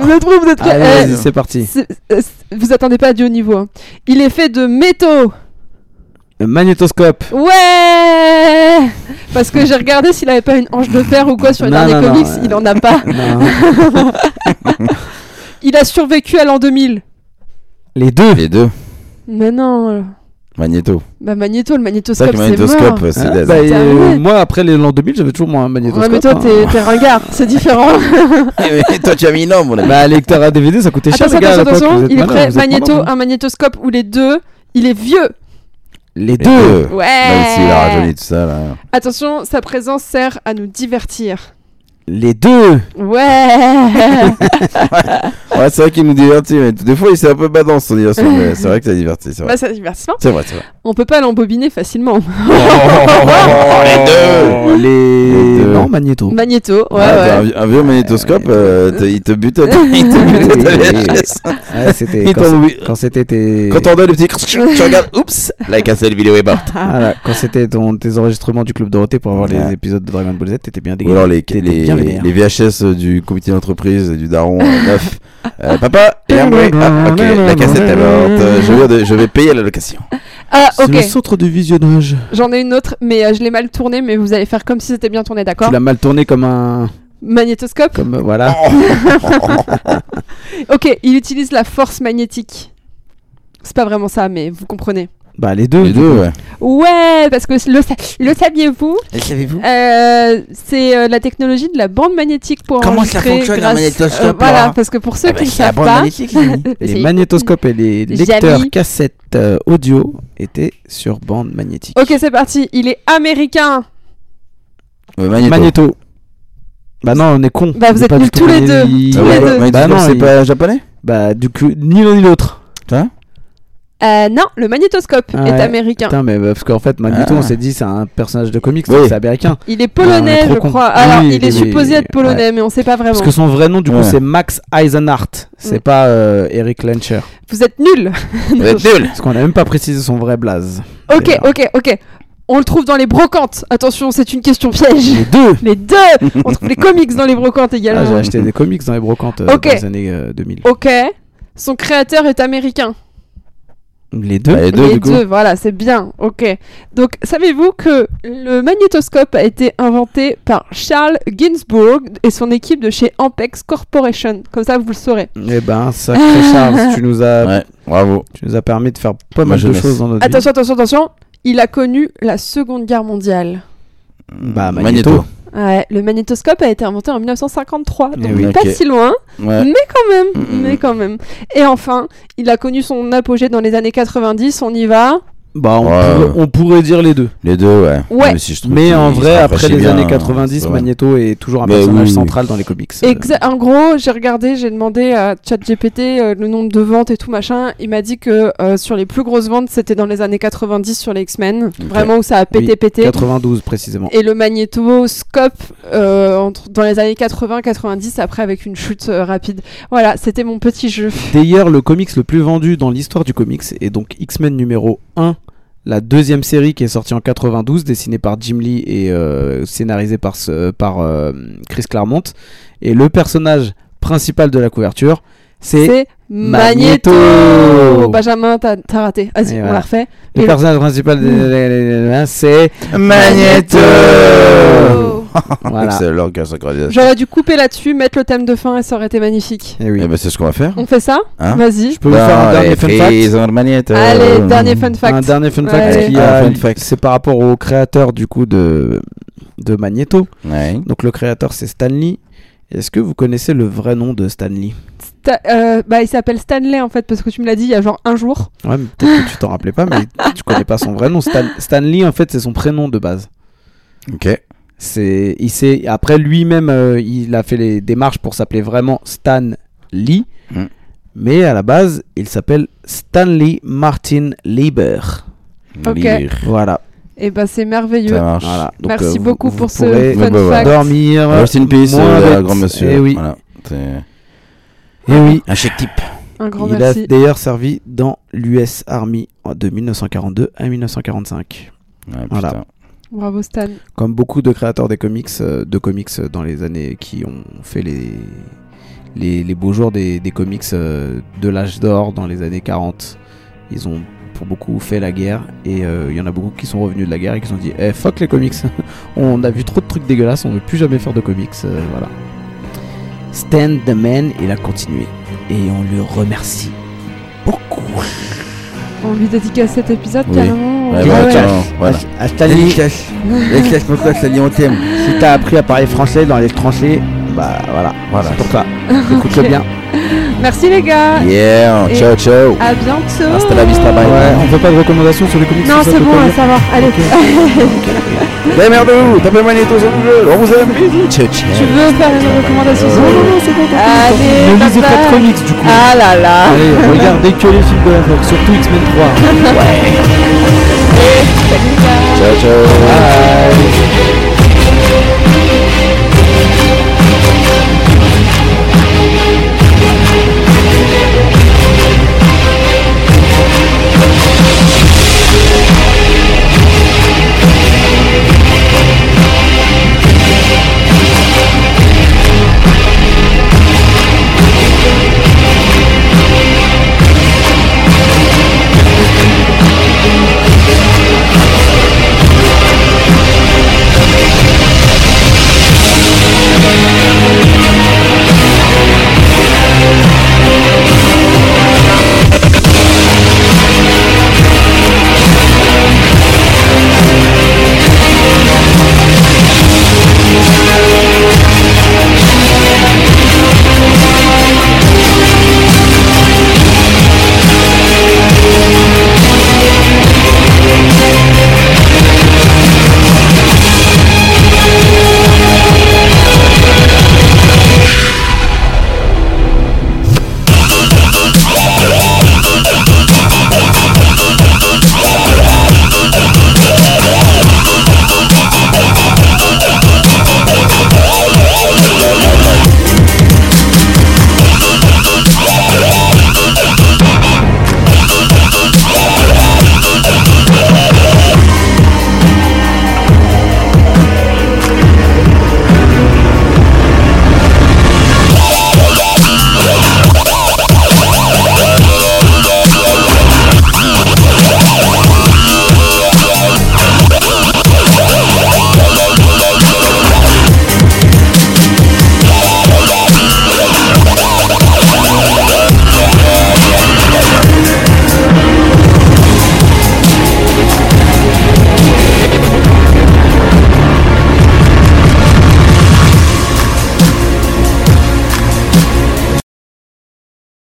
Speaker 2: Vous êtes vous êtes
Speaker 3: Allez,
Speaker 2: prêts
Speaker 3: vas-y, c'est
Speaker 2: Eh,
Speaker 3: parti.
Speaker 2: c'est- c'est- Vous attendez pas à du haut niveau. hein. Il est fait de métaux.
Speaker 3: Le magnétoscope.
Speaker 2: Ouais Parce que j'ai regardé s'il avait pas une hanche de fer ou quoi sur les
Speaker 3: Non,
Speaker 2: derniers
Speaker 3: non, non,
Speaker 2: comics.
Speaker 3: euh,
Speaker 2: Il en a pas.
Speaker 3: Non.
Speaker 2: Il a survécu à l'an 2000.
Speaker 3: les deux.
Speaker 1: Les deux.
Speaker 2: Mais non.
Speaker 1: Magneto.
Speaker 2: Bah Magneto, le
Speaker 1: C'est
Speaker 2: magnétoscope,
Speaker 1: vrai que
Speaker 2: c'est
Speaker 1: magnétoscope,
Speaker 2: mort.
Speaker 1: c'est
Speaker 3: Ah,
Speaker 1: dead.
Speaker 3: bah,
Speaker 2: C'est
Speaker 3: euh,
Speaker 2: terminé.
Speaker 3: moi, après les l'an 2000, j'avais toujours mon magnétoscope.
Speaker 2: Ouais, mais toi,
Speaker 3: hein.
Speaker 2: t'es t'es ringard, c'est différent.
Speaker 1: Mais toi, tu as mis une norme, mon ami.
Speaker 3: Bah, lecteur à DVD, ça coûtait cher,
Speaker 2: attention,
Speaker 3: les gars. à
Speaker 2: attention,
Speaker 3: l'époque, vous
Speaker 2: attention,
Speaker 3: êtes
Speaker 2: il est
Speaker 3: malins,
Speaker 2: prêt.
Speaker 3: vous êtes
Speaker 2: Magnéto,
Speaker 3: malins.
Speaker 2: un magnétoscope ou les deux. Il est vieux.
Speaker 3: Les
Speaker 1: Les
Speaker 3: deux.
Speaker 1: deux.
Speaker 2: Ouais.
Speaker 1: Même s'il a rajeuni tout ça, là.
Speaker 2: Attention, sa présence sert à nous divertir.
Speaker 3: Les deux.
Speaker 2: Ouais.
Speaker 1: Ouais, c'est vrai qu'il nous divertit, mais des fois, il s'est un peu badant, son diversion, mais c'est vrai que ça divertit, c'est vrai.
Speaker 2: bah, c'est un divertissement.
Speaker 1: C'est vrai, c'est vrai.
Speaker 2: On peut pas l'embobiner facilement.
Speaker 1: les deux
Speaker 3: Oh, les...
Speaker 1: Les deux.
Speaker 3: Non, magnéto.
Speaker 2: Magnéto, ouais,
Speaker 1: Ouais, t'as
Speaker 2: ouais.
Speaker 3: bah,
Speaker 1: un, vieux- un vieux magnétoscope, euh, t'as- il te butait, il te butait ta VHS.
Speaker 3: Ouais, c'était
Speaker 1: Il
Speaker 3: quand,
Speaker 1: t'en-
Speaker 3: quand c'était tes...
Speaker 1: Quand on donne le petit crrrch, tu regardes, oups, la cassette vidéo est morte.
Speaker 2: Ah.
Speaker 3: Voilà, quand c'était ton- tes enregistrements du Club Dorothée pour avoir
Speaker 1: Ouais.
Speaker 3: les épisodes de Dragon Ball Z, t'étais bien
Speaker 1: Ou
Speaker 3: dégueu.
Speaker 1: alors les,
Speaker 3: T'étais
Speaker 1: les,
Speaker 3: bien vénère.
Speaker 1: les VHS du comité d'entreprise du daron euh, neuf. Euh, papa, et un bruit. Ah, ok, la cassette est morte. Euh, Je vais, de- je vais payer la location.
Speaker 2: Ah,
Speaker 3: C'est
Speaker 2: ok.
Speaker 3: le centre de visionnage.
Speaker 2: J'en ai une autre, mais euh, je l'ai mal tournée, mais vous allez faire comme si c'était bien tourné, d'accord
Speaker 3: Tu l'as mal tourné comme un.
Speaker 2: Magnétoscope.
Speaker 3: Comme, euh, voilà.
Speaker 2: Ok, il utilise la force magnétique. C'est pas vraiment ça, mais vous comprenez.
Speaker 3: Bah, les deux.
Speaker 1: Les
Speaker 3: du
Speaker 1: deux,
Speaker 3: coup.
Speaker 1: ouais.
Speaker 2: Ouais, parce que le, sa- le saviez-vous
Speaker 4: Le savez-vous
Speaker 2: Euh, C'est euh, la technologie de la bande magnétique pour
Speaker 4: Comment ça
Speaker 2: enregistrer
Speaker 4: fonctionne, un
Speaker 2: grâce- euh,
Speaker 4: magnétoscope,
Speaker 2: Voilà,
Speaker 4: Laura
Speaker 2: parce que pour ceux
Speaker 4: Ah bah,
Speaker 2: qui ne
Speaker 4: c'est la
Speaker 2: savent
Speaker 4: bande
Speaker 2: pas,
Speaker 4: magnétique, les amis.
Speaker 2: c'est-
Speaker 3: Les magnétoscopes et les
Speaker 2: J'ai
Speaker 3: lecteurs
Speaker 2: mis-
Speaker 3: cassettes euh, audio étaient sur bande magnétique.
Speaker 2: Ok, c'est parti. Il est américain.
Speaker 1: Euh, Magneto.
Speaker 3: Magneto. Bah non, on est con.
Speaker 2: Bah, vous êtes nuls tous les deux.
Speaker 1: Ah
Speaker 2: Tous
Speaker 1: ouais,
Speaker 2: les
Speaker 1: bah,
Speaker 2: deux.
Speaker 1: Magneto,
Speaker 3: Bah non,
Speaker 1: c'est
Speaker 3: il-
Speaker 1: pas japonais
Speaker 3: Bah du coup, ni l'un ni l'autre.
Speaker 2: Euh, non, le magnétoscope
Speaker 3: Ah ouais,
Speaker 2: est américain.
Speaker 3: Putain, mais parce qu'en fait, Magneto,
Speaker 1: Ah.
Speaker 3: on s'est dit, c'est un personnage de comics,
Speaker 1: Oui.
Speaker 3: donc c'est américain.
Speaker 2: Il est polonais,
Speaker 3: Ah, trop
Speaker 2: je
Speaker 3: con.
Speaker 2: crois. Alors,
Speaker 3: Oui,
Speaker 2: il est
Speaker 3: oui,
Speaker 2: supposé
Speaker 3: oui,
Speaker 2: être polonais, mais on sait pas vraiment.
Speaker 3: Parce que son vrai nom, du coup,
Speaker 1: Ouais.
Speaker 3: c'est Max Eisenhardt. C'est
Speaker 2: Mm.
Speaker 3: pas euh, Eric Lencher.
Speaker 2: Vous êtes nuls.
Speaker 1: Vous êtes nuls
Speaker 3: Parce qu'on a même pas précisé son vrai blaze.
Speaker 2: ok,
Speaker 3: Déjà.
Speaker 2: ok, ok. On le trouve dans les brocantes. Attention, c'est une question piège.
Speaker 3: Les deux
Speaker 2: Les deux On trouve les comics dans les brocantes
Speaker 3: Ah, J'ai
Speaker 2: également.
Speaker 3: acheté des comics dans les brocantes euh,
Speaker 2: Ok.
Speaker 3: dans les années euh, 2000.
Speaker 2: ok. Son créateur est américain.
Speaker 3: Les deux
Speaker 1: Bah, Les deux,
Speaker 2: les
Speaker 1: du coup.
Speaker 2: deux, voilà, c'est bien. Ok. Donc, savez-vous que le magnétoscope a été inventé par Charles Ginsburg et son équipe de chez Ampex Corporation Comme ça, vous le saurez.
Speaker 3: Eh ben, sacré Charles, tu nous as,
Speaker 1: Ouais, bravo.
Speaker 3: tu nous as permis de faire pas
Speaker 1: Ma
Speaker 3: mal de
Speaker 1: jeunesse.
Speaker 3: choses dans notre
Speaker 2: Attention, attention, attention. Il a connu la Seconde Guerre mondiale.
Speaker 3: Bah, Magneto.
Speaker 2: Ouais, le magnétoscope a été inventé en 1953,
Speaker 3: Eh
Speaker 2: donc
Speaker 3: oui.
Speaker 2: pas
Speaker 1: Ok.
Speaker 2: si loin,
Speaker 1: Ouais.
Speaker 2: mais quand même,
Speaker 1: Mm, mm.
Speaker 2: mais quand même. Et enfin, il a connu son apogée dans les années 90, on y va.
Speaker 3: vie. Bah, on,
Speaker 1: Ouais.
Speaker 3: pourrait, on pourrait dire les deux.
Speaker 1: Les deux, ouais.
Speaker 2: Ouais.
Speaker 1: Même si je trouve
Speaker 3: Mais
Speaker 1: qu'ils
Speaker 3: en
Speaker 1: se
Speaker 3: vrai, après
Speaker 1: rapprochaient
Speaker 3: les
Speaker 1: bien,
Speaker 3: années
Speaker 1: hein,
Speaker 3: 90,
Speaker 1: c'est vrai.
Speaker 3: Magneto est toujours un
Speaker 1: Mais
Speaker 3: personnage
Speaker 1: oui.
Speaker 3: central dans les comics. euh.
Speaker 2: Exa- en gros, j'ai regardé, j'ai demandé à ChatGPT euh, le nombre de ventes et tout machin. Il m'a dit que euh, sur les plus grosses ventes, c'était dans les années 90 sur les X-Men, vraiment où ça a pété
Speaker 3: Oui,
Speaker 2: pété.
Speaker 3: 92 précisément.
Speaker 2: Et le magnétoscope euh, entre- dans les années 80-90, après avec une chute euh, rapide. Voilà, c'était mon petit jeu.
Speaker 3: D'ailleurs, le comics le plus vendu dans l'histoire du comics est donc X-Men numéro 1, la deuxième série qui est sortie en 92, dessinée par Jim Lee et euh, scénarisée par, ce- par euh, Chris Claremont. Et le personnage principal de la couverture, c'est
Speaker 2: C'est Magneto.
Speaker 3: Magneto.
Speaker 2: Benjamin, t'as t'as raté. Vas-y,
Speaker 3: Et
Speaker 2: on
Speaker 3: voilà.
Speaker 2: la refait.
Speaker 3: le personnage principal, de- c'est
Speaker 1: Magneto
Speaker 3: voilà.
Speaker 1: Excellent leur synchronisation.
Speaker 2: J'aurais dû couper là-dessus, mettre le thème de fin et ça aurait été magnifique.
Speaker 3: Eh oui.
Speaker 1: Eh ben, c'est ce qu'on va faire.
Speaker 2: On fait ça
Speaker 1: Hein
Speaker 2: Vas-y.
Speaker 3: Je peux vous faire un dernier fun fact.
Speaker 1: Magneto.
Speaker 2: Allez, dernier fun
Speaker 3: Un
Speaker 2: fact.
Speaker 3: dernier fun fact
Speaker 2: Ouais.
Speaker 3: qui
Speaker 1: Un
Speaker 3: a-
Speaker 1: fun fact.
Speaker 3: c'est par rapport au créateur du coup de de Magneto.
Speaker 1: Ouais.
Speaker 3: Donc le créateur c'est Stanley. Est-ce que vous connaissez le vrai nom de Stanley
Speaker 2: Sta- euh, bah, il s'appelle Stanley en fait, parce que tu me l'as dit il y a genre un jour.
Speaker 3: Ouais, mais peut-être que tu t'en rappelais pas, mais tu connais pas son vrai nom. Stan- Stanley, en fait, c'est son prénom de base.
Speaker 1: Ok.
Speaker 3: C'est, il s'est, après lui-même, euh, il a fait les démarches pour s'appeler vraiment Stan Lee,
Speaker 1: Mm.
Speaker 3: mais à la base, il s'appelle Stanley Martin Lieber.
Speaker 2: Ok.
Speaker 1: Lire.
Speaker 3: Voilà.
Speaker 2: Et bah, c'est merveilleux.
Speaker 1: Ça marche.
Speaker 3: voilà. Donc,
Speaker 2: Merci
Speaker 3: euh, vous-
Speaker 2: beaucoup
Speaker 3: vous
Speaker 2: pour ce
Speaker 3: pourrez
Speaker 2: fun
Speaker 1: Bah, bah,
Speaker 2: fact.
Speaker 3: dormir.
Speaker 1: Rest in peace,
Speaker 3: moins
Speaker 1: euh,
Speaker 3: bête.
Speaker 1: grand monsieur.
Speaker 3: Eh oui.
Speaker 1: Voilà. C'est-
Speaker 3: Eh oui.
Speaker 1: Un chèque type.
Speaker 2: Un grand
Speaker 3: il a
Speaker 2: merci.
Speaker 3: d'ailleurs servi dans l'US Army de 1942 à 1945.
Speaker 1: Ouais,
Speaker 3: Voilà.
Speaker 1: putain.
Speaker 2: Bravo Stan.
Speaker 3: comme beaucoup de créateurs des comics, euh, de comics euh, dans les années qui ont fait les, les, les beaux jours des, des comics euh, de l'âge d'or dans les années 40. Ils ont pour beaucoup fait la guerre et euh, il y en a beaucoup qui sont revenus de la guerre et qui se sont dit eh, fuck les comics, on a vu trop de trucs dégueulasses, on veut plus jamais faire de comics. euh, voilà. Stan the Man, il a continué et on le remercie beaucoup.
Speaker 2: On lui dédicace cet épisode
Speaker 1: Oui.
Speaker 2: carrément.
Speaker 1: Ouais,
Speaker 2: Ah
Speaker 1: bah,
Speaker 2: ouais.
Speaker 1: tiens, voilà.
Speaker 4: À Stanley. Les caches, pourquoi Stanley, on t'aime. Si t'as appris à parler français dans les tranchées, bah voilà.
Speaker 1: Voilà.
Speaker 4: C'est pour toi. Écoute-le
Speaker 2: Ok.
Speaker 4: bien.
Speaker 2: Merci les gars.
Speaker 1: Yeah,
Speaker 2: Et-
Speaker 1: ciao, ciao.
Speaker 2: À bientôt.
Speaker 1: Hasta la vista, bye.
Speaker 3: Ouais, on fait pas de recommandations sur les comics
Speaker 2: Non,
Speaker 3: sur ça,
Speaker 2: c'est
Speaker 3: faut
Speaker 2: bon,
Speaker 3: pas dire.
Speaker 2: ça va. Allez.
Speaker 3: Ah.
Speaker 1: Démerdez-vous, Eh, tapez Magneto sur Google. On vous aime. Bisous. Ciao,
Speaker 2: Tu
Speaker 1: ciao.
Speaker 2: veux faire une recommandation
Speaker 1: Euh,
Speaker 2: sur-
Speaker 1: non,
Speaker 2: c'est bon. Allez,
Speaker 3: Ne lisez
Speaker 2: bye
Speaker 3: pas de
Speaker 2: bye.
Speaker 3: comics du coup.
Speaker 2: Ah là là.
Speaker 3: Allez, regardez que les films de la Fox, surtout X-Men 3.
Speaker 1: Ciao, ciao.
Speaker 3: Bye.